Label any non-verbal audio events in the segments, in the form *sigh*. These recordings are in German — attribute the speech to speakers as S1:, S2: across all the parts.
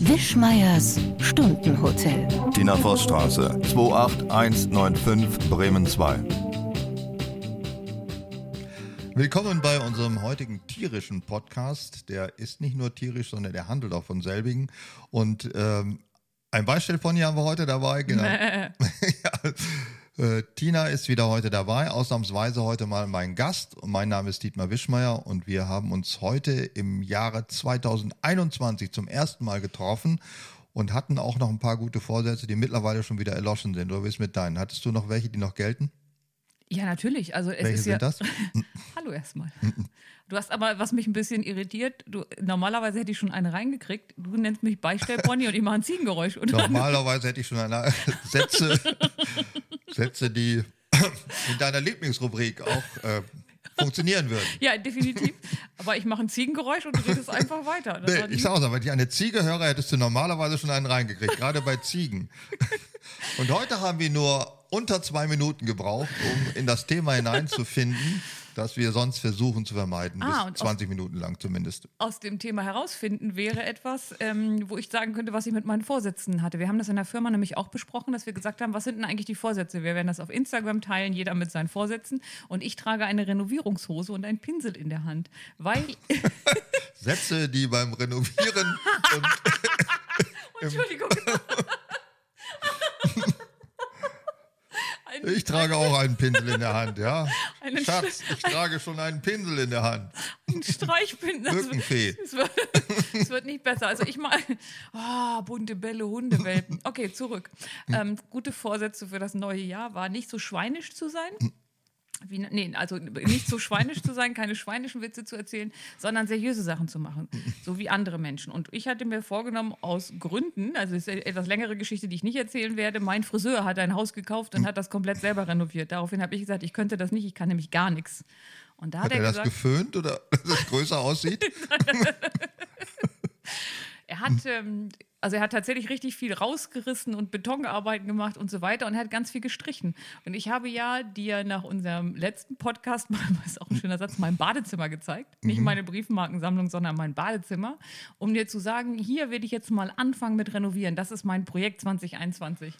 S1: Wischmeiers Stundenhotel.
S2: Tina Vossstraße, 28195 Bremen 2. Willkommen bei unserem heutigen tierischen Podcast. Der ist nicht nur tierisch, sondern der handelt auch von selbigen. Und ähm, ein Beispiel von hier haben wir heute dabei. Genau. *laughs* ja. äh, Tina ist wieder heute dabei, ausnahmsweise heute mal mein Gast. Und Mein Name ist Dietmar Wischmeier und wir haben uns heute im Jahre 2021 zum ersten Mal getroffen und hatten auch noch ein paar gute Vorsätze, die mittlerweile schon wieder erloschen sind. Oder wie ist mit deinen? Hattest du noch welche, die noch gelten?
S3: Ja, natürlich. Also es
S2: Welche
S3: ist
S2: sind
S3: ja.
S2: das?
S3: *laughs* Hallo erstmal. Du hast aber, was mich ein bisschen irritiert, du, normalerweise hätte ich schon eine reingekriegt. Du nennst mich Beistellpony und ich mache ein Ziegengeräusch. Und dann,
S2: Normalerweise hätte ich schon eine *laughs* Sätze, Sätze, die in deiner Lieblingsrubrik auch äh, funktionieren würden.
S3: *laughs* ja, definitiv. Aber ich mache ein Ziegengeräusch und du redest einfach weiter. Das
S2: Nee,
S3: war die-
S2: ich sag's aber, wenn ich eine Ziege höre, hättest du normalerweise schon einen reingekriegt, gerade bei
S3: *laughs*
S2: Ziegen. Und heute haben wir nur unter zwei Minuten gebraucht, um in das Thema
S3: *laughs*
S2: hineinzufinden, das wir sonst versuchen zu vermeiden,
S3: Ah, und
S2: bis
S3: auf-
S2: 20 Minuten lang zumindest.
S3: aus dem Thema herausfinden wäre etwas, ähm, wo ich sagen könnte, was ich mit meinen Vorsätzen hatte. Wir haben das in der Firma nämlich auch besprochen, dass wir gesagt haben, was sind denn eigentlich die Vorsätze? Wir werden das auf Instagram teilen, jeder mit seinen Vorsätzen. Und ich trage eine Renovierungshose und einen Pinsel in der Hand, weil
S2: Sätze, die beim Renovieren und
S3: *laughs* Entschuldigung. *laughs* Ein-
S2: Ich trage auch einen Pinsel in der Hand, ja.
S3: Einen
S2: Schatz, ich trage schon einen Pinsel in der Hand.
S3: ein Streichbinden.
S2: Mückenfee.
S3: *laughs* Es wird, es wird nicht besser. Also ich mal, Ah, bunte Bälle, Hundewelpen. Okay, zurück.
S2: Hm.
S3: Ähm, gute Vorsätze für das neue Jahr war nicht so schweinisch zu sein.
S2: Hm.
S3: Wie, nee, also nicht so schweinisch zu sein, keine schweinischen Witze zu erzählen, sondern seriöse Sachen zu machen,
S2: Hm.
S3: so wie andere Menschen. Und ich hatte mir vorgenommen, aus Gründen, also es ist eine etwas längere Geschichte, die ich nicht erzählen werde, mein Friseur hat ein Haus gekauft
S2: Hm.
S3: und hat das komplett selber renoviert. Daraufhin habe ich gesagt, ich könnte das nicht, ich kann nämlich gar nichts. Und da hat,
S2: Hat er das
S3: gesagt,
S2: geföhnt oder dass es größer aussieht?
S3: Er hat, ähm, also er hat tatsächlich richtig viel rausgerissen und Betonarbeiten gemacht und so weiter und er hat ganz viel gestrichen. Und ich habe ja dir nach unserem letzten Podcast, *laughs* mal- das ist auch ein schöner Satz, mein Badezimmer gezeigt.
S2: Mhm.
S3: Nicht meine Briefmarkensammlung, sondern mein Badezimmer, um dir zu sagen, hier will ich jetzt mal anfangen mit Renovieren. Das ist mein Projekt 2021.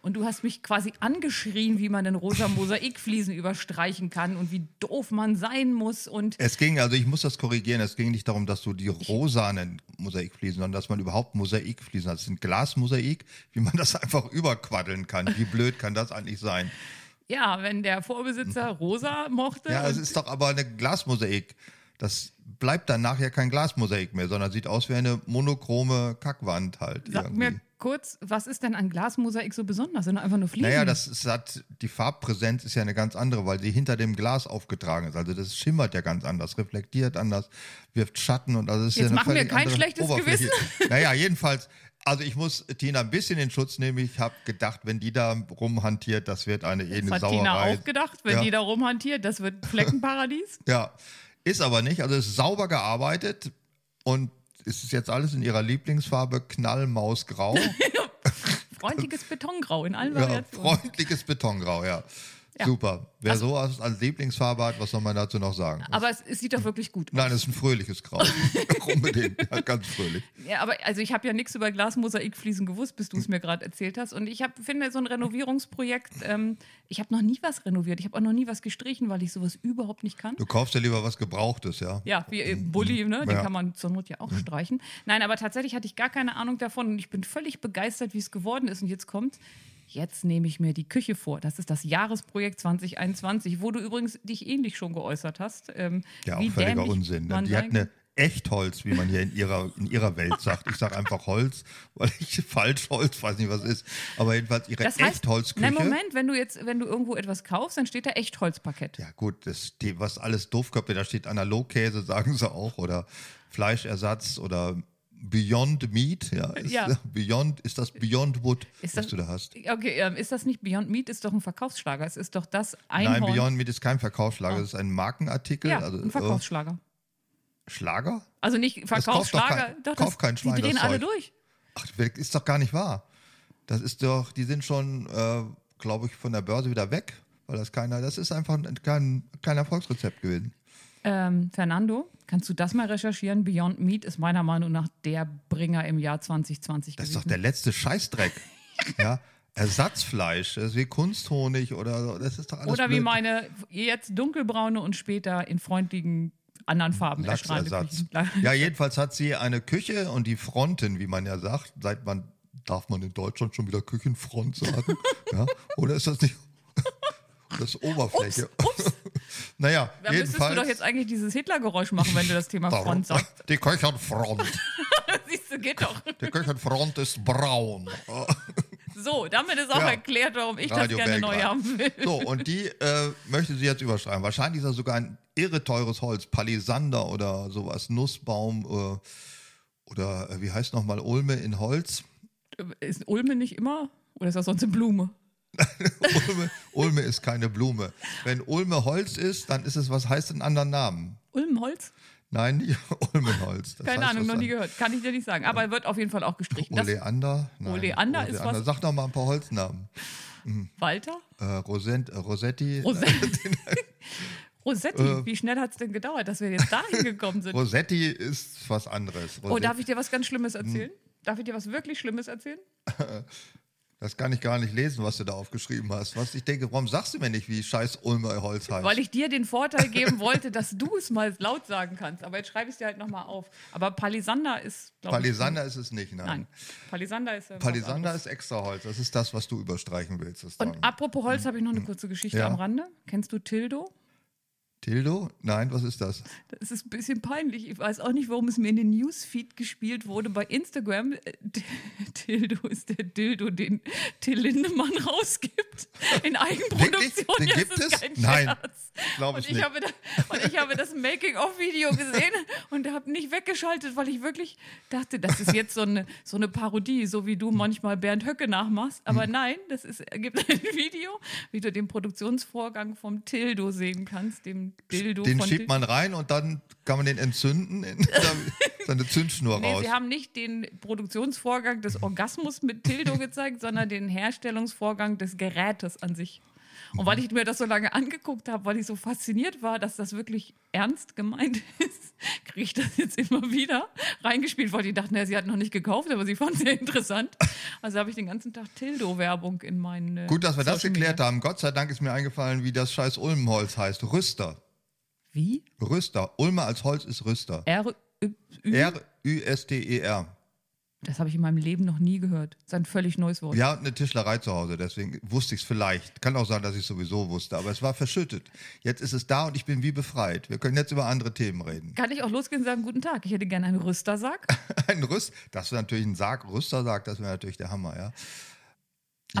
S3: Und du hast mich quasi angeschrien, wie man den rosa Mosaikfliesen *laughs* überstreichen kann und wie doof man sein muss und
S2: Es ging, also ich muss das korrigieren, es ging nicht darum, dass du die rosanen Mosaikfliesen, sondern dass man überhaupt Mosaikfliesen hat. Das sind Glasmosaik, wie man das *laughs* einfach überquaddeln kann. Wie blöd kann das eigentlich sein?
S3: ja, wenn der Vorbesitzer rosa mochte.
S2: Ja,
S3: und-
S2: es ist doch aber eine Glasmosaik. Das bleibt dann nachher kein Glasmosaik mehr, sondern sieht aus wie eine monochrome Kackwand halt.
S3: Sag
S2: irgendwie.
S3: mir kurz, was ist denn an Glasmosaik so besonders? Sind doch einfach nur Fliesen?
S2: Naja, das ist, hat, die Farbpräsenz ist ja eine ganz andere, weil sie hinter dem Glas aufgetragen ist. Also das schimmert ja ganz anders, reflektiert anders, wirft Schatten und also es ist
S3: Jetzt
S2: ja eine
S3: machen wir
S2: völlig
S3: kein
S2: andere
S3: schlechtes
S2: Oberfläche. *laughs* Naja, jedenfalls, also ich muss Tina ein bisschen in Schutz nehmen. Ich habe gedacht, wenn die da rumhantiert, das wird eine eh
S3: das
S2: eine
S3: hat
S2: Sauerei.
S3: Tina auch gedacht, wenn
S2: Ja.
S3: die da rumhantiert, das wird
S2: *laughs*
S3: Fleckenparadies.
S2: Ja, ist aber nicht. Also es ist sauber gearbeitet und es ist jetzt alles in ihrer Lieblingsfarbe knallmausgrau.
S3: Freundliches Betongrau in allen
S2: ja,
S3: Variationen.
S2: freundliches Betongrau, ja.
S3: Ja. Also
S2: Super. Wer so als, als Lieblingsfarbe hat, was soll man dazu noch sagen?
S3: Aber es, es sieht doch wirklich gut aus.
S2: Nein, es ist ein fröhliches
S3: *laughs*
S2: Grau. *laughs* Unbedingt, ja, ganz fröhlich.
S3: Ja, aber also ich habe ja nichts über Glasmosaikfliesen gewusst, bis du es mir gerade erzählt hast. Und ich hab, finde so ein Renovierungsprojekt, ähm, ich habe noch nie was renoviert. Ich habe auch noch nie was gestrichen, weil ich sowas überhaupt nicht kann.
S2: Du kaufst ja lieber was Gebrauchtes, ja?
S3: Ja, wie eben Bulli, ne? Den
S2: Ja.
S3: kann man zur Not ja auch streichen. Nein, aber tatsächlich hatte ich gar keine Ahnung davon und ich bin völlig begeistert, wie es geworden ist. Und jetzt kommt, jetzt nehme ich mir die Küche vor. Das ist das Jahresprojekt 2021, wo du übrigens dich ähnlich schon geäußert hast. Ähm,
S2: Ja,
S3: wie
S2: auch völliger
S3: dämlich
S2: Unsinn. ne?
S3: man
S2: Die hat
S3: sein
S2: eine Echtholz, wie man hier in ihrer, in ihrer Welt sagt. Ich sage einfach Holz, weil ich *laughs* falsch Holz, weiß nicht, was ist. Aber jedenfalls ihre
S3: das heißt,
S2: Echtholzküche.
S3: nein, Moment, wenn du jetzt, wenn du irgendwo etwas kaufst, dann steht da Echtholzparkett.
S2: Ja, gut, das, die, was alles Doofköpfe, da steht Analogkäse, sagen sie auch, oder Fleischersatz oder Beyond Meat, ja. Ist,
S3: Ja.
S2: *laughs* Beyond, ist das Beyond Wood,
S3: Ist
S2: was
S3: das-
S2: du da hast?
S3: Okay, ähm, ist das nicht Beyond Meat? Ist doch ein Verkaufsschlager. Es ist doch das
S2: Nein,
S3: Einhorn. Ah.
S2: Beyond Meat ist kein Verkaufsschlager, das ist ein Markenartikel.
S3: ja,
S2: also,
S3: ein Verkaufsschlager.
S2: äh, Schlager?
S3: Also nicht
S2: kauft doch kein-
S3: Verkaufsschlager. doch, das-
S2: kauft kein Schwein,
S3: Die drehen
S2: das
S3: alle
S2: Zeug.
S3: durch.
S2: Ach, das ist doch gar nicht wahr. Das ist doch, die sind schon, äh, glaube ich, von der Börse wieder weg, weil das keiner, das ist einfach ein- kein, kein Erfolgsrezept gewesen.
S3: Ähm, Fernando, kannst du das mal recherchieren? Beyond Meat ist meiner Meinung nach der Bringer im Jahr 2020
S2: Das ist doch
S3: gewesen.
S2: der letzte
S3: *laughs*
S2: Scheißdreck. ja, Ersatzfleisch, das ist wie Kunsthonig oder so. Das ist doch alles
S3: Oder wie
S2: blöd.
S3: meine jetzt dunkelbraune und später in freundlichen anderen Farben erstrahlende *laughs*
S2: Lachsersatz.
S3: Küchen-
S2: Ja, jedenfalls hat sie eine Küche und die Fronten, wie man ja sagt, seit wann darf man in Deutschland schon wieder Küchenfront
S3: *laughs*
S2: sagen? ja? Oder ist das nicht *laughs* das ist Oberfläche? *laughs* naja,
S3: Da müsstest
S2: jedenfalls.
S3: du doch jetzt eigentlich dieses Hitler-Geräusch machen, wenn du das Thema Front sagst. *laughs*
S2: die Küchenfront.
S3: Siehst du, geht doch.
S2: Die Küchenfront ist
S3: *laughs*
S2: braun.
S3: So, damit ist auch
S2: Ja.
S3: erklärt, warum ich
S2: Radio
S3: das gerne neu
S2: Belgrad.
S3: haben will.
S2: So, und die äh, möchte sie jetzt überschreiben. Wahrscheinlich ist das sogar ein irre teures Holz, Palisander oder sowas, Nussbaum äh, oder äh, wie heißt nochmal Ulme in Holz? *laughs*
S3: Ist Ulme nicht immer? Oder ist das sonst eine Blume?
S2: Ulme, Ulme ist keine Blume. Wenn Ulme Holz ist, dann ist es, was heißt einen anderen Namen?
S3: Ulmholz?
S2: Nein, nicht *laughs* Ulmenholz. Das
S3: Keine
S2: heißt
S3: Ahnung,
S2: was
S3: noch nie
S2: an-
S3: gehört. Kann ich dir nicht sagen. Aber wird auf jeden Fall auch gestrichen. Das
S2: Oleander? Nein,
S3: Oleander ist was-
S2: Sag doch mal ein paar Holznamen.
S3: Walter?
S2: Äh, Rosent, äh, Rosetti, *laughs*
S3: Rosetti. Rosetti,
S2: Äh.
S3: wie schnell hat es denn gedauert, dass wir jetzt dahin gekommen sind?
S2: Rosetti ist was anderes.
S3: Oh,
S2: Rosetti-
S3: darf ich dir was ganz Schlimmes
S2: Hm.
S3: erzählen? Darf ich dir was wirklich Schlimmes erzählen?
S2: Das kann ich gar nicht lesen, was du da aufgeschrieben hast. Was ich denke, warum sagst du mir nicht, wie scheiß Ulmer Holz heißt?
S3: Weil ich dir den Vorteil geben wollte, dass du es mal laut sagen kannst. Aber jetzt schreibe ich es dir halt nochmal auf. Aber Palisander ist, glaub
S2: Palisander ist es nicht, nein.
S3: Ich, nein, Palisander ist. äh, was
S2: Palisander
S3: anderes.
S2: ist extra Holz. Das ist das, was du überstreichen willst. Das
S3: Und apropos Holz habe ich noch eine kurze Geschichte
S2: Hm. Ja.
S3: am Rande. Kennst du Tildo?
S2: Tildo? Nein, was ist das?
S3: Das ist ein bisschen peinlich. Ich weiß auch nicht, warum es mir in den Newsfeed gespielt wurde. Bei Instagram, äh, Tildo ist der *laughs* Dildo, den Till Lindemann *laughs* rausgibt. In Eigenproduktion.
S2: Den
S3: Ja, das
S2: gibt
S3: ist
S2: es?
S3: kein
S2: Nein,
S3: Scherz.
S2: Glaube
S3: Und
S2: ich
S3: ich,
S2: nicht.
S3: habe da, und ich habe das
S2: *laughs*
S3: Making-of-Video gesehen und habe nicht weggeschaltet, weil ich wirklich dachte, das ist jetzt so eine, so eine Parodie, so wie du manchmal Bernd Höcke nachmachst. Aber
S2: Hm.
S3: nein, das ist, gibt ein Video, wie du den Produktionsvorgang vom Tildo sehen kannst, dem Dildo
S2: den
S3: von
S2: schiebt
S3: Til-
S2: man rein und dann kann man den entzünden.
S3: *laughs*
S2: In, seine Zündschnur
S3: Nee,
S2: raus.
S3: sie haben nicht den Produktionsvorgang des Orgasmus mit
S2: *laughs*
S3: Tildo gezeigt, sondern den Herstellungsvorgang des Gerätes an sich. Und
S2: Mhm.
S3: weil ich mir das so lange angeguckt habe, weil ich so fasziniert war, dass das wirklich ernst gemeint *laughs* ist, kriege ich das jetzt immer wieder reingespielt, weil die dachten, ja, sie hat noch nicht gekauft, aber sie fand es sehr interessant. Also habe ich den ganzen Tag Tildo-Werbung in meinen. äh,
S2: Gut, dass wir das
S3: Social
S2: geklärt
S3: Media.
S2: haben. Gott sei Dank ist mir eingefallen, wie das scheiß Ulmenholz heißt. Rüster.
S3: Wie?
S2: Rüster. Ulmer als Holz ist Rüster.
S3: R Y- Ü?
S2: R-Ü-S-T-E-R.
S3: Das habe ich in meinem Leben noch nie gehört. Das ist ein völlig neues Wort.
S2: Ja, und eine Tischlerei zu Hause, deswegen wusste ich es vielleicht. Kann auch sein, dass ich es sowieso wusste, aber es war verschüttet. Jetzt ist es da und ich bin wie befreit. Wir können jetzt über andere Themen reden. *laughs*
S3: Kann ich auch losgehen und sagen, guten Tag, ich hätte gerne einen Rüstersack.
S2: Ein Rüst, das wäre natürlich ein Sarg, Rüstersack, das wäre natürlich der Hammer, ja.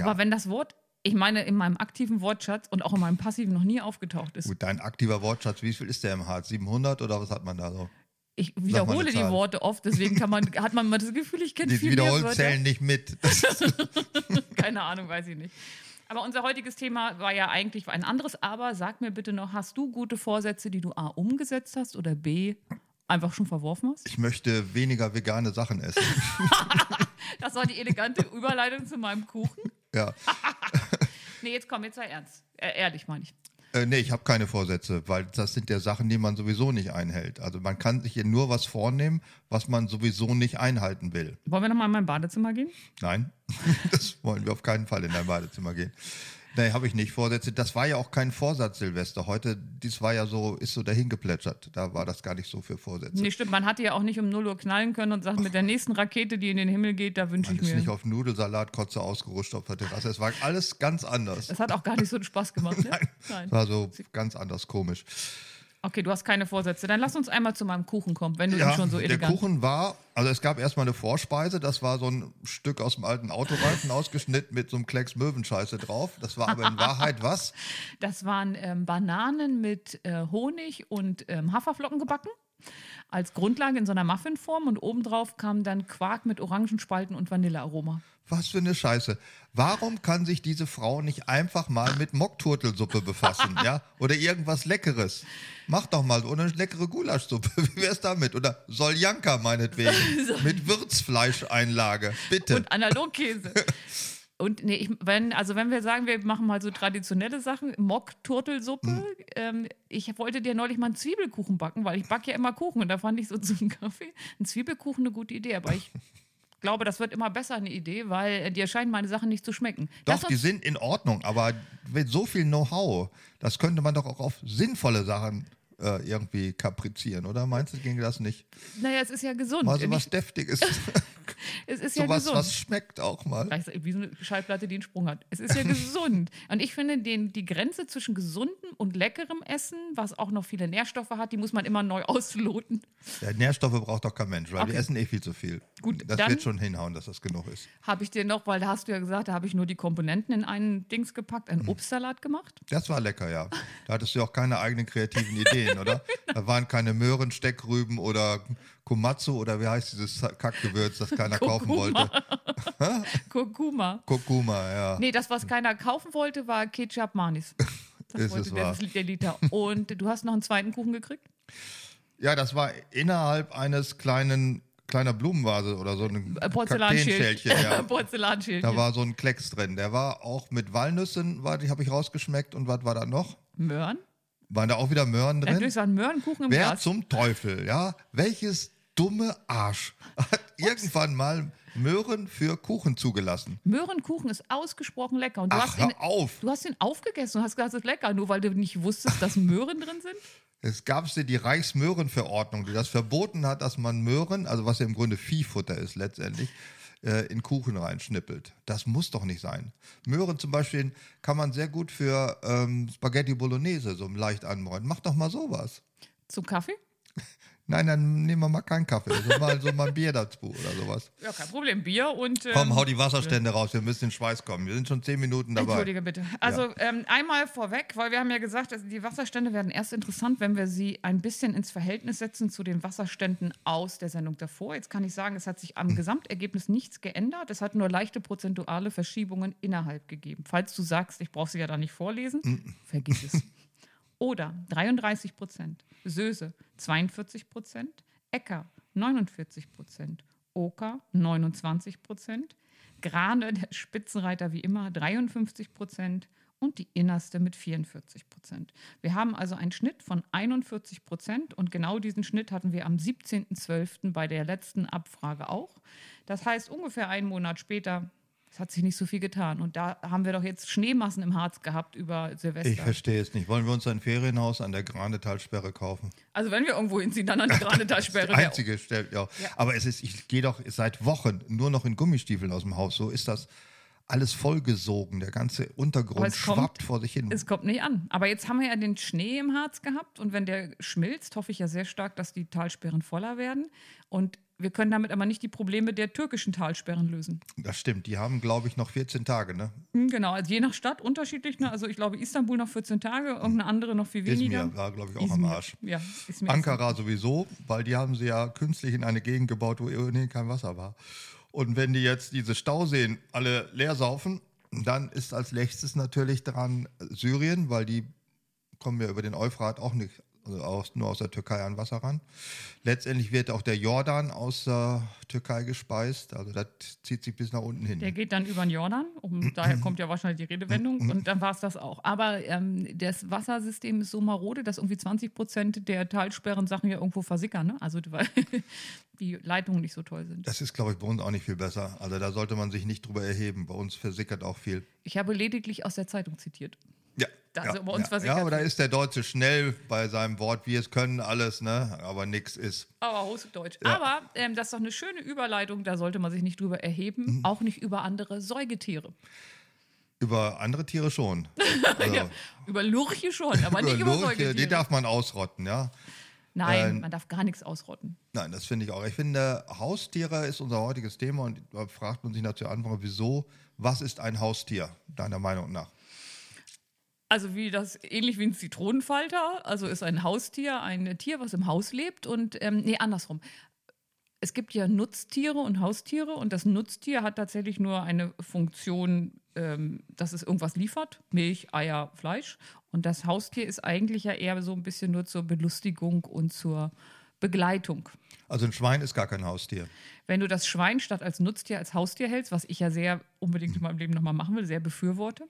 S3: Aber wenn das Wort, ich meine, in meinem aktiven Wortschatz und auch in meinem passiven noch nie aufgetaucht ist.
S2: Gut, dein aktiver Wortschatz, wie viel ist der im Harz? 700 oder was hat man da so?
S3: Ich wiederhole die
S2: Zahl.
S3: Worte oft, deswegen kann man, hat man immer das Gefühl, ich kenne
S2: Die
S3: viel mehr
S2: wiederholen
S3: Wörter.
S2: zählen nicht mit. Das ist
S3: Keine Ahnung, weiß ich nicht. Aber unser heutiges Thema war ja eigentlich ein anderes. Aber sag mir bitte noch, hast du gute Vorsätze, die du A umgesetzt hast oder B einfach schon verworfen hast?
S2: ich möchte weniger vegane Sachen essen.
S3: Das war die
S2: *laughs*
S3: elegante Überleitung zu meinem Kuchen.
S2: Ja.
S3: Nee, jetzt komm, jetzt sei ernst. Äh, ehrlich meine ich.
S2: Äh, nee, ich habe keine Vorsätze, weil das sind ja Sachen, die man sowieso nicht einhält. Also man kann sich ja nur was vornehmen, was man sowieso nicht einhalten will.
S3: Wollen wir nochmal in mein Badezimmer gehen?
S2: Nein, *laughs* das wollen wir auf keinen Fall in dein Badezimmer gehen. Nee, habe ich nicht Vorsätze. Das war ja auch kein Vorsatz, Silvester. Heute, dies war ja so, ist so dahin geplätschert. Da war das gar nicht so für Vorsätze.
S3: Nee, stimmt. Man hatte ja auch nicht um 0 Uhr knallen können und sagt, mit der nächsten Rakete, die in den Himmel geht, da wünsche
S2: Man
S3: ich
S2: ist
S3: mir.
S2: nicht auf Nudelsalatkotze ausgerutscht auf der Terrasse. Es war alles ganz anders.
S3: Das hat auch gar nicht so einen Spaß
S2: *laughs*
S3: gemacht. Ne? Nein.
S2: Es war so ganz anders komisch.
S3: Okay, du hast keine Vorsätze. Dann lass uns einmal zu meinem Kuchen kommen, wenn du ihn
S2: Ja,
S3: schon so
S2: der
S3: elegant.
S2: Kuchen war, also es gab erstmal eine Vorspeise, das war so ein Stück aus dem alten Autoreifen *laughs* ausgeschnitten mit so einem Klecks Möwenscheiße drauf. Das war aber in Wahrheit was?
S3: Das waren ähm, Bananen mit äh, Honig und ähm, Haferflocken gebacken. Als Grundlage in so einer Muffinform und obendrauf kam dann Quark mit Orangenspalten und Vanillearoma.
S2: Was für eine Scheiße. Warum kann sich diese Frau nicht einfach mal mit Mockturtelsuppe befassen, ja? Oder irgendwas Leckeres? Mach doch mal so eine leckere Gulaschsuppe. *laughs* Wie wär's damit? Oder Soljanka meinetwegen. Mit Würzfleischeinlage. Bitte. *laughs*
S3: Und Analogkäse. Und nee, ich, wenn, also wenn wir sagen, wir machen mal so traditionelle Sachen, Mock, Turtelsuppe,
S2: Hm.
S3: ähm, ich wollte dir neulich mal einen Zwiebelkuchen backen, weil ich backe ja immer Kuchen und da fand ich so zum *laughs* Kaffee einen Zwiebelkuchen eine gute Idee,
S2: *laughs*
S3: aber ich glaube, das wird immer besser eine Idee, weil äh, dir scheinen meine Sachen nicht zu schmecken. Lass
S2: Doch,
S3: uns-
S2: die sind in Ordnung, aber mit so viel Know-how, das könnte man doch auch auf sinnvolle Sachen äh, irgendwie kaprizieren, oder? Meinst du, ginge das nicht?
S3: naja, es ist ja gesund.
S2: Mal
S3: Nicht-
S2: so was Deftiges,
S3: es ist
S2: *laughs*
S3: ja
S2: so was,
S3: gesund.
S2: was schmeckt auch mal.
S3: Gleich so- Wie so eine Schallplatte, die einen Sprung hat. Es
S2: *laughs*
S3: ist ja gesund. Und ich finde, den, die Grenze zwischen gesundem und leckerem Essen, was auch noch viele Nährstoffe hat, die muss man immer neu ausloten.
S2: Ja, Nährstoffe braucht doch kein Mensch, weil
S3: Okay.
S2: wir essen eh viel zu viel.
S3: Gut,
S2: das
S3: dann-
S2: wird schon hinhauen, dass das genug ist.
S3: Habe ich dir noch, weil da hast du ja gesagt, da habe ich nur die Komponenten in einen Dings gepackt,
S2: Hm.
S3: einen Obstsalat gemacht.
S2: Das
S3: *laughs*
S2: war lecker, ja. Da hattest du auch keine eigenen kreativen Ideen,
S3: *laughs*
S2: oder?
S3: Genau.
S2: Da waren keine Möhren, Steckrüben oder Komatsu oder wie heißt dieses Kackgewürz, das keiner kaufen wollte?
S3: Kurkuma.
S2: Kurkuma, ja.
S3: Nee, das, was keiner kaufen wollte, war
S2: *laughs*
S3: Ketchup Manis. Das
S2: Ist
S3: wollte
S2: es
S3: der,
S2: wahr.
S3: das Lied der Liter. Und du hast noch einen zweiten Kuchen gekriegt?
S2: Ja, das war innerhalb eines kleinen kleiner Blumenvase oder so ein
S3: Äh, *laughs* Porzellanschälchen.
S2: Kakteenschälchen, ja.
S3: Porzellanschälchen.
S2: Da war so ein Klecks drin. Der war auch mit Walnüssen, war, die habe ich rausgeschmeckt. Und was war da noch?
S3: Möhren?
S2: Waren da auch wieder Möhren drin?
S3: Natürlich war ein Möhrenkuchen im
S2: Wer
S3: Glas.
S2: zum Teufel, ja? Welches dumme Arsch hat irgendwann mal Möhren für Kuchen zugelassen?
S3: Möhrenkuchen ist ausgesprochen lecker. Und du,
S2: Ach,
S3: hast ihn,
S2: hör auf!
S3: du hast ihn aufgegessen und hast gesagt, es ist lecker, nur weil du nicht wusstest, dass Möhren drin sind.
S2: Es gab sie die Reichsmöhrenverordnung, die das verboten hat, dass man Möhren, also was ja im Grunde Viehfutter ist letztendlich, äh, in Kuchen reinschnippelt. Das muss doch nicht sein. Möhren zum Beispiel kann man sehr gut für ähm, Spaghetti Bolognese so leicht anbräunen. Mach doch mal sowas.
S3: Zum Kaffee?
S2: Nein, dann nehmen wir mal keinen Kaffee, so mal, so mal ein Bier dazu oder sowas.
S3: Ja, kein Problem. Bier und. ähm,
S2: Komm, hau die Wasserstände raus, wir müssen in Schweiß kommen. Wir sind schon zehn Minuten dabei.
S3: Entschuldige bitte. Also ähm, einmal vorweg, weil wir haben ja gesagt, dass die Wasserstände werden erst interessant, wenn wir sie ein bisschen ins Verhältnis setzen zu den Wasserständen aus der Sendung davor. Jetzt kann ich sagen, es hat sich
S2: Hm.
S3: am Gesamtergebnis nichts geändert. Es hat nur leichte prozentuale Verschiebungen innerhalb gegeben. Falls du sagst, ich brauche sie ja da nicht vorlesen,
S2: Hm.
S3: vergiss es. Oder 33 Prozent, Söse 42 Prozent, Ecker 49 Prozent, Oker 29 Prozent, Grane, der Spitzenreiter wie immer, 53 Prozent und die Innerste mit 44 Prozent. Wir haben also einen Schnitt von 41 Prozent und genau diesen Schnitt hatten wir am 17.12. bei der letzten Abfrage auch. Das heißt, ungefähr einen Monat später. Es hat sich nicht so viel getan. Und da haben wir doch jetzt Schneemassen im Harz gehabt über Silvester.
S2: Ich verstehe es nicht. Wollen wir uns ein Ferienhaus an der Granetalsperre kaufen?
S3: Also wenn wir irgendwo hinziehen, dann an die
S2: *laughs*
S3: Granetalsperre.
S2: Die einzige Stelle, ja. Aber es ist, ich gehe doch seit Wochen nur noch in Gummistiefeln aus dem Haus. So ist das alles vollgesogen. Der ganze
S3: Aber
S2: Untergrund
S3: es kommt-
S2: schwappt vor sich hin.
S3: Es kommt nicht an. Aber jetzt haben wir ja den Schnee im Harz gehabt und wenn der schmilzt, hoffe ich ja sehr stark, dass die Talsperren voller werden. Und wir können damit aber nicht die Probleme der türkischen Talsperren lösen.
S2: Das stimmt. Die haben, glaube ich, noch 14 Tage, ne?
S3: Hm, Genau, also je nach Stadt unterschiedlich. Ne? Also ich glaube Istanbul noch 14 Tage, irgendeine andere noch viel weniger.
S2: Izmir war, glaube ich, auch am
S3: Izmir.
S2: Arsch.
S3: Ja, Izmir.
S2: Ankara sowieso, weil die haben sie ja künstlich in eine Gegend gebaut, wo ohnehin kein Wasser war. Und wenn die jetzt diese Stauseen alle leer saufen, dann ist als nächstes natürlich dran Syrien, weil die kommen ja über den Euphrat auch nicht, also aus, nur aus der Türkei an Wasser ran. Letztendlich wird auch der Jordan aus der Türkei gespeist, also das zieht sich bis nach unten hin.
S3: Der geht dann über den Jordan,
S2: *clears throat*
S3: um, daher kommt ja wahrscheinlich die Redewendung und dann war es das auch. Aber ähm, das Wassersystem ist so marode, dass irgendwie 20 Prozent der Talsperren Sachen ja irgendwo versickern, ne? also weil *laughs* die Leitungen nicht so toll sind.
S2: Das ist, glaube ich, bei uns auch nicht viel besser. Also da sollte man sich nicht drüber erheben. Bei uns versickert auch viel.
S3: Ich habe lediglich aus der Zeitung zitiert.
S2: Ja.
S3: Da-
S2: ja,
S3: also bei uns
S2: ja,
S3: versickert
S2: ja, aber da
S3: viel.
S2: ist der Deutsche schnell bei seinem Wort, wir es können alles, ne? Aber nichts ist.
S3: Aber Hosendeutsch. Aber ähm, das ist doch eine schöne Überleitung, da sollte man sich nicht drüber
S2: Mhm.
S3: erheben, auch nicht über andere Säugetiere.
S2: Über andere Tiere schon. Also,
S3: Ja, über Lurche schon,
S2: *laughs*
S3: aber nicht über
S2: Lurche,
S3: Säugetiere.
S2: die darf man ausrotten, ja.
S3: Nein,
S2: äh,
S3: man darf gar nichts ausrotten.
S2: Nein, das finde ich auch. Ich finde, Haustiere ist unser heutiges Thema und da fragt man sich natürlich Anfang, wieso, was ist ein Haustier, deiner Meinung nach?
S3: Also wie das ähnlich wie ein Zitronenfalter, also ist ein Haustier ein Tier, was im Haus lebt und ähm, nee andersrum. Es gibt ja Nutztiere und Haustiere und das Nutztier hat tatsächlich nur eine Funktion, ähm, dass es irgendwas liefert, Milch, Eier, Fleisch und das Haustier ist eigentlich ja eher so ein bisschen nur zur Belustigung und zur Begleitung.
S2: Also ein Schwein ist gar kein Haustier.
S3: Wenn du das Schwein statt als Nutztier als Haustier hältst, was ich ja sehr unbedingt in meinem Leben nochmal machen will, sehr befürworte.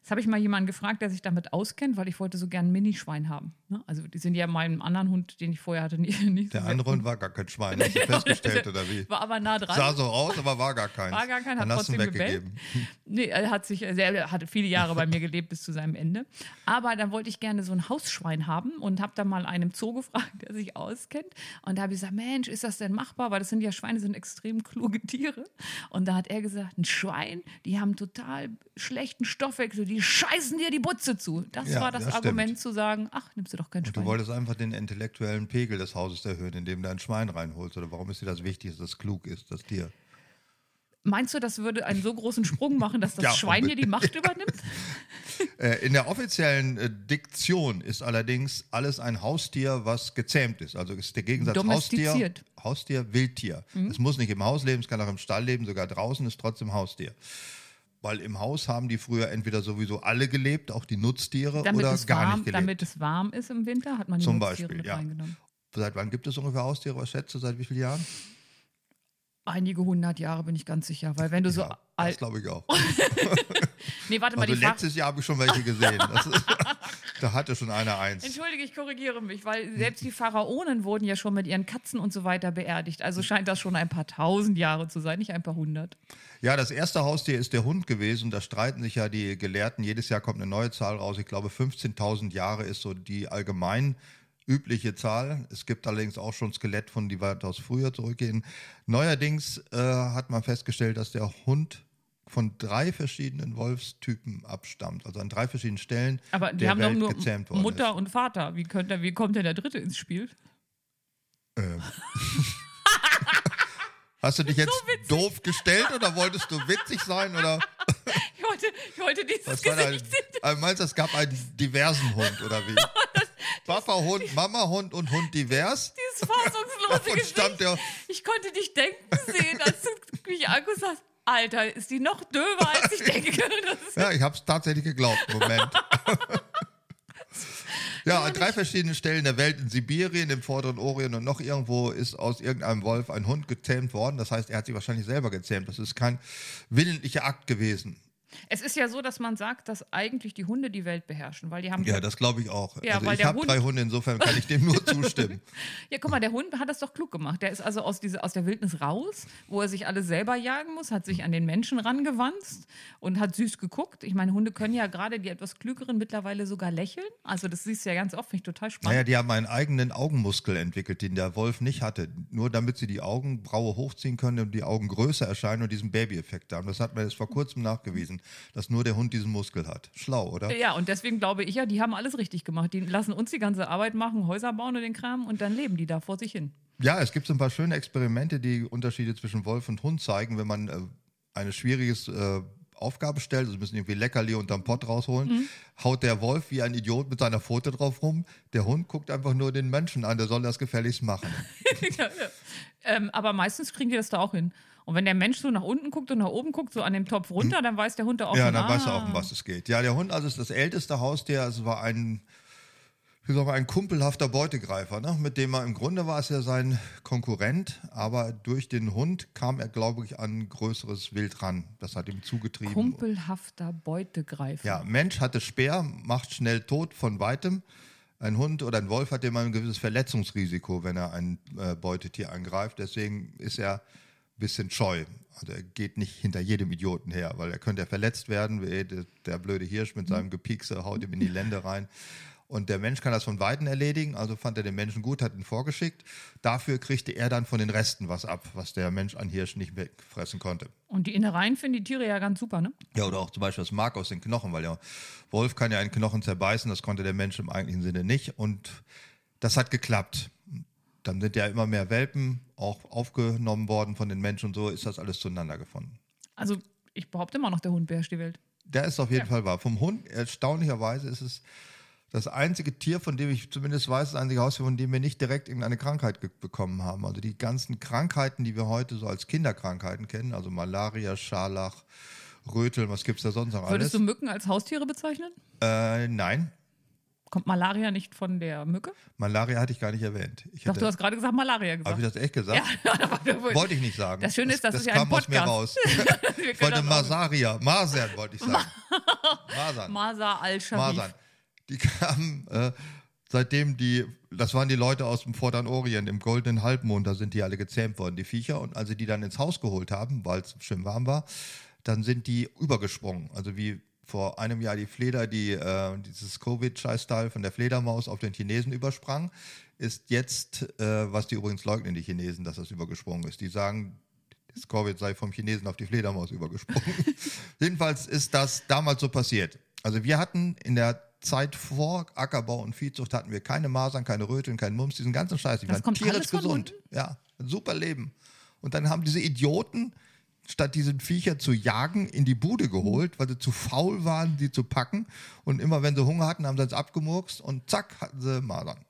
S3: Das habe ich mal jemanden gefragt, der sich damit auskennt, weil ich wollte so gern ein Minischwein haben. Ne? Also die sind ja meinem anderen Hund, den ich vorher hatte, *laughs* nie, nicht
S2: Der
S3: so
S2: andere Hund war gar kein Schwein, hast du
S3: *laughs*
S2: festgestellt oder wie?
S3: War aber nah dran.
S2: Sah so aus, aber war gar keins.
S3: War gar kein, hat
S2: Dann hast du ihn
S3: trotzdem
S2: weggegeben.
S3: *laughs* Nee, er hat sich er selber- hatte viele Jahre bei mir gelebt bis zu seinem Ende. Aber dann wollte ich gerne so ein Hausschwein haben und habe dann mal einem Zoo gefragt, *laughs* der sich auskennt. Und da habe ich gesagt, Mensch, ist das denn machbar? Weil das sind ja Schweine, sind extrem kluge Tiere. Und da hat er gesagt, ein Schwein, die haben total schlechten Stoffwechsel, die scheißen dir die Butze zu. Das
S2: Ja,
S3: war das,
S2: das stimmt.
S3: Argument zu sagen, ach, nimmst du doch kein
S2: Du
S3: Schwein.
S2: wolltest einfach den intellektuellen Pegel des Hauses erhöhen, indem du ein Schwein reinholst. Oder warum ist dir das wichtig, dass das klug ist, das Tier?
S3: Meinst du, das würde einen so großen Sprung
S2: *laughs*
S3: machen, dass das
S2: Ja,
S3: Schwein hier die Macht übernimmt?
S2: Äh, in der offiziellen äh, Diktion ist allerdings alles ein Haustier, was gezähmt ist. Also ist der Gegensatz Haustier,
S3: Domestiziert. Mhm.
S2: Haustier, Wildtier. Es muss nicht im Haus leben, es kann auch im Stall leben, sogar draußen ist trotzdem Haustier. Weil im Haus haben die früher entweder sowieso alle gelebt, auch die Nutztiere,
S3: Damit,
S2: oder
S3: es
S2: gar
S3: warm,
S2: nicht gelebt.
S3: damit es warm ist im Winter, hat man die
S2: Zum
S3: Nutztiere
S2: Beispiel,
S3: mit
S2: ja.
S3: reingenommen.
S2: Seit wann gibt es ungefähr Haustiere? Was schätzt du, seit wie vielen Jahren?
S3: Einige hundert Jahre bin ich ganz sicher, weil wenn du so
S2: Ja, das
S3: alt.
S2: glaube ich auch.
S3: Nee, warte mal,
S2: Also
S3: die Frage.
S2: letztes Jahr habe ich schon
S3: *laughs*
S2: welche gesehen. Das ist, *laughs* da hatte schon einer eins.
S3: Entschuldige, ich korrigiere mich,
S2: Hm.
S3: weil selbst die Pharaonen wurden ja schon mit ihren Katzen und so weiter beerdigt.
S2: Hm.
S3: Also scheint das schon ein paar tausend Jahre zu sein, nicht ein paar hundert.
S2: Ja, das erste Haustier ist der Hund gewesen. Da streiten sich ja die Gelehrten. Jedes Jahr kommt eine neue Zahl raus. Ich glaube, 15.000 Jahre ist so die allgemein übliche Zahl. Es gibt allerdings auch schon Skelett von, die weitaus früher zurückgehen. Neuerdings äh, hat man festgestellt, dass der Hund von drei verschiedenen Wolfstypen abstammt. Also an drei verschiedenen Stellen
S3: Aber die
S2: der
S3: haben
S2: Welt
S3: doch
S2: gezähmt
S3: nur
S2: worden
S3: Mutter und Vater. Wie, könnt ihr, wie kommt denn der Dritte ins Spiel?
S2: ist. Ähm. Hast du dich jetzt doof gestellt oder wolltest du witzig sein oder...
S3: Ich wollte, ich wollte dieses
S2: Was war da?
S3: Gesicht sehen.
S2: Ah, Meinst du, es gab einen diversen Hund oder wie? Papa Hund, Mama Hund und Hund divers?
S3: dieses fassungslose
S2: *laughs* Davon stammt
S3: Gesicht.
S2: der-
S3: Ich konnte dich denken sehen, als du mich anguckst hast. Alter, ist die noch döver, als ich denke. *laughs* Das ist
S2: Ja, ich habe es tatsächlich geglaubt. Moment. Ja, an drei verschiedenen Stellen der Welt, in Sibirien, im vorderen Orient und noch irgendwo, ist aus irgendeinem Wolf ein Hund gezähmt worden. Das heißt, er hat sich wahrscheinlich selber gezähmt. Das ist kein willentlicher Akt gewesen.
S3: Es ist ja so, dass man sagt, dass eigentlich die Hunde die Welt beherrschen, weil die haben.
S2: Ja,
S3: Ja,
S2: das glaube ich auch.
S3: Ja,
S2: also
S3: weil
S2: ich
S3: der
S2: habe
S3: Hund-
S2: drei Hunde, insofern kann ich dem
S3: *laughs*
S2: nur zustimmen.
S3: guck mal, der Hund hat das doch klug gemacht. Der ist also aus, diese, aus der Wildnis raus, wo er sich alles selber jagen muss, hat sich an den Menschen rangewanzt und hat süß geguckt. Ich meine, Hunde können ja gerade die etwas klügeren mittlerweile sogar lächeln. Also, das siehst du ja ganz oft, finde ich total spannend.
S2: Naja, die haben einen eigenen Augenmuskel entwickelt, den der Wolf nicht hatte. Nur damit sie die Augenbraue hochziehen können und die Augen größer erscheinen und diesen Baby-Effekt haben. Das hat man jetzt vor kurzem nachgewiesen, dass nur der Hund diesen Muskel hat. Schlau, oder?
S3: ja, und deswegen glaube ich ja, die haben alles richtig gemacht. Die lassen uns die ganze Arbeit machen, Häuser bauen und den Kram und dann leben die da vor sich hin.
S2: Ja, es gibt so ein paar schöne Experimente, die Unterschiede zwischen Wolf und Hund zeigen, wenn man äh, eine schwierige äh, Aufgabe stellt, also müssen irgendwie Leckerli unterm Pott rausholen, haut der Wolf wie ein Idiot mit seiner Pfote drauf rum, der Hund guckt einfach nur den Menschen an, der soll das gefälligst machen.
S3: Ja, ja. ähm, aber meistens kriegen die das da auch hin. Und wenn der Mensch so nach unten guckt und nach oben guckt, so an dem Topf runter, dann weiß der Hund da auch
S2: Hm. Ja,
S3: schon,
S2: dann weiß er
S3: ah.
S2: auch, um was es geht. Ja, der Hund also ist das älteste Haustier. Also, Es war ein, wie soll man, ein kumpelhafter Beutegreifer, ne? mit dem er im Grunde war es ja sein Konkurrent, aber durch den Hund kam er, glaube ich, an größeres Wild ran. Das hat ihm zugetrieben.
S3: Kumpelhafter Beutegreifer.
S2: Ja, Mensch hatte Speer, macht schnell tot von weitem. Ein Hund oder ein Wolf hat immer ein gewisses Verletzungsrisiko, wenn er ein äh, Beutetier angreift. Deswegen ist er ein bisschen scheu. Also er geht nicht hinter jedem Idioten her, weil er könnte ja verletzt werden. wie Der, der blöde Hirsch mit seinem Gepiekse haut ihm in die Lände rein. Und der Mensch kann das von Weitem erledigen, also fand er den Menschen gut, hat ihn vorgeschickt. Dafür kriegte er dann von den Resten was ab, was der Mensch an Hirsch nicht wegfressen konnte.
S3: Und die Innereien finden die Tiere ja ganz super, ne?
S2: Ja, oder auch zum Beispiel das Mark aus den Knochen, weil der Wolf kann ja einen Knochen zerbeißen, das konnte der Mensch im eigentlichen Sinne nicht. Und das hat geklappt. Dann sind ja immer mehr Welpen auch aufgenommen worden von den Menschen und so ist das alles zueinander gefunden.
S3: Also ich behaupte immer noch, der Hund beherrscht die Welt.
S2: Der ist auf jeden Fall wahr. Vom Hund, erstaunlicherweise, ist es das einzige Tier, von dem ich zumindest weiß, das einzige Haustier, von dem wir nicht direkt irgendeine Krankheit ge- bekommen haben. Also die ganzen Krankheiten, die wir heute so als Kinderkrankheiten kennen, also Malaria, Scharlach, Röteln, was gibt es da sonst noch alles?
S3: Würdest du Mücken als Haustiere bezeichnen?
S2: Äh, nein.
S3: Kommt Malaria nicht von der Mücke?
S2: Malaria hatte ich gar nicht erwähnt. Ich
S3: Doch,
S2: hätte-
S3: du hast gerade gesagt Malaria
S2: Habe
S3: gesagt.
S2: ich das echt gesagt?
S3: *laughs* Ja, aber-
S2: Wollte ich nicht sagen.
S3: Das Schöne ist, dass
S2: das
S3: es ja
S2: kam
S3: ein
S2: aus mir raus.
S3: *laughs* Podcast. genau. Wir
S2: Ich
S3: können
S2: wollte
S3: das auch-
S2: Masaria, Masern wollte ich
S3: *laughs*
S2: sagen. Masern.
S3: Masa al-Sharif.
S2: Masern. Die kamen, äh, seitdem die, das waren die Leute aus dem Vorderen Orient, im goldenen Halbmond, da sind die alle gezähmt worden, die Viecher. Und als sie die dann ins Haus geholt haben, weil es schön warm war, dann sind die übergesprungen. Also wie vor einem Jahr die Fleder, die äh, dieses Covid-Scheiß-Style von der Fledermaus auf den Chinesen übersprang, ist jetzt, äh, was die übrigens leugnen, die Chinesen, dass das übergesprungen ist. Die sagen, das Covid sei vom Chinesen auf die Fledermaus
S3: *laughs*
S2: übergesprungen. Jedenfalls ist das damals so passiert. Also wir hatten in der Zeit vor Ackerbau und Viehzucht hatten wir keine Masern, keine Röteln, keinen Mumps, diesen ganzen Scheiß. Die
S3: Das
S2: waren
S3: kommt alles von
S2: gesund. Ja, ein super Leben. Und dann haben diese Idioten statt diesen Viecher zu jagen, in die Bude geholt, weil sie zu faul waren, die zu packen. Und immer wenn sie Hunger hatten, haben sie es abgemurkst und zack, hatten sie Masern.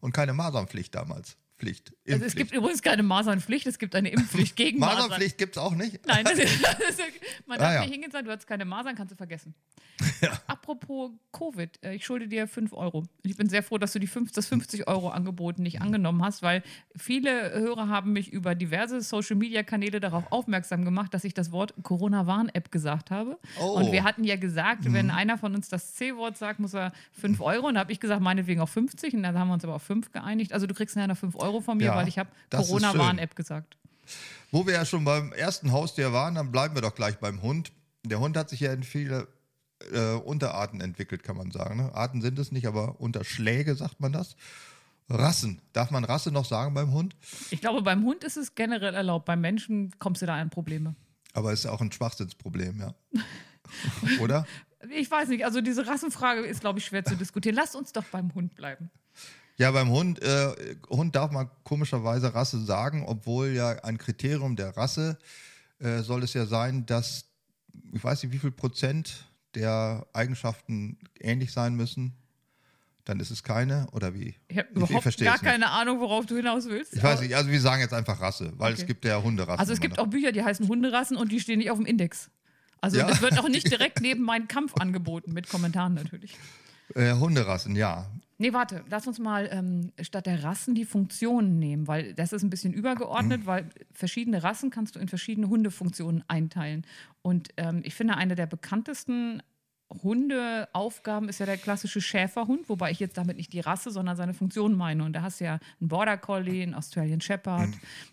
S2: Und keine Masernpflicht damals. Pflicht.
S3: Also es
S2: Impfpflicht.
S3: gibt übrigens keine Masernpflicht, es gibt eine Impfpflicht gegen Masern.
S2: Masernpflicht gibt es auch nicht.
S3: *laughs* Nein, das ist, das ist, man darf
S2: Ah, ja.
S3: nicht hingehen und sagen, du hast keine Masern, kannst
S2: *laughs*
S3: du vergessen. Apropos Covid, äh, ich schulde dir 5 Euro. Ich bin sehr froh, dass du die 5, das 50-Euro-Angebot nicht angenommen hast, weil viele Hörer haben mich über diverse Social-Media-Kanäle darauf aufmerksam gemacht, dass ich das Wort Corona-Warn-App gesagt habe.
S2: Oh. Mhm.
S3: Und wir hatten ja gesagt, wenn einer von uns das C-Wort sagt, muss er 5 Euro. Und da habe ich gesagt, meinetwegen auch 50. Und dann haben wir uns aber auf 5 geeinigt. Also du kriegst nachher noch 5 Euro von mir,
S2: Ja,
S3: weil ich habe
S2: das ist schön.
S3: Corona-Warn-App gesagt.
S2: Wo wir ja schon beim ersten Haustier waren, dann bleiben wir doch gleich beim Hund. Der Hund hat sich ja in viele äh, Unterarten entwickelt, kann man sagen. Ne? Arten sind es nicht, aber Unterschläge sagt man das. Rassen. Darf man Rasse noch sagen beim Hund?
S3: Ich glaube, beim Hund ist es generell erlaubt. Beim Menschen kommst du da an Probleme.
S2: Aber ist auch ein Schwachsinnsproblem,
S3: *laughs*
S2: ja. Oder?
S3: Ich weiß nicht, also diese Rassenfrage ist, glaube ich, schwer zu diskutieren. Lass uns doch beim Hund bleiben.
S2: Ja, beim Hund, äh, Hund darf man komischerweise Rasse sagen, obwohl ja ein Kriterium der Rasse äh, soll es ja sein, dass ich weiß nicht, wie viel Prozent der Eigenschaften ähnlich sein müssen. Dann ist es keine oder wie?
S3: Ich habe überhaupt
S2: versteh's
S3: gar
S2: nicht.
S3: keine Ahnung, worauf du hinaus willst.
S2: Ich weiß
S3: Aber-
S2: nicht, also wir sagen jetzt einfach Rasse, weil es
S3: Okay.
S2: gibt ja Hunderassen.
S3: Also es gibt auch Bücher, die heißen Hunderassen und die stehen nicht auf dem Index. Also
S2: Ja.
S3: das wird
S2: *laughs*
S3: auch nicht direkt neben meinen Kampf angeboten, mit Kommentaren natürlich.
S2: äh, Hunderassen, ja.
S3: Nee, warte, lass uns mal ähm, statt der Rassen die Funktionen nehmen, weil das ist ein bisschen übergeordnet, weil verschiedene Rassen kannst du in verschiedene Hundefunktionen einteilen. Und ähm, ich finde, eine der bekanntesten Hundeaufgaben ist ja der klassische Schäferhund, wobei ich jetzt damit nicht die Rasse, sondern seine Funktion meine. Und da hast du ja einen Border Collie, einen Australian Shepherd,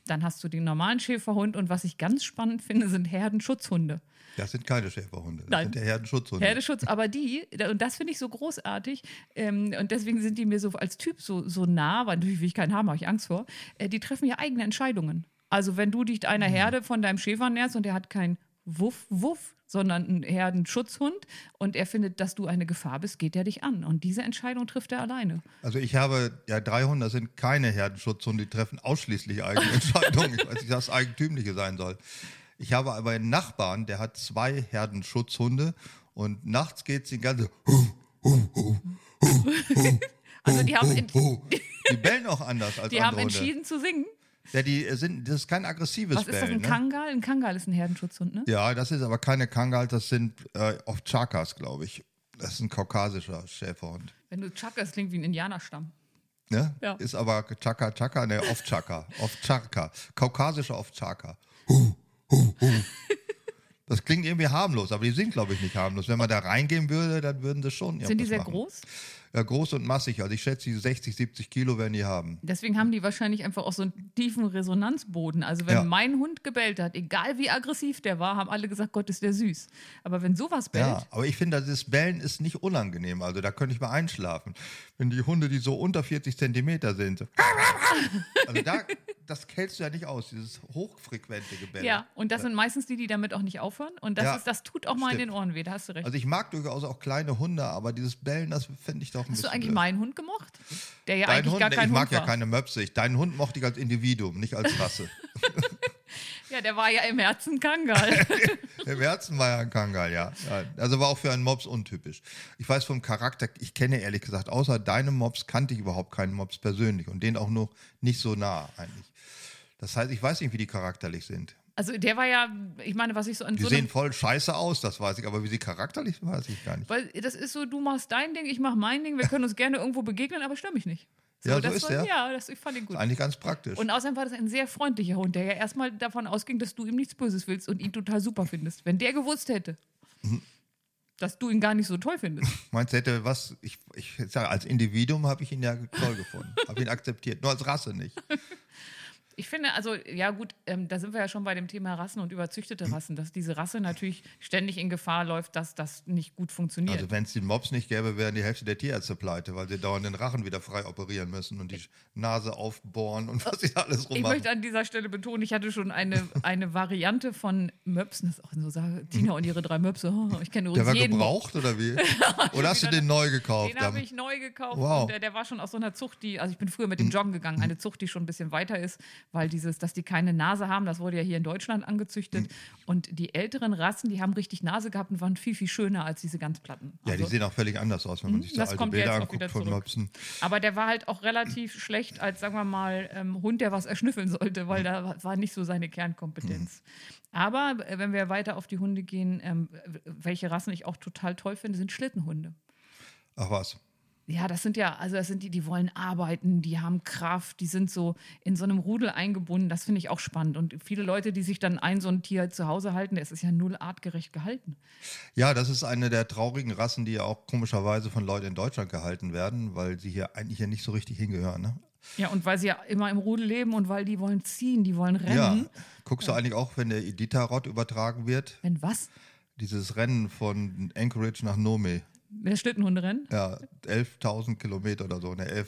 S3: dann hast du den normalen Schäferhund und was ich ganz spannend finde, sind Herdenschutzhunde.
S2: Das sind keine Schäferhunde, das
S3: Nein.
S2: sind ja Herdenschutzhunde.
S3: Herdeschutz, aber die, da- und das finde ich so großartig, ähm, und deswegen sind die mir so als Typ so, so nah, weil natürlich will ich keinen haben, habe ich Angst vor, äh, die treffen ja eigene Entscheidungen. Also wenn du dich
S2: Mhm.
S3: einer Herde von deinem Schäfer näherst und der hat keinen Wuff, Wuff, sondern einen Herdenschutzhund und er findet, dass du eine Gefahr bist, geht er dich an. Und diese Entscheidung trifft er alleine.
S2: Also ich habe, ja, drei Hunde das sind keine Herdenschutzhunde, die treffen ausschließlich
S3: *laughs*
S2: eigene Entscheidungen. ich weiß nicht, was das Eigentümliche sein soll. Ich habe aber einen Nachbarn, der hat zwei Herdenschutzhunde und nachts geht es die ganze...
S3: *laughs* Also die haben,
S2: *laughs*
S3: in,
S2: oh, Die bellen auch anders als
S3: die haben
S2: andere Hunde.
S3: entschieden zu singen.
S2: Ja, die sind, das ist kein aggressives
S3: Was ist das,
S2: Bellen.
S3: ein
S2: ne?
S3: Kangal? Ein Kangal ist ein Herdenschutzhund, ne?
S2: Ja, das ist aber keine Kangal, das sind äh, oft Chakas, glaube ich. Das ist ein kaukasischer Schäferhund.
S3: Wenn du Chuck, das klingt wie ein Indianerstamm.
S2: Ne?
S3: Ja.
S2: Ist aber Chaka Chaka, ne, oft Chaka, oft Chaka, kaukasischer oft Chaka. Das klingt irgendwie harmlos, aber die sind, glaube ich, nicht harmlos. Wenn man da reingehen würde, dann würden sie schon.
S3: Sind die
S2: irgendwas
S3: sehr
S2: machen.
S3: groß?
S2: Ja, groß und massig. Also ich schätze, die 60, 70 Kilo werden die haben.
S3: Deswegen haben die wahrscheinlich einfach auch so einen tiefen Resonanzboden. Also wenn
S2: Ja.
S3: mein Hund gebellt hat, egal wie aggressiv der war, haben alle gesagt, Gott ist der süß. Aber wenn sowas bellt,
S2: Ja, aber ich finde, das Bellen ist nicht unangenehm. Also da könnte ich mal einschlafen. Wenn die Hunde, die so unter 40 Zentimeter sind,
S3: *laughs*
S2: so also da, das hältst du ja nicht aus, dieses hochfrequente Gebelle.
S3: ja, und das sind meistens die, die damit auch nicht aufhören. Und das
S2: Ja.
S3: ist, das tut auch mal in
S2: Stimmt.
S3: den Ohren weh, da hast du recht.
S2: Also ich mag durchaus auch kleine Hunde, aber dieses Bellen, das finde ich doch ein
S3: hast
S2: bisschen
S3: du eigentlich
S2: blöd.
S3: meinen Hund gemocht? Der ja
S2: Dein
S3: eigentlich
S2: Hund,
S3: gar kein
S2: ich
S3: Hund
S2: mag
S3: war.
S2: ja keine Möpse. Ich, deinen Hund mochte ich als Individuum, nicht als
S3: *laughs*
S2: Rasse.
S3: Ja, der war ja im Herzen
S2: *laughs*
S3: Kangal.
S2: Im Herzen war ja ein Kangal, ja. Ja, Also war auch für einen Mops untypisch. Ich weiß vom Charakter, ich kenne ehrlich gesagt, außer deinem Mops kannte ich überhaupt keinen Mops persönlich und den auch nur nicht so nah eigentlich. Das heißt, ich weiß nicht, wie die charakterlich sind.
S3: Also der war ja, ich meine, was ich so an
S2: Die
S3: so
S2: sehen
S3: einem,
S2: voll scheiße aus, das weiß ich, aber wie sie charakterlich sind, weiß ich gar nicht.
S3: weil das ist so, du machst dein Ding, ich mach mein Ding, wir können uns gerne irgendwo begegnen, aber stör mich nicht.
S2: Ja, so
S3: das
S2: ist
S3: war,
S2: der.
S3: Ja, das, ich fand ihn gut.
S2: Eigentlich ganz praktisch.
S3: Und außerdem war das ein sehr freundlicher Hund, der ja erstmal davon ausging, dass du ihm nichts Böses willst und ihn total super findest. Wenn der gewusst hätte, dass du ihn gar nicht so toll findest.
S2: Meinst du, hätte was, ich, ich sage, als Individuum habe ich ihn ja toll
S3: *laughs*
S2: gefunden, habe ihn akzeptiert, nur als Rasse nicht.
S3: Ich finde, also, ja, gut, ähm, da sind wir ja schon bei dem Thema Rassen und überzüchtete Rassen, dass diese Rasse natürlich ständig in Gefahr läuft, dass das nicht gut funktioniert.
S2: Also wenn es den Mobs nicht gäbe, wären die Hälfte der Tierärzte pleite, weil sie dauernd den Rachen wieder frei operieren müssen und die Nase aufbohren und was sie da alles
S3: Ich
S2: rummachen.
S3: möchte an dieser Stelle betonen, ich hatte schon eine, eine Variante von Möpsen, das ist auch so sage, Tina und ihre drei Möpse. Oh, ich kenne
S2: Der
S3: übrigens
S2: war
S3: jeden.
S2: gebraucht oder
S3: *laughs*
S2: wie? Oder hast du den neu gekauft?
S3: Den habe ich neu gekauft
S2: Wow. Mhm.
S3: und der, der war schon aus so einer Zucht, die, also ich bin früher mit dem Joggen gegangen, eine Zucht, die schon ein bisschen weiter ist, weil dieses, dass die keine Nase haben, das wurde ja hier in Deutschland angezüchtet.
S2: Mhm.
S3: Und die älteren Rassen, die haben richtig Nase gehabt und waren viel, viel schöner als diese ganz platten.
S2: ja, die
S3: Also-
S2: sehen auch völlig anders aus, wenn man
S3: Mhm,
S2: sich so
S3: das
S2: alte
S3: kommt ja
S2: Bilder
S3: jetzt auch
S2: anguckt
S3: wieder
S2: von
S3: zurück.
S2: Mopsen.
S3: Aber der war halt auch relativ schlecht als, sagen wir mal, ähm, Hund, der was erschnüffeln sollte,
S2: Mhm.
S3: weil da wa- war nicht so seine Kernkompetenz. Aber äh, wenn wir weiter auf die Hunde gehen, ähm, w- welche Rassen ich auch total toll finde, sind Schlittenhunde.
S2: Ach was.
S3: Ja, das sind ja, also das sind die, die wollen arbeiten, die haben Kraft, die sind so in so einem Rudel eingebunden. Das finde ich auch spannend. Und viele Leute, die sich dann ein so ein Tier zu Hause halten, es ist ja null artgerecht gehalten.
S2: Ja, das ist eine der traurigen Rassen, die ja auch komischerweise von Leuten in Deutschland gehalten werden, weil sie hier eigentlich ja nicht so richtig hingehören. Ne?
S3: Ja, und weil sie ja immer im Rudel leben und weil die wollen ziehen, die wollen rennen.
S2: Ja. Guckst du eigentlich auch, wenn der Iditarod übertragen wird?
S3: Wenn was?
S2: Dieses Rennen von Anchorage nach Nome.
S3: Wenn das Schlittenhunde rennen?
S2: Ja, 11.000 Kilometer oder so. Ne, *laughs* 11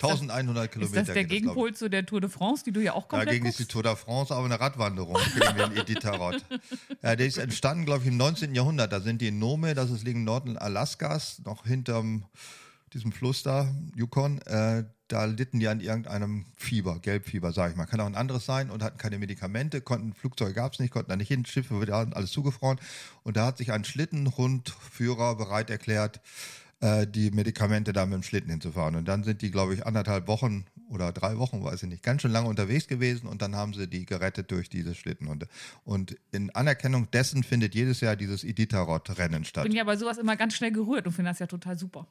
S2: 1.100 Kilometer.
S3: Ist
S2: geht
S3: das der
S2: glaub ich.
S3: Gegenpol zu der Tour de France, die du ja auch komplett
S2: Dagegen ist die
S3: guckst?
S2: Tour de France aber eine Radwanderung gegen den
S3: *laughs*
S2: Iditarod. Ja, der ist entstanden, glaube ich, im 19. Jahrhundert. Da sind die Nome, das ist liegen im Norden Alaskas, noch hinterm diesem Fluss da, Yukon. Äh, da litten die an irgendeinem Fieber, Gelbfieber, sage ich mal. Kann auch ein anderes sein und hatten keine Medikamente, konnten Flugzeuge gab es nicht, konnten da nicht hin, Schiffe, da alles zugefroren. Und da hat sich ein Schlittenhundführer bereit erklärt, äh, die Medikamente da mit dem Schlitten hinzufahren. Und dann sind die, glaube ich, anderthalb Wochen oder drei Wochen, weiß ich nicht, ganz schön lange unterwegs gewesen und dann haben sie die gerettet durch diese Schlittenhunde. Und in Anerkennung dessen findet jedes Jahr dieses Iditarod-Rennen
S3: Ich
S2: statt.
S3: bin ja bei sowas immer ganz schnell gerührt und finde das ja total super.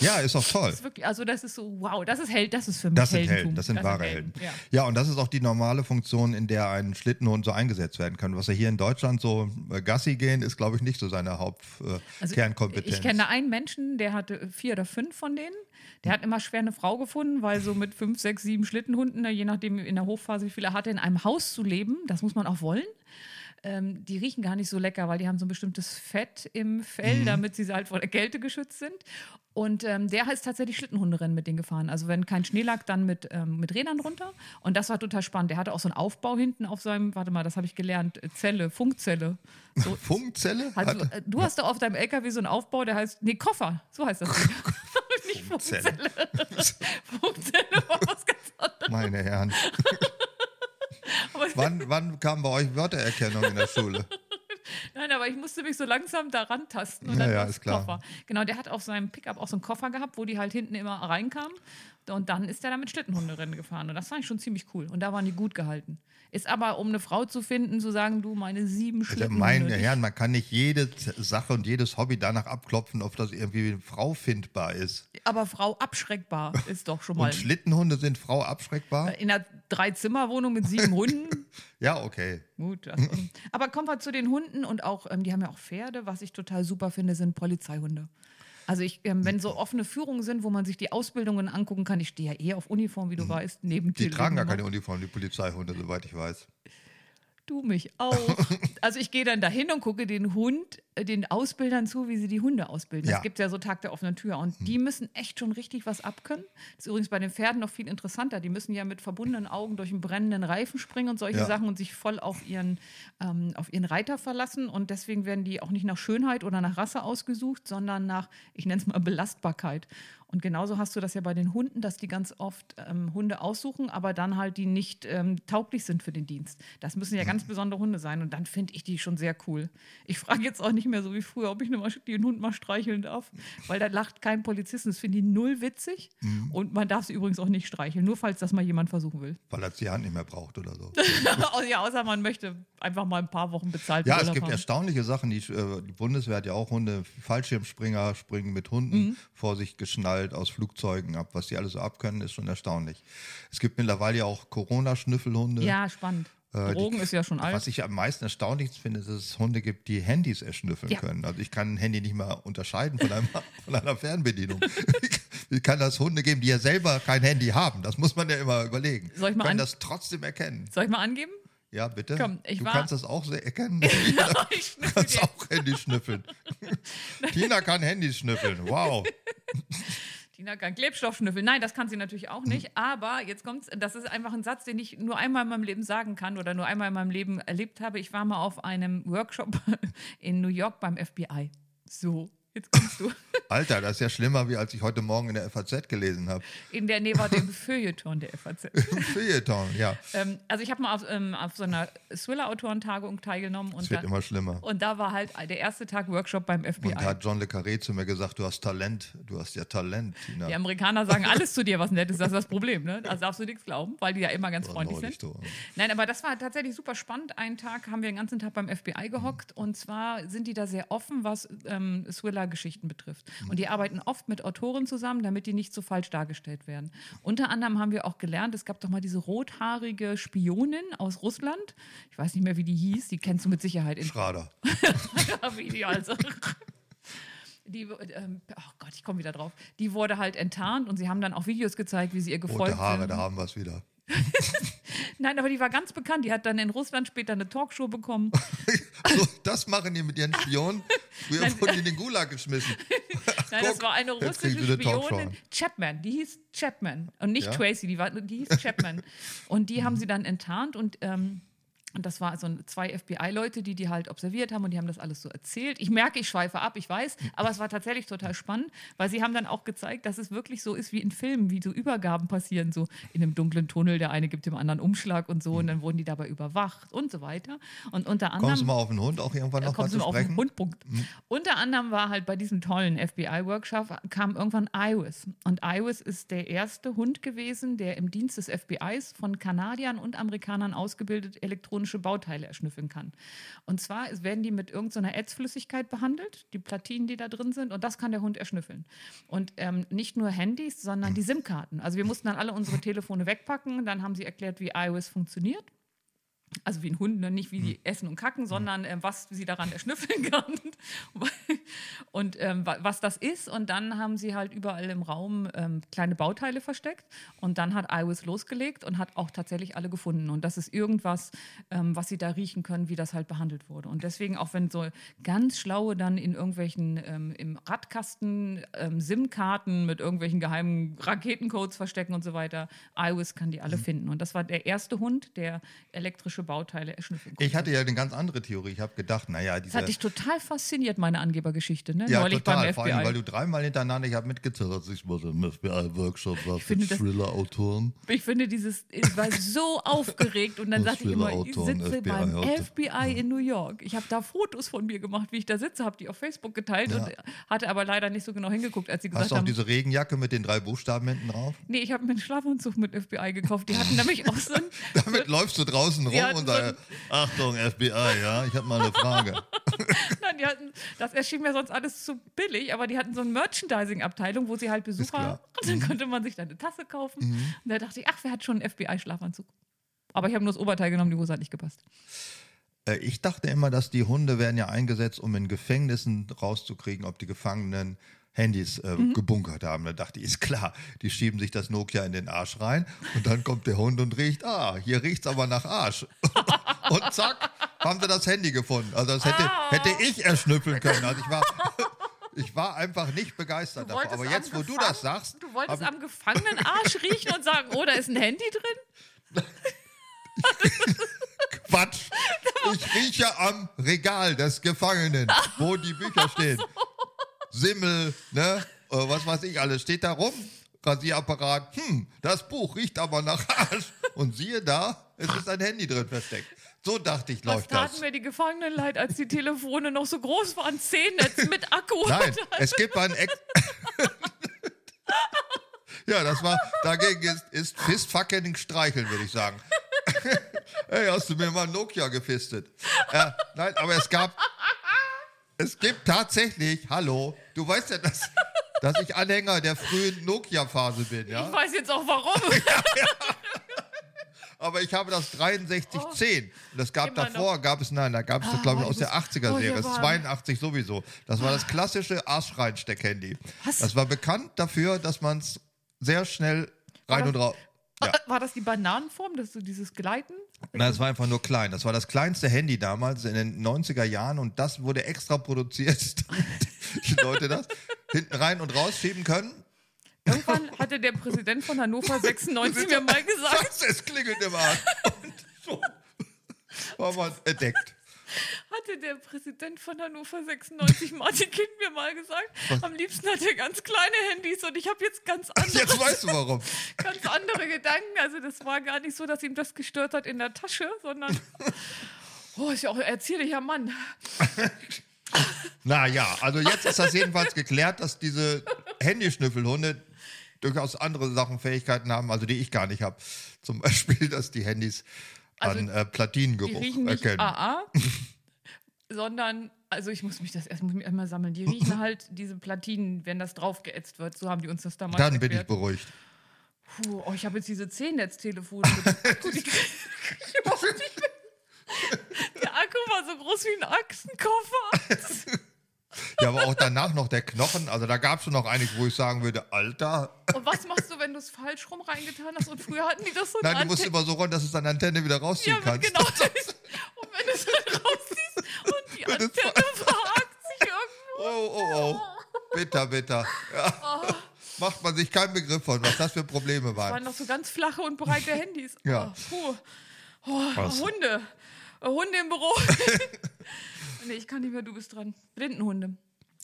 S2: Ja, ist auch toll.
S3: Das ist wirklich, also das ist so, wow, das ist Held, das ist für mich
S2: Das sind
S3: Heldentum.
S2: Helden, das sind wahre Helden.
S3: Ja.
S2: Ja. und das ist auch die normale Funktion, in der ein Schlittenhund so eingesetzt werden kann. Was er hier in Deutschland so äh, Gassi gehen, ist, glaube ich, nicht so seine Hauptkernkompetenz. Äh,
S3: Also
S2: Kernkompetenz.
S3: Ich kenne einen Menschen, der hatte vier oder fünf von denen. Der hat immer schwer eine Frau gefunden, weil so mit fünf, sechs, sieben Schlittenhunden, ne, je nachdem in der Hochphase, wie viele er hatte, in einem Haus zu leben, das muss man auch wollen. Ähm, die riechen gar nicht so lecker, weil die haben so ein bestimmtes Fett im Fell, damit sie halt vor der Kälte geschützt sind. Und ähm, der ist tatsächlich Schlittenhunderennen mit denen gefahren. Also wenn kein Schnee lag, dann mit, ähm, mit Rädern runter. Und das war total spannend. Der hatte auch so einen Aufbau hinten auf seinem, warte mal, das habe ich gelernt, äh, Zelle, Funkzelle. So,
S2: Funkzelle?
S3: Hast du,
S2: Hat-
S3: äh, du hast doch auf deinem LKW so einen Aufbau, der heißt, nee, Koffer, so heißt das.
S2: *laughs*
S3: Ding. *laughs* Nicht
S2: Funkzelle.
S3: Funkzelle. Funkzelle war was ganz anderes.
S2: Meine Herren. *laughs*
S3: Aber-
S2: wann, wann kam bei euch Wörtererkennung in der *laughs* Schule?
S3: Nein, aber ich musste mich so langsam daran tasten und
S2: Ja,
S3: dann
S2: ja,
S3: war's
S2: ist klar.
S3: Koffer. Genau, der hat auf seinem Pickup auch so einen Koffer gehabt, wo die halt hinten immer reinkamen. Und dann ist er damit Schlittenhunderennen gefahren. Und das fand ich schon ziemlich cool. Und da waren die gut gehalten. Ist aber, um eine Frau zu finden, zu sagen, du, meine sieben
S2: Also,
S3: Schlittenhunde.
S2: meine
S3: die-
S2: Herren, man kann nicht jede Sache und jedes Hobby danach abklopfen, ob das irgendwie eine Frau findbar ist.
S3: Aber Frau abschreckbar ist doch schon mal.
S2: Und Schlittenhunde sind Frau abschreckbar?
S3: In einer Dreizimmerwohnung mit sieben Hunden.
S2: Ja, okay.
S3: Gut, das, *laughs* aber kommen wir zu den Hunden und auch, ähm, die haben ja auch Pferde. Was ich total super finde, sind Polizeihunde. Also ich, ähm, wenn so offene Führungen sind, wo man sich die Ausbildungen angucken kann, ich stehe ja eh auf Uniform, wie du weißt, neben
S2: Mhm. Die
S3: dir
S2: tragen gar
S3: liegen
S2: keine Uniform, die Polizeihunde, soweit ich weiß.
S3: Du mich
S2: *laughs*
S3: auch. Also ich gehe dann dahin und gucke den Hund, äh, den Ausbildern zu, wie sie die Hunde ausbilden.
S2: Ja. Mhm.
S3: Es gibt ja so Tag der offenen Tür und die müssen echt schon richtig was abkönnen. Das ist übrigens bei den Pferden noch viel interessanter. Die müssen ja mit verbundenen Augen durch einen brennenden Reifen springen und solche
S2: Ja.
S3: Sachen und sich voll auf ihren, ähm, auf ihren Reiter verlassen. Und deswegen werden die auch nicht nach Schönheit oder nach Rasse ausgesucht, sondern nach, ich nenne es mal Belastbarkeit. Und genauso hast du das ja bei den Hunden, dass die ganz oft ähm, Hunde aussuchen, aber dann halt die nicht ähm, tauglich sind für den Dienst. Das müssen ja ganz besondere Hunde sein und dann finde ich die schon sehr cool. Ich frage jetzt auch nicht mehr so wie früher, ob ich eine Masch- den Hund mal streicheln darf, weil da lacht kein Polizisten. Das finde ich null witzig und man darf sie übrigens auch nicht streicheln, nur falls das mal jemand versuchen will.
S2: weil er die Hand nicht mehr braucht oder *laughs* so.
S3: *laughs* Au- Oh ja, außer man möchte einfach mal ein paar Wochen bezahlt
S2: Ja, es gibt erstaunliche Sachen. Die, äh, die Bundeswehr hat ja auch Hunde, Fallschirmspringer springen mit Hunden
S3: Mhm.
S2: vor sich geschnallt aus Flugzeugen ab. Was die alle so abkönnen, ist schon erstaunlich. Es gibt mittlerweile ja auch Corona-Schnüffelhunde.
S3: Ja, spannend.
S2: Äh, die-
S3: Drogen ist ja schon alt.
S2: Was ich am meisten erstaunlich finde, ist, dass es Hunde gibt, die Handys erschnüffeln
S3: Ja.
S2: können. Also ich kann ein Handy nicht mal unterscheiden
S3: *laughs*
S2: von, einem, von einer Fernbedienung. *laughs* Wie kann das Hunde geben, die ja selber kein Handy haben? Das muss man ja immer überlegen.
S3: Soll ich mal
S2: können
S3: an-
S2: das trotzdem erkennen.
S3: Soll ich mal angeben?
S2: Ja, bitte.
S3: Komm, ich
S2: du
S3: war-
S2: kannst das auch sehr
S3: *laughs*
S2: erkennen.
S3: ich
S2: Du
S3: schnüffel
S2: kannst
S3: dir.
S2: auch Handy
S3: *laughs*
S2: schnüffeln. Tina kann Handys schnüffeln. Wow.
S3: Tina kann Klebstoff schnüffeln. Nein, das kann sie natürlich auch
S2: Mhm.
S3: nicht. Aber jetzt kommt's, das ist einfach ein Satz, den ich nur einmal in meinem Leben sagen kann oder nur einmal in meinem Leben erlebt habe. Ich war mal auf einem Workshop *laughs* in New York beim FBI. So, jetzt
S2: *laughs*
S3: kommst du.
S2: Alter, das ist ja schlimmer, wie als ich heute Morgen in der FAZ gelesen habe.
S3: In der Nähe war der Feuilleton der FAZ. *laughs*
S2: Feuilleton, ja.
S3: ähm, also ich habe mal auf, ähm, auf so einer Thriller-Autoren-Tagung teilgenommen. Und
S2: Es wird
S3: da-
S2: immer schlimmer.
S3: Und da war halt der erste Tag Workshop beim FBI.
S2: Und da hat John Le Carré zu mir gesagt, du hast Talent, du hast ja Talent, Tina.
S3: die Amerikaner sagen alles zu dir, was nett ist, das ist das Problem. Ne? Also darfst du nichts glauben, weil die ja immer ganz
S2: War
S3: freundlich
S2: Oh, neulich
S3: sind.
S2: so.
S3: Nein, aber das war tatsächlich super spannend. Einen Tag haben wir den ganzen Tag beim FBI gehockt und zwar sind die da sehr offen, was ähm, Thriller-Geschichten betrifft. Und die arbeiten oft mit Autoren zusammen, damit die nicht so falsch dargestellt werden. Unter anderem haben wir auch gelernt, es gab doch mal diese rothaarige Spionin aus Russland. Ich weiß nicht mehr, wie die hieß, die kennst du mit Sicherheit in
S2: Schrader.
S3: Video, also. *laughs* Die, ähm, oh Gott, ich komme wieder drauf. Die wurde halt enttarnt und sie haben dann auch Videos gezeigt, wie sie ihr gefolgt
S2: Rote Haare,
S3: sind.
S2: da haben wir es wieder.
S3: Nein, aber die war ganz bekannt. Die hat dann in Russland später eine Talkshow bekommen.
S2: So, das machen die mit ihren Spionen. Früher wurden die in den Gulag geschmissen.
S3: Genau. Nein, das
S2: Guck,
S3: war eine
S2: jetzt kriegen
S3: russische
S2: sie eine Talkshow
S3: Spionin.
S2: an.
S3: Chapman, die hieß Chapman. Und nicht
S2: Ja? Mhm.
S3: Tracy, die, war, die hieß Chapman. und die haben sie dann enttarnt und. Ähm, und das war so ein- zwei FBI-Leute, die die halt observiert haben und die haben das alles so erzählt. Ich merke, ich schweife ab, ich weiß, aber es war tatsächlich total spannend, weil sie haben dann auch gezeigt, dass es wirklich so ist wie in Filmen, wie so Übergaben passieren, so in einem dunklen Tunnel, der eine gibt dem anderen Umschlag und so und dann wurden die dabei überwacht und so weiter. Und unter anderem
S2: Mhm. Kommst du mal auf den Hund auch irgendwann
S3: da
S2: noch mal
S3: kommt
S2: zu
S3: immer auf den
S2: sprechen? Mhm.
S3: Grundpunkt. Unter anderem war halt bei diesem tollen FBI-Workshop kam irgendwann Iris. Und Iris ist der erste Hund gewesen, der im Dienst des FBIs von Kanadiern und Amerikanern ausgebildet elektronische Bauteile erschnüffeln kann. Und zwar es werden die mit irgendeiner Ätzflüssigkeit behandelt, die Platinen, die da drin sind, und das kann der Hund erschnüffeln. Und ähm, nicht nur Handys, sondern
S2: Mhm.
S3: die SIM-Karten. Also wir mussten dann alle unsere Telefone wegpacken, dann haben sie erklärt, wie Iris funktioniert also wie ein Hund, ne? nicht wie die essen und kacken, sondern ähm, was sie daran erschnüffeln *laughs* kann und ähm, wa- was das ist. Und dann haben sie halt überall im Raum ähm, kleine Bauteile versteckt und dann hat Iris losgelegt und hat auch tatsächlich alle gefunden. Und das ist irgendwas, ähm, was sie da riechen können, wie das halt behandelt wurde. Und deswegen, auch wenn so ganz schlaue dann in irgendwelchen ähm, im Radkasten ähm, SIM-Karten mit irgendwelchen geheimen Raketencodes verstecken und so weiter, Iris kann die
S2: Mhm.
S3: alle finden. Und das war der erste Hund, der elektrische Bauteile erschnüffeln konnte.
S2: Ich hatte ja eine ganz andere Theorie. Ich habe gedacht, naja,
S3: das hat
S2: diese
S3: dich total fasziniert, meine Angebergeschichte, ne?
S2: Ja,
S3: Neulich
S2: total.
S3: beim
S2: Vor allem,
S3: FBI.
S2: weil du dreimal hintereinander, ich habe mitgezählt, dass ich mal im FBI-Workshop war für
S3: finde das-
S2: Thriller-Autoren.
S3: Ich finde dieses, ich war so aufgeregt und dann
S2: Das
S3: sagte ich immer, ich
S2: Thriller-Autoren,
S3: sitze
S2: FBI
S3: beim
S2: heute.
S3: FBI in New York. Ich habe da Fotos von mir gemacht, wie ich da sitze, habe die auf Facebook geteilt und hatte aber leider nicht so genau hingeguckt, als sie
S2: Hast
S3: gesagt
S2: du auch
S3: haben,
S2: diese Regenjacke mit den drei Buchstaben hinten drauf? *laughs*
S3: nee, ich habe mir einen Schlafanzug mit FBI gekauft. Die hatten nämlich
S2: *laughs*
S3: auch so einen,
S2: Damit läufst du draußen
S3: Sie
S2: rum
S3: hatten
S2: und
S3: so
S2: sagst, Achtung, FBI, ja, ich habe mal eine Frage.
S3: Nein, die hatten, das erschien mir sonst alles zu billig, aber die hatten so eine Merchandising-Abteilung, wo sie halt Besucher
S2: klar. Mhm.
S3: und dann konnte man sich da eine Tasse kaufen. Und da dachte ich, ach, wer hat schon einen FBI-Schlafanzug? Aber ich habe nur das Oberteil genommen, die Hose hat nicht gepasst.
S2: Äh, Ich dachte immer, dass die Hunde werden ja eingesetzt, um in Gefängnissen rauszukriegen, ob die Gefangenen Handys äh,
S3: Mhm.
S2: gebunkert haben. Da dachte ich, ist klar, die schieben sich das Nokia in den Arsch rein und dann kommt der Hund und riecht, ah, hier riecht's aber nach Arsch. *laughs* und zack, haben sie das Handy gefunden. Also das hätte,
S3: Ah.
S2: hätte ich erschnüffeln können. Also ich war, *laughs* ich war einfach nicht begeistert davon.
S3: wolltest
S2: Aber
S3: am
S2: jetzt, wo du
S3: Gefang-
S2: das sagst,
S3: Du wolltest
S2: hab- *laughs*
S3: am Gefangenenarsch riechen und sagen, oh, da ist ein Handy drin?
S2: Quatsch. Ich rieche am Regal des Gefangenen, wo die Bücher stehen. Simmel, ne? äh, was weiß ich alles, steht da rum, Rasierapparat, hm, das Buch riecht aber nach Arsch. Und siehe da, es ist ein Handy drin versteckt. So dachte ich,
S3: Was
S2: läuft
S3: taten
S2: das.
S3: mir die Gefangenen leid, als die Telefone noch so groß waren? Zehnnetz mit Akku.
S2: Nein, es gibt ein Ex. *laughs* ja, das war, dagegen ist, ist Fistfucking streicheln, würde ich sagen. *laughs* hey, hast du mir mal ein Nokia gefistet? Äh, nein, aber es gab, es gibt tatsächlich, hallo, du weißt ja, dass, dass ich Anhänger der frühen Nokia-Phase bin, ja?
S3: *laughs* Ich weiß jetzt auch warum.
S2: aber ich habe das 6310. Und das gab
S3: Immer noch.
S2: davor, gab es, nein, da gab es das, glaube ich,
S3: Ah,
S2: aus der
S3: ich muss- oh, hier
S2: 80er-Serie. Das
S3: waren-
S2: 82 sowieso. Das war das klassische Arschreinsteck-Handy.
S3: Was?
S2: Das war bekannt dafür, dass man es sehr schnell rein und raus. *laughs* Ja.
S3: War das die Bananenform, dass du dieses Gleiten?
S2: Nein, es war einfach nur klein. Das war das kleinste Handy damals in den 90er Jahren und das wurde extra produziert, *laughs* damit die Leute das hinten rein und rausschieben können.
S3: Irgendwann hatte der Präsident
S2: *laughs*
S3: von Hannover 96 mir mal gesagt,
S2: Scheiße, es klingelt im Arsch. Und so war man
S3: *laughs*
S2: entdeckt.
S3: hatte der Präsident von Hannover 96 Martin Kind mir mal gesagt, am liebsten hat er ganz kleine Handys und ich habe jetzt ganz andere,
S2: Jetzt weißt du warum.
S3: ganz andere Gedanken. Also das war gar nicht so, dass ihm das gestört hat in der Tasche,
S2: *laughs*
S3: sondern oh, ist ja auch ein erzieherischer Mann.
S2: Naja, also jetzt ist das jedenfalls geklärt, dass diese Handyschnüffelhunde durchaus andere Sachen, Fähigkeiten haben, also die ich gar nicht habe. Zum Beispiel, dass die Handys
S3: Also
S2: an äh,
S3: Die
S2: Platinengeruch
S3: riechen nicht
S2: erkennen. *laughs*
S3: AA, sondern, also ich muss mich das erst, muss mich erstmal sammeln.
S2: *laughs*
S3: Die riechen halt diese Platinen, wenn das draufgeätzt wird. So haben die uns das damals
S2: Dann bin ich
S3: erklärt.
S2: beruhigt.
S3: Puh, oh, ich habe jetzt diese Zehnnetztelefone.
S2: *laughs*
S3: mit- Gut, ich krieg- *laughs* ich überhaupt nicht mehr. Der Akku war so groß wie ein Achsenkoffer.
S2: Ja, aber auch danach noch der Knochen, also da gab es noch einiges, wo ich sagen würde, Alter.
S3: Und was machst du, wenn du es falsch rum reingetan hast? Und früher hatten die das so
S2: Nein,
S3: eine
S2: du musst
S3: Antenne-
S2: immer so rollen, dass du deine Antenne wieder rausziehen
S3: Ja, mit-
S2: kannst.
S3: genau. Und wenn du es dann rausziehst und die
S2: das
S3: Antenne
S2: *laughs*
S3: verhakt sich
S2: *laughs*
S3: irgendwo.
S2: Oh, oh, oh. Bitter, bitter. Ja.
S3: Oh.
S2: Macht man sich keinen Begriff von, was das für Probleme
S3: waren
S2: waren.
S3: noch so ganz flache und breite Handys.
S2: Ja.
S3: Oh, puh. Oh,
S2: Was?
S3: Hunde. Äh, Hunde
S2: *laughs*
S3: im Büro. nee, ich kann nicht mehr, du bist dran. Blindenhunde.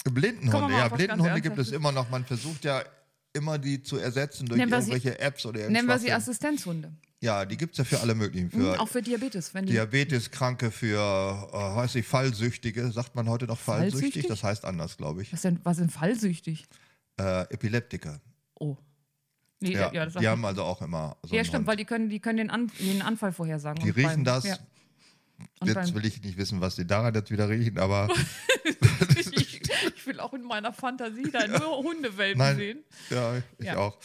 S3: Kommen
S2: Blindenhunde,
S3: wir mal
S2: ja,
S3: auf was ganz
S2: Blindenhunde gibt es
S3: Ernsthaftes.
S2: immer noch. Man versucht ja immer die zu ersetzen durch
S3: Nennen wir sie-
S2: irgendwelche Apps oder
S3: Nennen wir sie
S2: irgendwas.
S3: Assistenzhunde. Hm,
S2: Ja, die gibt es ja für alle möglichen. Für
S3: Auch für Diabetes. Wenn die,
S2: Diabeteskranke, für, äh, weiß ich, Fallsüchtige. Sagt man heute noch fallsüchtig?
S3: Fallsüchtig?
S2: Das heißt anders, glaube ich.
S3: was, denn, was sind fallsüchtig?
S2: Äh, Epileptiker.
S3: Oh. Nee,
S2: Ja,
S3: ja, ja, das
S2: die
S3: sagt-
S2: haben also auch immer so
S3: ja
S2: einen
S3: stimmt,
S2: Hund.
S3: weil die können, die können den, An den Anfall vorhersagen.
S2: Die
S3: Und
S2: riechen
S3: beim-
S2: das.
S3: Ja. Und
S2: Jetzt
S3: beim,
S2: will ich nicht wissen, was die daran jetzt wieder riechen,
S3: *laughs*
S2: aber
S3: ich, ich will auch in meiner Fantasie da nur Hundewelpen
S2: nein,
S3: sehen.
S2: ja, ich
S3: Ja.
S2: auch.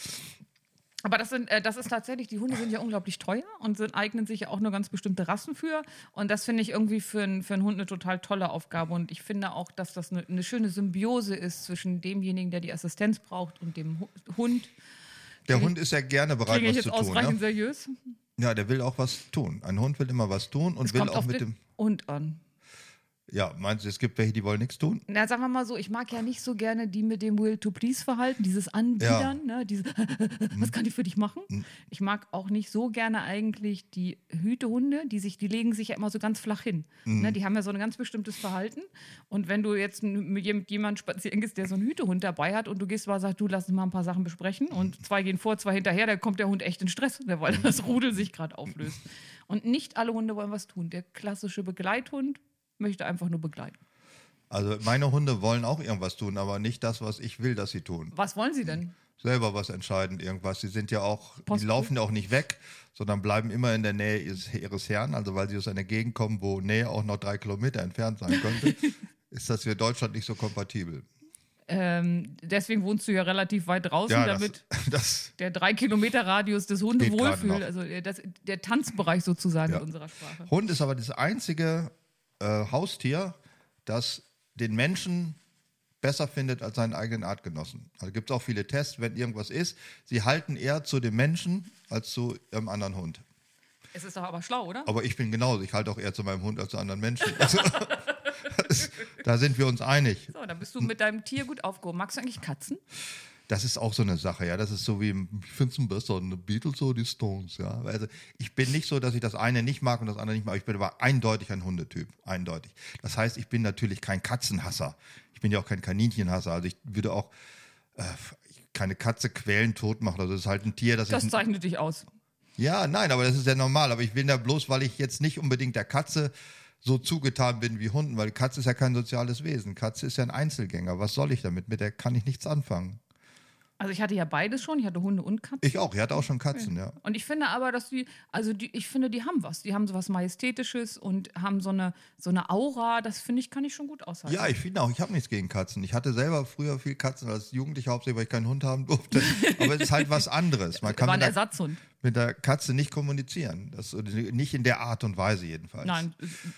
S3: Aber das, sind, äh, das ist tatsächlich, die Hunde sind ja unglaublich teuer und sind, eignen sich ja auch nur ganz bestimmte Rassen für. Und das finde ich irgendwie für, einen- für einen Hund eine total tolle Aufgabe. Und ich finde auch, dass das eine, eine schöne Symbiose ist zwischen demjenigen, der die Assistenz braucht und dem Hu- Hund.
S2: Der
S3: Klinge-
S2: Hund ist ja gerne bereit,
S3: Klinge ich
S2: was zu
S3: jetzt
S2: tun.
S3: ausreichend
S2: Ne?
S3: seriös?
S2: Ja, der will auch was tun. Ein Hund will immer was tun und
S3: Es
S2: will
S3: kommt
S2: auch
S3: auf
S2: mit
S3: den
S2: dem.
S3: Hund an.
S2: Ja, meinst du, es gibt welche, die wollen nichts tun?
S3: Na, sagen wir mal so, ich mag ja nicht so gerne die mit dem Will-to-Please-Verhalten, dieses Anbiedern, ne? dieses, *laughs* was kann ich für dich machen? Ich mag auch nicht so gerne eigentlich die Hütehunde, die sich, die legen sich ja immer so ganz flach hin. Ne? Die haben ja so ein ganz bestimmtes Verhalten. Und wenn du jetzt n- mit jem- jemandem spazieren gehst, der so einen Hütehund dabei hat und du gehst mal, sagst, du, lass uns mal ein paar Sachen besprechen und zwei gehen vor, zwei hinterher, dann kommt der Hund echt in Stress, ne? weil das Rudel sich gerade auflöst. Und nicht alle Hunde wollen was tun. Der klassische Begleithund möchte einfach nur begleiten.
S2: Also meine Hunde wollen auch irgendwas tun, aber nicht das, was ich will, dass sie tun.
S3: Was wollen sie denn?
S2: Selber was entscheiden, irgendwas. Sie sind ja auch, die
S3: Post-
S2: laufen ja auch nicht weg, sondern bleiben immer in der Nähe ihres, ihres Herrn. Also weil sie aus einer Gegend kommen, wo Nähe auch noch drei Kilometer entfernt sein könnte, ist das für Deutschland nicht so kompatibel.
S3: Ähm, deswegen wohnst du ja relativ weit draußen,
S2: Ja,
S3: damit
S2: das, *laughs* das
S3: der drei Kilometer Radius des
S2: Geht gerade noch.
S3: Hundewohlfühl, also der- das, der Tanzbereich sozusagen
S2: Ja.
S3: in unserer Sprache.
S2: Hund ist aber das einzige äh, Haustier, das den Menschen besser findet als seinen eigenen Artgenossen. Also gibt es auch viele Tests, wenn irgendwas ist, sie halten eher zu dem Menschen als zu ihrem anderen Hund.
S3: Es ist doch aber schlau, oder?
S2: Aber ich bin genauso, ich halte auch eher zu meinem Hund als zu anderen Menschen. *laughs* Also, das, da sind wir uns einig.
S3: So, dann bist du mit deinem Tier gut aufgehoben. Magst du eigentlich Katzen?
S2: Das ist auch so eine Sache, ja. Das ist so wie, ich finde es besser, die Beatles oder die Stones, ja. Also ich bin nicht so, dass ich das eine nicht mag und das andere nicht mag. Ich bin aber eindeutig ein Hundetyp, eindeutig. Das heißt, ich bin natürlich kein Katzenhasser. Ich bin ja auch kein Kaninchenhasser. Also ich würde auch, äh, keine Katze quälen, tot machen. Also das ist halt ein Tier, das,
S3: Das
S2: ich.
S3: zeichnet dich aus.
S2: Ja, nein, aber das ist ja normal. Aber ich will da bloß, weil ich jetzt nicht unbedingt der Katze so zugetan bin wie Hunden, weil Katze ist ja kein soziales Wesen. Katze ist ja ein Einzelgänger. Was soll ich damit? Mit der kann ich nichts anfangen.
S3: Also ich hatte ja beides schon, ich hatte Hunde und Katzen.
S2: Ich auch. Ich hatte auch schon Katzen, ja.
S3: Und ich finde aber, dass die, also die, ich finde, die haben was. Die haben so was Majestätisches und haben so eine, so eine Aura. Das finde ich, kann ich schon gut aushalten.
S2: Ja, ich finde auch, ich habe nichts gegen Katzen. Ich hatte selber früher viel Katzen als Jugendlicher, hauptsächlich weil ich keinen Hund haben *laughs* durfte. Aber es ist halt was anderes.
S3: *laughs*
S2: Man kann
S3: War ein
S2: mit der,
S3: Ersatzhund.
S2: mit der Katze nicht kommunizieren. Das, nicht in der Art und Weise jedenfalls.
S3: Nein,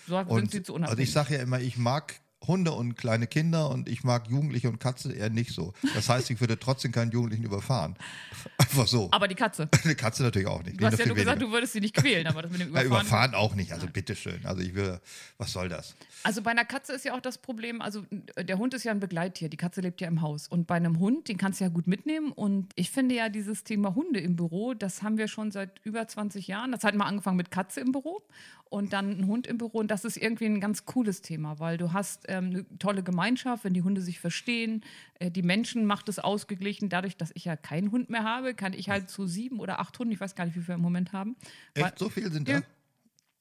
S3: so sind
S2: Und,
S3: sie zu
S2: also ich
S3: unabhängig.
S2: sage ja immer, ich mag Hunde und kleine Kinder und ich mag Jugendliche und Katzen eher nicht so. Das heißt, ich würde trotzdem keinen Jugendlichen überfahren. *laughs* Einfach so.
S3: aber die Katze.
S2: Eine Katze natürlich auch nicht.
S3: Du hast ja
S2: viel
S3: nur gesagt,
S2: weniger.
S3: du würdest sie nicht quälen, aber das mit
S2: *laughs*
S3: dem
S2: Ja,
S3: Überfahren.
S2: überfahren auch nicht, also bitteschön. Also ich will, was soll das?
S3: Also bei einer Katze ist ja auch das Problem, also äh, der Hund ist ja ein Begleittier, die Katze lebt ja im Haus. Und bei einem Hund, den kannst du ja gut mitnehmen. Und ich finde ja dieses Thema Hunde im Büro, das haben wir schon seit über 20 Jahren. Das hat mal angefangen mit Katze im Büro und dann ein Hund im Büro. Und das ist irgendwie ein ganz cooles Thema, weil du hast ähm, eine tolle Gemeinschaft, wenn die Hunde sich verstehen. Äh, die Menschen macht es ausgeglichen. Dadurch, dass ich ja keinen Hund mehr habe, kann ich halt zu sieben oder acht Hunden, ich weiß gar nicht, wie wir im Moment haben. Weil-
S2: Echt, so viele sind
S3: Ja.
S2: da?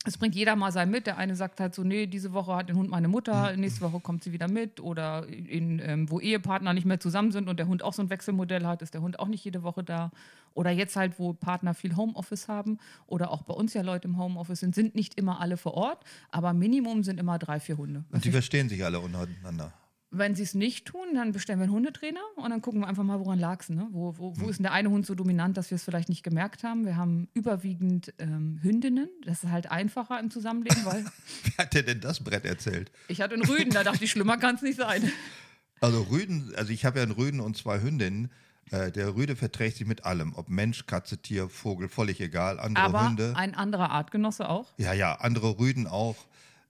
S3: es bringt jeder mal sein mit. Der eine sagt halt so, nee, diese Woche hat den Hund meine Mutter, nächste Woche kommt sie wieder mit. Oder in, ähm, wo Ehepartner nicht mehr zusammen sind und der Hund auch so ein Wechselmodell hat, ist der Hund auch nicht jede Woche da. Oder jetzt halt, wo Partner viel Homeoffice haben oder auch bei uns ja Leute im Homeoffice sind, sind nicht immer alle vor Ort, aber Minimum sind immer drei, vier Hunde.
S2: Und die verstehen sich alle untereinander. *laughs*
S3: Wenn sie es nicht tun, dann bestellen wir einen Hundetrainer und dann gucken wir einfach mal, woran lag es. Ne? Wo, wo, wo ist denn der eine Hund so dominant, dass wir es vielleicht nicht gemerkt haben? Wir haben überwiegend ähm, Hündinnen. Das ist halt einfacher im Zusammenleben, weil
S2: Wer hat dir denn das Brett erzählt?
S3: Ich hatte einen Rüden, da dachte ich, schlimmer kann es nicht sein.
S2: Also Rüden, also ich habe ja einen Rüden und zwei Hündinnen. Äh, der Rüde verträgt sich mit allem, ob Mensch, Katze, Tier, Vogel, völlig egal, andere
S3: Aber
S2: Hunde.
S3: ein anderer Artgenosse auch.
S2: Ja, ja, andere Rüden auch.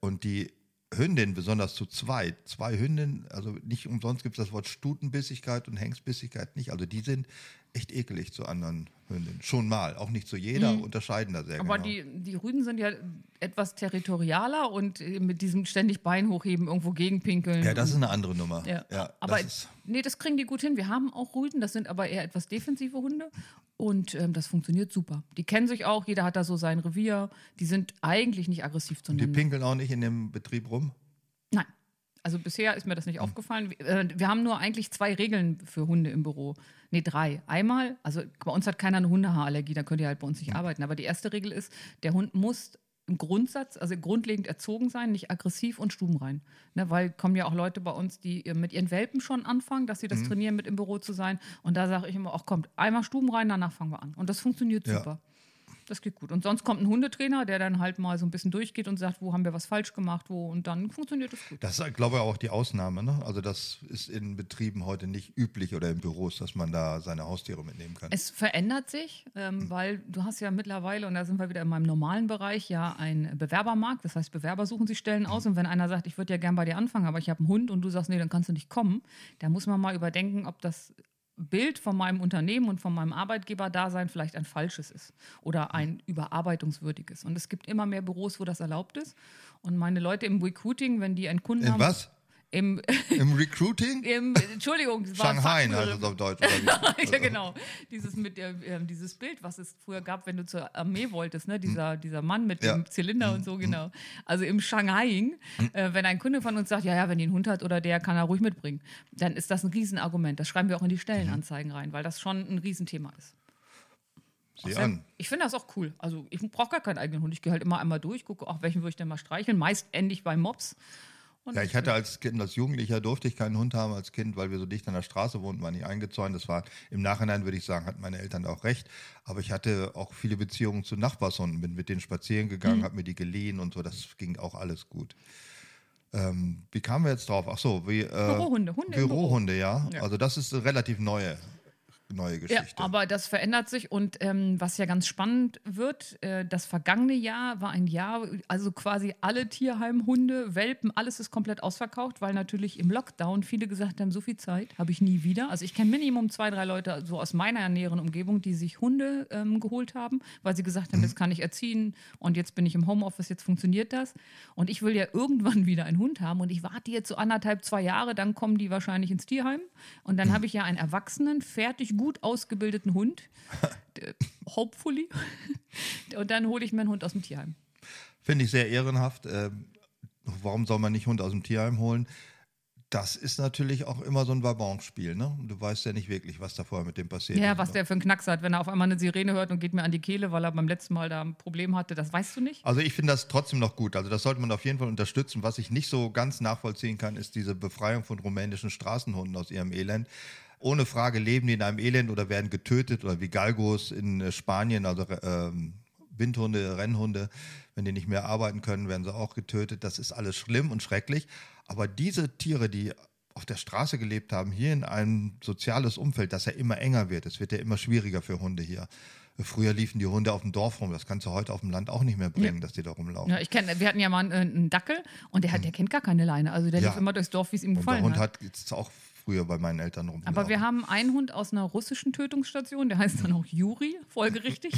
S2: Und die Hündin, besonders zu zweit, zwei Hündinnen, also nicht umsonst gibt es das Wort Stutenbissigkeit und Hengstbissigkeit nicht. Also die sind echt ekelig zu anderen Hündinnen. Schon mal, auch nicht zu jeder, unterscheiden da sehr
S3: Mhm. Aber
S2: genau.
S3: die, die Rüden sind ja etwas territorialer und äh, mit diesem ständig Bein hochheben, irgendwo gegenpinkeln.
S2: ja, das ist eine andere Nummer.
S3: Ja.
S2: Ja,
S3: aber
S2: das ist,
S3: nee, das kriegen die gut hin. Wir haben auch Rüden, das sind aber eher etwas defensive Hunde und ähm, das funktioniert super. Die kennen sich auch, jeder hat da so sein Revier. Die sind eigentlich nicht aggressiv
S2: die
S3: zueinander.
S2: pinkeln auch nicht in dem Betrieb rum.
S3: Nein. Also bisher ist mir das nicht aufgefallen. Wir, äh, wir haben nur eigentlich zwei Regeln für Hunde im Büro. Nee, drei. Einmal, also bei uns hat keiner eine Hundehaarallergie, dann könnt ihr halt bei uns nicht arbeiten. Aber die erste Regel ist, der Hund muss im Grundsatz, also grundlegend erzogen sein, nicht aggressiv und stubenrein. Ne, weil kommen ja auch Leute bei uns, die äh, mit ihren Welpen schon anfangen, dass sie das trainieren, mit im Büro zu sein. Und da sage ich immer, ach kommt, einmal stubenrein, danach fangen wir an. Und das funktioniert
S2: Ja.
S3: super. Das geht gut. Und sonst kommt ein Hundetrainer, der dann halt mal so ein bisschen durchgeht und sagt, wo haben wir was falsch gemacht, wo und dann funktioniert es gut.
S2: Das ist, glaube ich, auch die Ausnahme. Ne? Also das ist in Betrieben heute nicht üblich oder in Büros, dass man da seine Haustiere mitnehmen kann.
S3: Es verändert sich, ähm, weil du hast ja mittlerweile, und da sind wir wieder in meinem normalen Bereich, ja einen Bewerbermarkt. Das heißt, Bewerber suchen sich Stellen aus und wenn einer sagt, ich würde ja gern bei dir anfangen, aber ich habe einen Hund und du sagst, nee, dann kannst du nicht kommen, da muss man mal überdenken, ob das Bild von meinem Unternehmen und von meinem Arbeitgeber-Dasein vielleicht ein falsches ist oder ein überarbeitungswürdiges. Und es gibt immer mehr Büros, wo das erlaubt ist. Und meine Leute im Recruiting, wenn die einen Kunden
S2: In
S3: haben.
S2: was?
S3: Im, *laughs*
S2: Im Recruiting?
S3: im, Entschuldigung, es war ein
S2: Shanghai also. heißt
S3: Fachbegriff
S2: es auf Deutsch. Oder wie?
S3: *laughs* ja, genau. Dieses, mit der, ähm, dieses Bild, was es früher gab, wenn du zur Armee wolltest, ne? dieser, dieser Mann mit
S2: Hm. Ja. Hm,
S3: dem Zylinder und so, genau. Also im Shanghaiing, äh, wenn ein Kunde von uns sagt, ja, ja, wenn die einen Hund hat oder der, kann er ruhig mitbringen, dann ist das ein Riesenargument. Das schreiben wir auch in die Stellenanzeigen rein, weil das schon ein Riesenthema ist.
S2: Sieh an.
S3: Ich finde das auch cool. Also ich brauche gar keinen eigenen Hund. Ich gehe halt immer einmal durch, gucke, auch welchen würde ich denn mal streicheln. Meist endlich bei Mops. Und
S2: Ja, ich hatte als Kind, als Jugendlicher durfte ich keinen Hund haben als Kind, weil wir so dicht an der Straße wohnten, waren nicht eingezäunt. Das war im Nachhinein, würde ich sagen, hatten meine Eltern auch recht. Aber ich hatte auch viele Beziehungen zu Nachbarshunden, bin mit denen spazieren
S3: Mhm.
S2: gegangen, habe mir die geliehen und so. Das ging auch alles gut. Ähm, wie kamen wir jetzt drauf? Ach so, wie äh,
S3: Bürohunde, Hunde im Büro.
S2: Bürohunde, ja.
S3: Ja.
S2: Also das ist eine relativ neue neue
S3: Ja,
S2: Geschichte.
S3: aber das verändert sich und ähm, was ja ganz spannend wird, äh, das vergangene Jahr war ein Jahr, also quasi alle Tierheimhunde, Welpen, alles ist komplett ausverkauft, weil natürlich im Lockdown viele gesagt haben, so viel Zeit habe ich nie wieder. Also ich kenne Minimum zwei, drei Leute so aus meiner näheren Umgebung, die sich Hunde ähm, geholt haben, weil sie gesagt haben, das kann ich erziehen und jetzt bin ich im Homeoffice, jetzt funktioniert das und ich will ja irgendwann *laughs* wieder einen Hund haben und ich warte jetzt so anderthalb, zwei Jahre, dann kommen die wahrscheinlich ins Tierheim und dann habe ich ja einen erwachsenen, fertig, gut ausgebildeten Hund, d- hopefully *laughs* und dann hole ich meinen Hund aus dem Tierheim.
S2: Finde ich sehr ehrenhaft. Ähm, warum soll man nicht Hund aus dem Tierheim holen? Das ist natürlich auch immer so ein Wabonspiel, ne? Du weißt ja nicht wirklich, was da vorher mit dem passiert
S3: Ja,
S2: ist. ne?
S3: was der für einen Knacks hat, wenn er auf einmal eine Sirene hört und geht mir an die Kehle, weil er beim letzten Mal da ein Problem hatte, das weißt du nicht.
S2: Also ich finde das trotzdem noch gut. Also das sollte man auf jeden Fall unterstützen. Was ich nicht so ganz nachvollziehen kann, ist diese Befreiung von rumänischen Straßenhunden aus ihrem Elend. Ohne Frage leben die in einem Elend oder werden getötet oder wie Galgos in äh, Spanien, also ähm, Windhunde, Rennhunde, wenn die nicht mehr arbeiten können, werden sie auch getötet. Das ist alles schlimm und schrecklich. Aber diese Tiere, die auf der Straße gelebt haben, hier in einem soziales Umfeld, das ja immer enger wird. Es wird ja immer schwieriger für Hunde hier. Früher liefen die Hunde auf dem Dorf rum. Das kannst du heute auf dem Land auch nicht mehr bringen, dass die da rumlaufen.
S3: Ja, ich kenne, wir hatten ja mal einen, einen Dackel und der, hat, der kennt gar keine Leine. Also der
S2: Hm. Ja.
S3: lief immer durchs Dorf, wie es ihm
S2: Und der
S3: gefallen
S2: Hund
S3: hat.
S2: hat jetzt auch früher bei meinen Eltern rumgelaufen.
S3: Aber wir haben einen Hund aus einer russischen Tötungsstation, der heißt dann auch Juri, folgerichtig.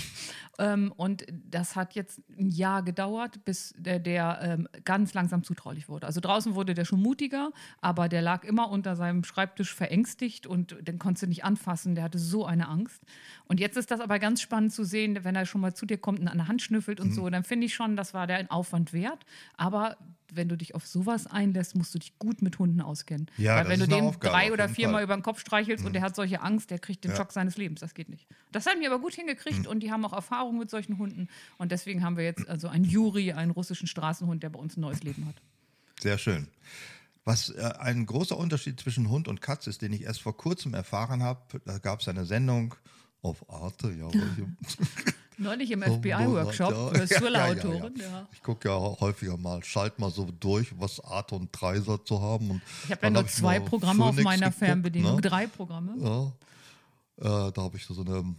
S3: ähm, und das hat jetzt ein Jahr gedauert, bis der, der ähm, ganz langsam zutraulich wurde. Also draußen wurde der schon mutiger, aber der lag immer unter seinem Schreibtisch verängstigt und den konntest du nicht anfassen. Der hatte so eine Angst. Und jetzt ist das aber ganz spannend zu sehen, wenn er schon mal zu dir kommt und an der Hand schnüffelt und so, dann finde ich schon, das war der ein Aufwand wert. Aber wenn du dich auf sowas einlässt, musst du dich gut mit Hunden auskennen.
S2: Ja,
S3: Weil
S2: das
S3: wenn
S2: ist
S3: du
S2: eine
S3: dem
S2: Aufgabe, auf
S3: drei oder
S2: jeden
S3: viermal
S2: Fall. Mhm.
S3: über den Kopf streichelst und der hat solche Angst, der kriegt den
S2: Ja. Mhm.
S3: Schock seines Lebens. Das geht nicht. Das haben wir aber gut hingekriegt und die haben auch Erfahrung mit solchen Hunden. Und deswegen haben wir jetzt also einen Juri, einen russischen Straßenhund, der bei uns ein neues Leben hat.
S2: Sehr schön. Was äh, ein großer Unterschied zwischen Hund und Katze ist, den ich erst vor kurzem erfahren habe, da gab es eine Sendung auf Arte,
S3: *laughs*
S2: ja, welche-
S3: Neulich
S2: Oh,
S3: im FBI-Workshop
S2: ne? *laughs* Ja,
S3: für Thriller-Autoren.
S2: Ja,
S3: Ja,
S2: ja, ja. Ich gucke ja häufiger mal, schalt mal so durch, was Arte und Dreiser zu haben. Und
S3: Ich habe ja
S2: dann
S3: nur
S2: hab ich
S3: zwei
S2: mal
S3: Programme auf
S2: Phoenix
S3: meiner
S2: geguckt,
S3: Fernbedienung.
S2: ne?
S3: Drei Programme.
S2: Ja. Äh, da habe ich so eine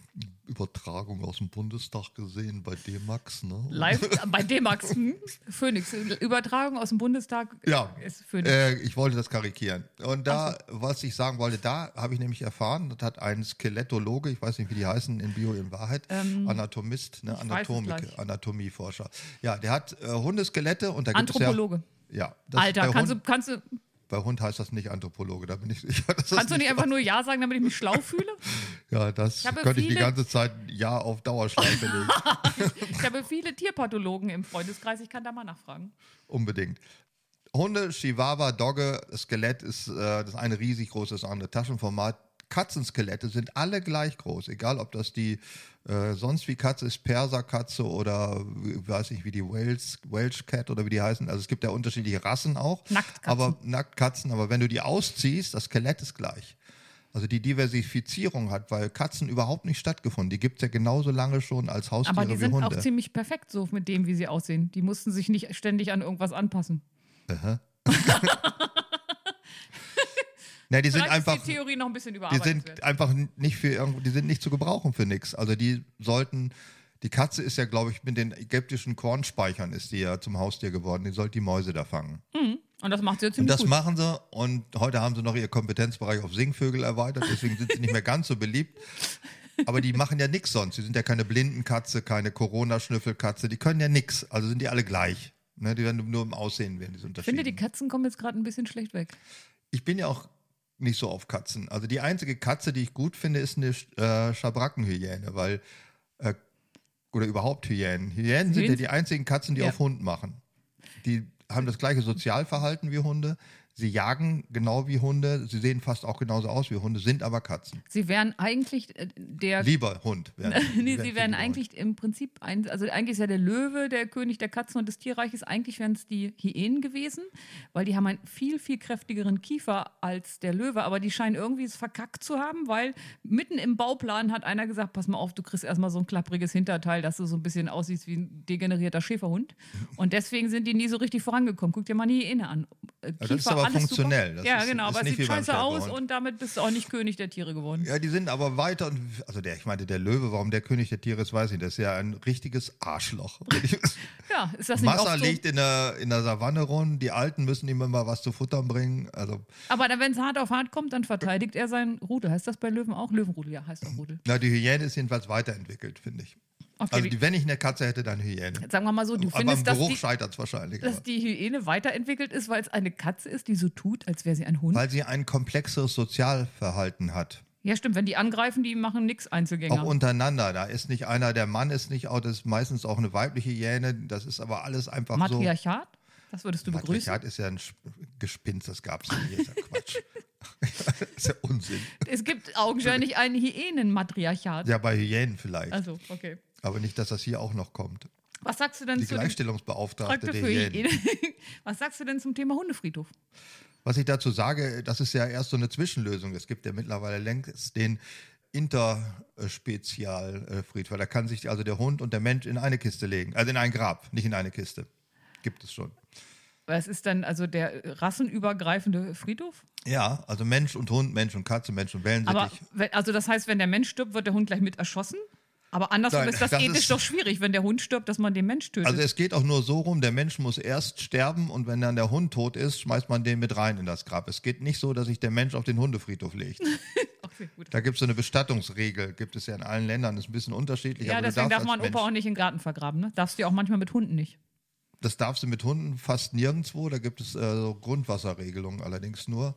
S2: Übertragung aus dem Bundestag gesehen bei D-Max. Ne? *laughs*
S3: Live bei D-Max. Hm? Phoenix. Übertragung aus dem Bundestag
S2: Ja,
S3: ist Phoenix.
S2: äh, ich wollte das karikieren. Und da, was ich sagen wollte, da habe ich nämlich erfahren, das hat ein Skelettologe, ich weiß nicht, wie die heißen in Bio in Wahrheit, Anatomist, ne,
S3: Ähm, ich weiß es
S2: Anatomik,
S3: gleich.
S2: Anatomieforscher. Ja, der hat äh, Hundeskelette und da gibt es ja...
S3: Anthropologe.
S2: Ja, das
S3: Alter,
S2: bei,
S3: kannst du,
S2: Hund,
S3: kannst du,
S2: bei Hund heißt das nicht Anthropologe, da bin ich sicher. *laughs* dass das
S3: kannst du nicht einfach nur Ja sagen, damit ich mich schlau fühle?
S2: Ja, das
S3: Ich habe
S2: könnte ich die
S3: viele-
S2: ganze Zeit ja auf
S3: *laughs*
S2: Dauerschleife legen.
S3: Ich habe viele Tierpathologen im Freundeskreis, ich kann da mal nachfragen.
S2: Unbedingt. Hunde, Chihuahua, Dogge, Skelett ist äh, das eine riesig groß, das andere Taschenformat. Katzenskelette sind alle gleich groß, egal ob das die äh, sonst wie Katze ist, Perserkatze oder äh, weiß nicht wie die Wales, Welsh Cat oder wie die heißen. Also es gibt ja unterschiedliche Rassen auch.
S3: Nacktkatzen.
S2: Aber Nacktkatzen, aber wenn du die ausziehst, das Skelett ist gleich. Also die Diversifizierung hat, weil Katzen überhaupt nicht stattgefunden. Die gibt es ja genauso lange schon als Haustiere
S3: Aber die
S2: wie
S3: sind
S2: Hunde.
S3: auch ziemlich perfekt so mit dem, wie sie aussehen. Die mussten sich nicht ständig an irgendwas anpassen. *laughs*
S2: Na, die sind
S3: Vielleicht
S2: einfach
S3: ist die Theorie noch ein bisschen
S2: die
S3: überarbeitet.
S2: sind einfach n- nicht für irgendwo, die sind nicht zu gebrauchen für nichts. Also die sollten, die Katze ist ja, glaube ich, mit den ägyptischen Kornspeichern ist die ja zum Haustier geworden. Die sollte die Mäuse da fangen.
S3: und das macht sie ja
S2: Und
S3: ziemlich
S2: das
S3: gut.
S2: machen sie. Und heute haben sie noch ihren Kompetenzbereich auf Singvögel erweitert. Deswegen sind sie nicht mehr ganz so beliebt. Aber die machen ja nichts sonst. Die sind ja keine Blindenkatze, keine Corona-Schnüffelkatze. Die können ja nichts. Also sind die alle gleich. Ne, die werden nur im Aussehen werden. Die
S3: Ich finde, die Katzen kommen jetzt gerade ein bisschen schlecht weg.
S2: ich bin ja auch nicht so auf Katzen. Also die einzige Katze, die ich gut finde, ist eine Sch- äh, Schabrackenhyäne, weil äh, oder überhaupt Hyänen. Hyänen sind ja
S3: Hühn-
S2: die einzigen Katzen, die
S3: Ja.
S2: auf Hund machen. Die haben das gleiche Sozialverhalten wie Hunde. Sie jagen genau wie Hunde. Sie sehen fast auch genauso aus wie Hunde, sind aber Katzen.
S3: Sie wären eigentlich äh, der.
S2: Lieber Hund.
S3: *laughs*
S2: Werden, werden
S3: Nee, sie
S2: viel
S3: wären
S2: lieber Hund.
S3: eigentlich im Prinzip ein, also eigentlich ist ja der Löwe der König der Katzen und des Tierreiches, eigentlich wären es die Hyänen gewesen, weil die haben einen viel, viel kräftigeren Kiefer als der Löwe, aber die scheinen irgendwie es verkackt zu haben, weil mitten im Bauplan hat einer gesagt, pass mal auf, du kriegst erstmal so ein klappriges Hinterteil, dass du so ein bisschen aussiehst wie ein degenerierter Schäferhund und deswegen sind die nie so richtig vorangekommen. Guck dir mal die Hyäne an. äh, Kiefer,
S2: das ist aber
S3: alles
S2: funktionell.
S3: Super.
S2: Das
S3: ja,
S2: ist-
S3: genau,
S2: ist
S3: aber es
S2: nicht
S3: sieht
S2: wie beim
S3: scheiße aus
S2: Schäferhund.
S3: und damit bist du auch nicht König der Tiere geworden.
S2: Ja, die sind aber weiter. und- Also der, ich meinte, der Löwe, warum der König der Tiere ist, weiß ich nicht. Das ist ja ein richtiges Arschloch.
S3: *laughs* Ja, ist das nicht
S2: Massa
S3: oft so?
S2: liegt in der, in der Savanne rum. Die Alten müssen ihm immer was zu futtern bringen. Also,
S3: Aber dann, wenn es hart auf hart kommt, dann verteidigt er sein Rudel. Heißt das bei Löwen auch? Löwenrudel, ja, heißt auch Rudel.
S2: na, die Hyäne ist jedenfalls weiterentwickelt, finde ich.
S3: Okay,
S2: Also,
S3: die-
S2: die, wenn ich eine Katze hätte, dann Hyäne.
S3: sagen wir mal so, du
S2: Aber im
S3: findest, dass
S2: Geruch
S3: die,
S2: scheitert es wahrscheinlich.
S3: dass
S2: aber.
S3: die Hyäne weiterentwickelt ist, weil es eine Katze ist, die so tut, als wäre sie ein Hund.
S2: Weil sie ein komplexeres Sozialverhalten hat.
S3: ja, stimmt, wenn die angreifen, die machen nichts Einzelgänger.
S2: Auch untereinander. Da ist nicht einer, der Mann ist nicht auch, das ist meistens auch eine weibliche Hyäne. Das ist aber alles einfach so.
S3: Matriarchat? Das würdest du begrüßen?
S2: Matriarchat ist ja ein Sp- Gespinst, das gab es nie. Das ist ja Quatsch. *laughs* das ist ja Unsinn.
S3: Es gibt augenscheinlich ein Hyänenmatriarchat.
S2: Ja, bei Hyänen vielleicht.
S3: Also, okay.
S2: Aber nicht, dass das hier auch noch kommt.
S3: Was sagst du denn
S2: Die
S3: zu dem
S2: Gleichstellungsbeauftragte
S3: Traktor
S2: der
S3: für
S2: Hyänen.
S3: *laughs* Hyänen? Was sagst du denn zum Thema Hundefriedhof?
S2: Was ich dazu sage, das ist ja erst so eine Zwischenlösung. Es gibt ja mittlerweile längst den Interspezialfriedhof. Da kann sich also der Hund und der Mensch in eine Kiste legen. Also in ein Grab, nicht in eine Kiste. Gibt es schon.
S3: Was ist denn also der rassenübergreifende Friedhof?
S2: Ja, also Mensch und Hund, Mensch und Katze, Mensch und
S3: Aber
S2: Wellensittich.
S3: wenn, also das heißt, wenn der Mensch stirbt, wird der Hund gleich mit erschossen? Aber andersrum
S2: Nein,
S3: ist das,
S2: das
S3: ethisch
S2: ist-
S3: doch schwierig, wenn der Hund stirbt, dass man den Mensch tötet.
S2: Also es geht auch nur so rum, der Mensch muss erst sterben und wenn dann der Hund tot ist, schmeißt man den mit rein in das Grab. Es geht nicht so, dass sich der Mensch auf den Hundefriedhof legt.
S3: okay, gut.
S2: Da gibt es so eine Bestattungsregel, gibt es ja in allen Ländern, ist ein bisschen unterschiedlich.
S3: Ja,
S2: aber du
S3: deswegen darf
S2: darfst
S3: man
S2: als
S3: Opa auch nicht in den Garten vergraben. Ne? Darfst du ja auch manchmal mit Hunden nicht.
S2: Das darfst du mit Hunden fast nirgendwo. Da gibt es äh, so Grundwasserregelungen allerdings nur.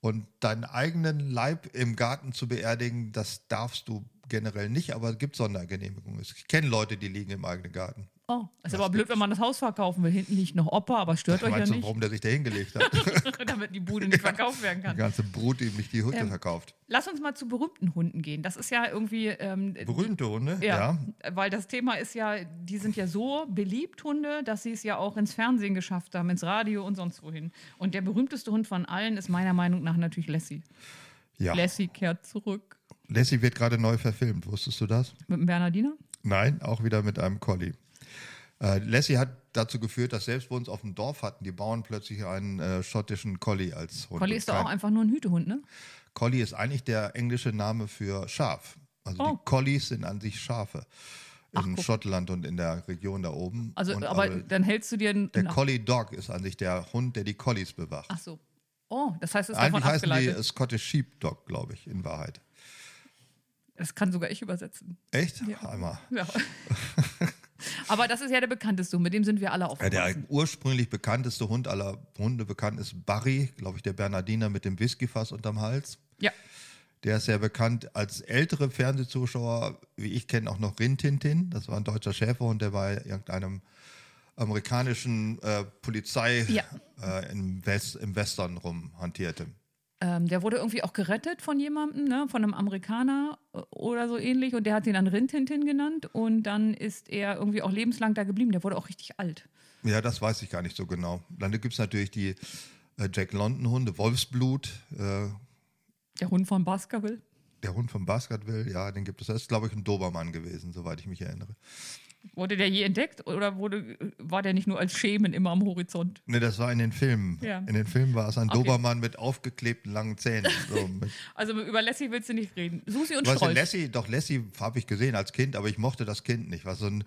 S2: Und deinen eigenen Leib im Garten zu beerdigen, das darfst du generell nicht, aber es gibt Sondergenehmigungen. Ich kenne Leute, die liegen im eigenen Garten.
S3: Oh, ist aber blöd, wenn man das Haus verkaufen will. Hinten liegt noch Opa, aber stört euch ja
S2: Meinst du,
S3: nicht,
S2: warum der sich da hingelegt hat?
S3: *laughs* damit die Bude nicht verkauft werden
S2: Die
S3: kann.
S2: ganze Brut, die mich die Hunde
S3: Ähm,
S2: verkauft.
S3: Lass uns mal zu berühmten Hunden gehen. Das ist ja irgendwie ähm,
S2: Berühmte Hunde,
S3: Ja,
S2: ja.
S3: weil das Thema ist ja, die sind ja so beliebt, Hunde, dass sie es ja auch ins Fernsehen geschafft haben, ins Radio und sonst wohin. Und der berühmteste Hund von allen ist meiner Meinung nach natürlich Lassie.
S2: ja.
S3: Lassie kehrt zurück
S2: Lassie wird gerade neu verfilmt, wusstest du das?
S3: mit dem Bernardiner.
S2: Nein, auch wieder mit einem Collie. Äh, Lassie hat dazu geführt, dass selbst bei uns auf dem Dorf hatten die Bauern plötzlich einen äh, schottischen Collie als Hund.
S3: Collie
S2: Und
S3: ist doch
S2: kein-
S3: auch einfach nur ein Hütehund, ne?
S2: Collie ist eigentlich der englische Name für Schaf. Also
S3: Oh.
S2: die Collies sind an sich Schafe in
S3: guck.
S2: Schottland und in der Region da oben.
S3: Also,
S2: und
S3: aber
S2: alle-
S3: dann hältst du dir einen.
S2: der
S3: einen-
S2: Collie Dog ist an sich der Hund, der die Collies bewacht.
S3: Ach so. Oh, das heißt, es ist davon
S2: Eigentlich heißen die
S3: abgeleitet.
S2: äh, Scottish Sheepdog, glaube ich, in Wahrheit. äh,
S3: Das kann sogar ich übersetzen.
S2: Echt? Einmal. *laughs*
S3: Ja. aber das ist ja der bekannteste Hund, mit dem sind wir alle
S2: Ja,
S3: aufgewachsen.
S2: der ursprünglich bekannteste Hund aller Hunde bekannt ist Barry, glaube ich, der Bernardiner mit dem Whiskyfass unterm Hals.
S3: ja.
S2: Der ist sehr bekannt als ältere Fernsehzuschauer, wie ich kenne, auch noch Rintintin. Das war ein deutscher Schäferhund, der bei irgendeinem amerikanischen äh, Polizei
S3: Ja.
S2: äh, im, West, im Western rumhantierte.
S3: Ähm, der wurde irgendwie auch gerettet von jemandem, ne? von einem Amerikaner äh, oder so ähnlich. Und der hat ihn dann Rintintin genannt. Und dann ist er irgendwie auch lebenslang da geblieben. Der wurde auch richtig alt.
S2: Ja, das weiß ich gar nicht so genau. Dann gibt es natürlich die äh, Jack London-Hunde, Wolfsblut, äh,
S3: Der Hund von Baskerville.
S2: der Hund von Baskerville, ja, den gibt es. Das ist, glaube ich, ein Dobermann gewesen, soweit ich mich erinnere.
S3: Wurde der je entdeckt oder wurde, war der nicht nur als Schemen immer am Horizont?
S2: Ne, das war in den Filmen.
S3: Ja.
S2: In den Filmen war es ein
S3: Okay.
S2: Dobermann mit aufgeklebten langen
S3: *laughs*
S2: Zähnen. So, mit
S3: Also über Lassie willst du nicht reden. Susi und
S2: Was denn
S3: Strolch.
S2: Lassie, doch Lassie habe ich gesehen als Kind, aber ich mochte das Kind nicht. Was so ein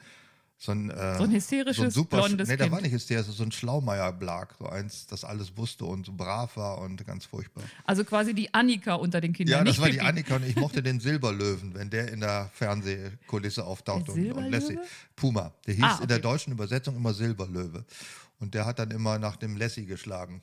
S2: so ein, äh,
S3: So ein hysterisches, blondes
S2: Nee, da war
S3: Kind.
S2: nicht hysterisch, so ein Schlaumeier-Blag. So eins, das alles wusste und so brav war und ganz furchtbar.
S3: Also quasi die Annika unter den Kindern.
S2: Ja, das
S3: nicht
S2: war die
S3: Pippi.
S2: Annika
S3: *laughs*
S2: und ich mochte den Silberlöwen, wenn der in der Fernsehkulisse auftaucht
S3: Der
S2: und, und Lassie.
S3: Silberlöwe?
S2: Puma. Der hieß
S3: Ah, okay.
S2: in der deutschen Übersetzung immer Silberlöwe. Und der hat dann immer nach dem Lassie geschlagen.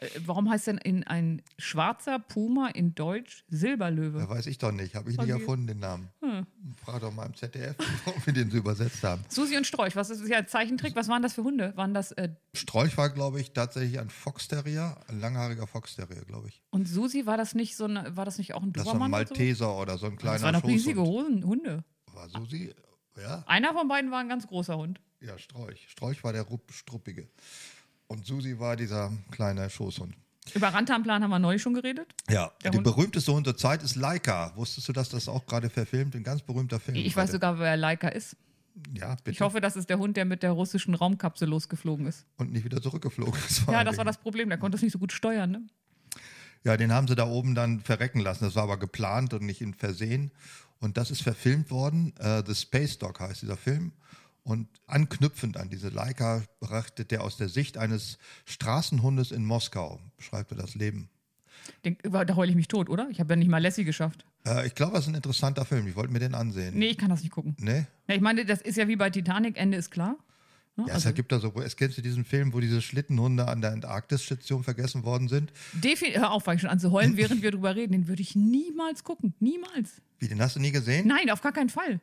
S3: Äh, Warum heißt denn in ein schwarzer Puma in Deutsch
S2: Da
S3: Silberlöwe?
S2: weiß ich doch nicht, habe ich nicht
S3: Okay.
S2: erfunden, den Namen.
S3: Hm.
S2: Frag doch mal im *laughs* ZDF, warum wir den so übersetzt haben.
S3: Susi und Strolch, was ist das ist ja ein Zeichentrick? Was waren das für Hunde? Waren das äh,
S2: Strolch war, glaube ich, tatsächlich ein Fox-Terrier, ein langhaariger Fox-Terrier, glaube ich.
S3: Und Susi, war das nicht so eine, war das nicht auch ein
S2: Das war ein
S3: Dobermann? oder so?
S2: Malteser oder so ein kleiner
S3: Das waren doch
S2: Schoßhund.
S3: riesige Hosen, Hunde.
S2: War Susi? Ja,
S3: Einer von beiden war ein ganz großer Hund.
S2: ja, Strolch. Strolch war der Rupp, Struppige. Und Susi war dieser kleine Schoßhund.
S3: Über Rantanplan haben wir neulich schon geredet.
S2: Ja,
S3: Der
S2: die
S3: Hund-
S2: berühmteste Hund der Zeit ist Laika. Wusstest du, dass das auch gerade verfilmt, ein ganz berühmter Film?
S3: Ich weiß
S2: gerade.
S3: sogar, wer Leica ist.
S2: Ja, bitte.
S3: Ich hoffe, das ist der Hund, der mit der russischen Raumkapsel losgeflogen ist.
S2: Und nicht wieder zurückgeflogen *laughs* ist. vor
S3: Ja,
S2: allen
S3: das war
S2: Dingen.
S3: das Problem. Der konnte das nicht so gut steuern. Ne?
S2: Ja, den haben sie da oben dann verrecken lassen. Das war aber geplant und nicht in Versehen. Und das ist verfilmt worden. Äh, The Space Dog heißt dieser Film. Und anknüpfend an diese Leica berichtet er aus der Sicht eines Straßenhundes in Moskau, beschreibt er das Leben.
S3: Den, über- da heule ich mich tot, oder? Ich habe ja nicht mal Lassie geschafft.
S2: Äh, ich glaube, das ist ein interessanter Film. Ich wollte mir den ansehen.
S3: Nee, ich kann das nicht gucken.
S2: Nee?
S3: Ja, ich meine, das ist ja wie bei Titanic, Ende ist klar. Ne?
S2: Ja, es
S3: also,
S2: gibt da so, es kennst du diesen Film, wo diese Schlittenhunde an der Antarktisstation vergessen worden sind?
S3: defi- Hör auf, fange ich schon an zu heulen, während wir drüber reden. Den würde ich niemals gucken. Niemals.
S2: Wie, den hast du nie gesehen?
S3: Nein, auf gar keinen Fall.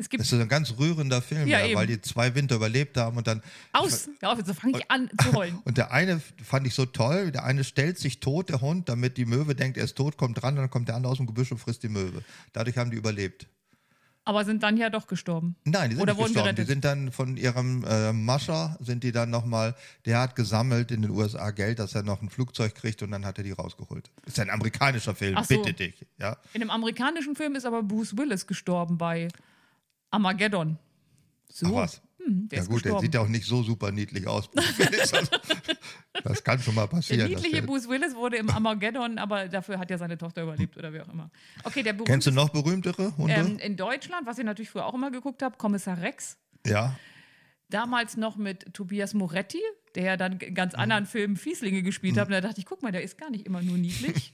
S3: Es gibt
S2: Das ist ein ganz rührender Film,
S3: Ja,
S2: ja,
S3: eben.
S2: weil die zwei Winter überlebt haben und dann
S3: aus. Hör auf, jetzt fange ich an zu heulen.
S2: Und der eine fand ich so toll, der eine stellt sich tot, der Hund, damit die Möwe denkt, er ist tot, kommt dran, dann kommt der andere aus dem Gebüsch und frisst die Möwe. Dadurch haben die überlebt.
S3: Aber sind dann ja doch gestorben.
S2: Nein, die sind
S3: Oder
S2: nicht
S3: wurden
S2: gestorben. Die
S3: gerettet.
S2: sind dann von ihrem äh, Mascher, sind die dann nochmal, der hat gesammelt in den USA Geld, dass er noch ein Flugzeug kriegt und dann hat er die rausgeholt. Ist ein amerikanischer Film,
S3: Ach so.
S2: bitte dich. Ja?
S3: In einem amerikanischen Film ist aber Bruce Willis gestorben bei Armageddon. So.
S2: Ach was.
S3: Hm, der
S2: ja
S3: ist
S2: gut, der
S3: gestorben.
S2: sieht ja auch nicht so super niedlich
S3: *laughs*
S2: aus. *laughs* das kann schon mal
S3: Der
S2: passieren. das
S3: niedliche
S2: Bild.
S3: Bruce Willis wurde im Armageddon, aber dafür hat ja seine Tochter überlebt oder wie auch immer. Okay, der
S2: Kennst
S3: berühmte
S2: du noch berühmtere Hunde?
S3: ähm, in Deutschland, was ich natürlich früher auch immer geguckt habe, Kommissar Rex.
S2: ja.
S3: Damals noch mit Tobias Moretti, der ja dann in ganz anderen Filmen Fieslinge gespielt hat. Und da dachte ich, guck mal, der ist gar nicht immer nur niedlich.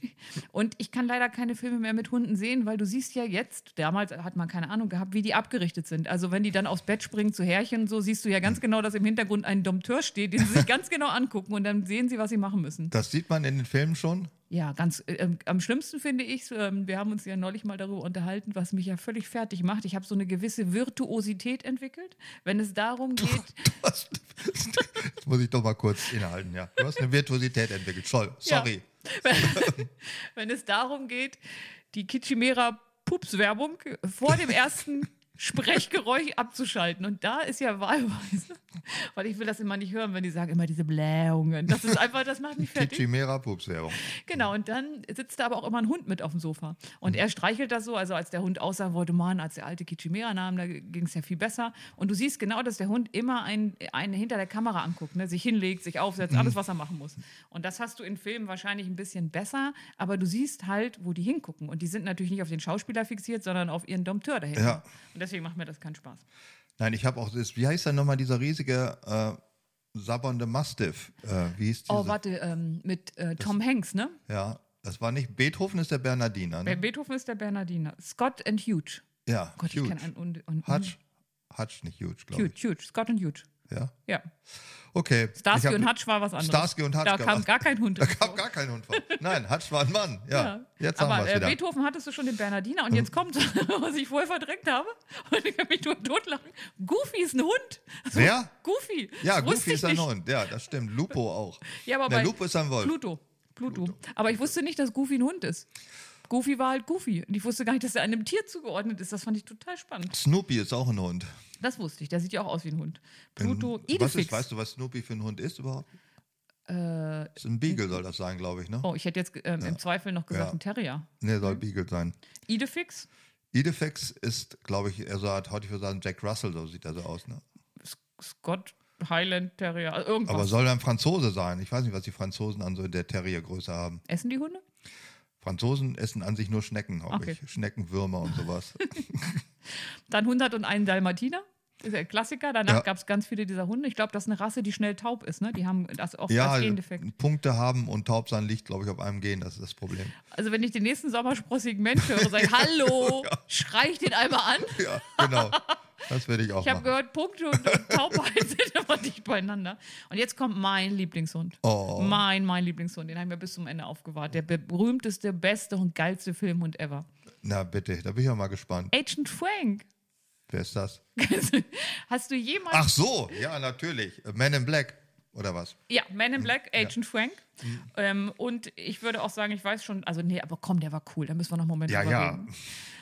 S3: Und ich kann leider keine Filme mehr mit Hunden sehen, weil du siehst ja jetzt, damals hat man keine Ahnung gehabt, wie die abgerichtet sind. Also wenn die dann aufs Bett springen zu Härchen, und so siehst du ja ganz genau, dass im Hintergrund ein Dompteur steht, den sie sich ganz genau angucken und dann sehen sie, was sie machen müssen.
S2: Das sieht man in den Filmen schon.
S3: Ja, ganz äh, ähm, am schlimmsten finde ich, ähm, wir haben uns ja neulich mal darüber unterhalten, was mich ja völlig fertig macht. Ich habe so eine gewisse Virtuosität entwickelt, wenn es darum geht,
S2: Was? Das muss ich doch mal kurz innehalten, ja. Du hast eine Virtuosität entwickelt. Toll, sorry.
S3: wenn es darum geht, die Kitschimera Pups-Werbung vor dem ersten Sprechgeräusch abzuschalten. Und da ist ja wahlweise, weil ich will das immer nicht hören, wenn die sagen immer diese Blähungen. Das ist einfach, das macht mich
S2: Die
S3: fertig.
S2: Chimera Pups Werbung.
S3: Genau, und dann sitzt da aber auch immer ein Hund mit auf dem Sofa. Und er streichelt das so, also als der Hund aussah, wollte man, als der alte Kichimera nahm, da ging es ja viel besser. Und du siehst genau, dass der Hund immer einen, einen hinter der Kamera anguckt, ne? sich hinlegt, sich aufsetzt, alles, was er machen muss. Und das hast du in Filmen wahrscheinlich ein bisschen besser, aber du siehst halt, wo die hingucken. Und die sind natürlich nicht auf den Schauspieler fixiert, sondern auf ihren Dompteur dahinter.
S2: Ja.
S3: Und deswegen macht mir das keinen Spaß.
S2: Nein, ich habe auch das, wie heißt denn nochmal dieser riesige äh, sabbernde Mastiff? Äh, wie hieß diese?
S3: Oh, warte, ähm, mit äh, Tom Hanks, ne?
S2: ja, das war nicht Beethoven, ist der Bernardiner.
S3: Bei
S2: Ne?
S3: Beethoven ist der Bernardiner. Scott and Huge.
S2: ja,
S3: Gott, ich
S2: huge.
S3: kenne einen und, und
S2: Hutch, Hutch, nicht huge, glaube
S3: Huge,
S2: ich.
S3: huge, Scott und Huge.
S2: Ja,
S3: Ja.
S2: okay.
S3: Starsky
S2: Ich hab-
S3: und Hutch war was anderes.
S2: Starsky und Hutch
S3: Da
S2: gab
S3: kam
S2: was.
S3: gar kein Hund.
S2: *laughs* Da
S3: drin
S2: kam
S3: vor.
S2: gar kein Hund vor. Nein, Hutch war ein Mann. Ja,
S3: Ja.
S2: jetzt haben wir
S3: Aber
S2: es
S3: äh,
S2: wieder. Hm.
S3: Beethoven hattest du schon den Bernardiner und jetzt kommt, *laughs* was ich vorher verdrängt habe *laughs* und ich kann mich nur totlachen. Goofy ist ein Hund. Das
S2: Wer?
S3: wus- Goofy.
S2: ja,
S3: Das wusste
S2: Goofy
S3: ich
S2: ist ein
S3: nicht.
S2: Hund. Ja, das stimmt. Lupo
S3: *laughs*
S2: auch.
S3: Ja, aber
S2: Der
S3: bei
S2: Lupo ist ein Wolf.
S3: Pluto. Pluto. Aber ich wusste nicht, dass Goofy ein Hund ist. Goofy war halt Goofy. Und ich wusste gar nicht, dass er einem Tier zugeordnet ist. Das fand ich total spannend.
S2: Snoopy ist auch ein Hund.
S3: Das wusste ich. Der sieht ja auch aus wie ein Hund. Pluto,
S2: Ähm, was ist,
S3: Idefix.
S2: weißt du, was Snoopy für ein Hund ist überhaupt?
S3: äh,
S2: Ist ein Beagle soll das sein, glaube ich, ne?
S3: oh, ich hätte jetzt ähm, im Zweifel noch gesagt,
S2: Ja.
S3: ein Terrier.
S2: Ne, soll Beagle sein.
S3: Idefix?
S2: Idefix ist, glaube ich, er so hat heute für sagen Jack Russell, so sieht er so aus, ne?
S3: Scott Highland Terrier, also irgendwas.
S2: Aber soll ein Franzose sein. Ich weiß nicht, was die Franzosen an so der Terriergröße haben.
S3: Essen die Hunde?
S2: Franzosen essen an sich nur Schnecken, glaube
S3: Okay.
S2: ich. Schneckenwürmer
S3: *laughs*
S2: und sowas.
S3: Dann 101 Dalmatiner. Das ist ja ein Klassiker. Danach
S2: Ja.
S3: gab es ganz viele dieser Hunde. Ich glaube, das ist eine Rasse, die schnell taub ist. Ne? Die haben das auch
S2: ja, also-
S3: als Gendefekt.
S2: Punkte haben und taub sein Licht, glaube ich, auf einem gehen, das ist das
S3: *laughs*
S2: Problem.
S3: Also wenn ich den nächsten sommersprossigen Mensch
S2: *laughs*
S3: höre, sage ich, hallo, schrei ich den einmal an.
S2: Ja, genau. Das würde ich auch
S3: Ich habe
S2: machen.
S3: gehört, Punkte und, und Taubheit *laughs* sind immer dicht beieinander. Und jetzt kommt mein Lieblingshund.
S2: Oh.
S3: Mein, mein Lieblingshund. Den haben wir bis zum Ende aufgewahrt. Der berühmteste, beste und geilste Filmhund ever.
S2: Na bitte, da bin ich ja mal gespannt.
S3: Agent Frank.
S2: Wer ist das?
S3: Also, Hast du jemals
S2: Ach so, ja, natürlich. Man in Black, oder was?
S3: Ja, Man in Black, Agent Frank.
S2: Mhm.
S3: Ähm, und ich würde auch sagen, ich weiß schon, also nee, aber komm, der war cool, da müssen wir noch einen Moment
S2: Ja,
S3: drüber
S2: ja.
S3: reden.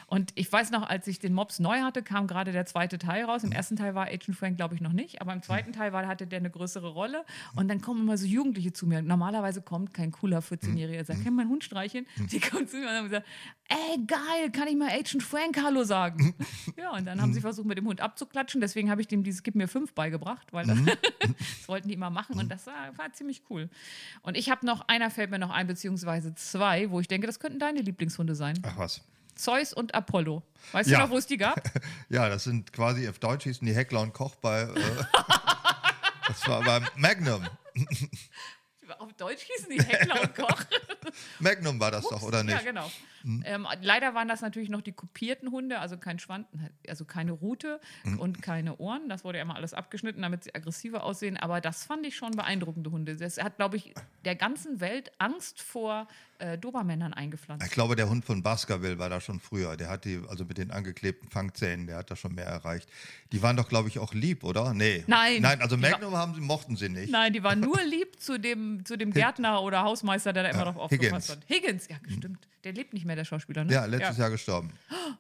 S3: Und ich weiß noch, als ich den Mops neu hatte, kam gerade der zweite Teil raus. Im
S2: Mhm.
S3: ersten Teil war Agent Frank, glaube ich, noch nicht, aber im zweiten Teil war, hatte der eine größere Rolle. Und dann kommen immer so Jugendliche zu mir. Normalerweise kommt kein cooler
S2: Mhm.
S3: 14-Jähriger, sagt, kann mein Hund streicheln? Die kommen zu mir und haben gesagt, ey, geil, kann ich mal Agent Frank Hallo sagen?
S2: Mhm.
S3: ja, und dann haben sie versucht, mit dem Hund abzuklatschen. Deswegen habe ich dem dieses Gib mir fünf beigebracht, weil
S2: Mhm.
S3: das, das wollten die immer machen. Und das war, war ziemlich cool. Und ich habe noch, einer fällt mir noch ein, beziehungsweise zwei, wo ich denke, das könnten deine Lieblingshunde sein.
S2: Ach was.
S3: Zeus und Apollo. Weißt
S2: Ah. Ja.
S3: du noch, wo es
S2: *laughs*
S3: die gab?
S2: Ja, das sind quasi auf Deutsch hießen die Heckler und Koch bei. Äh,
S3: *laughs*
S2: das war beim Magnum.
S3: Auf Deutsch hießen die Heckler und Koch.
S2: Magnum war das *laughs* doch, oder nicht? Mhm.
S3: Ja, genau. Ähm, leider waren das natürlich noch die kopierten Hunde, also kein Schwanz, also keine Rute
S2: Mhm.
S3: und keine Ohren. Das wurde ja immer alles abgeschnitten, damit sie aggressiver aussehen. Aber das fand ich schon beeindruckende Hunde. Das hat, glaube ich, der ganzen Welt Angst vor äh, Dobermännern eingepflanzt.
S2: Ich glaube, der Hund von Baskerville war da schon früher. Der hat die, also mit den angeklebten Fangzähnen, der hat da schon mehr erreicht. Die waren doch, glaube ich, auch lieb, oder? Nee.
S3: Nein.
S2: Nein, also
S3: Die
S2: Magnum haben sie, mochten sie nicht.
S3: Nein, die
S2: *laughs*
S3: war nur lieb zu dem, zu dem Gärtner oder Hausmeister, der da immer drauf
S2: Higgins.
S3: aufgepasst hat. Higgins, ja, stimmt. Der lebt nicht mehr, der Schauspieler, ne?
S2: Ja, letztes Jahr gestorben.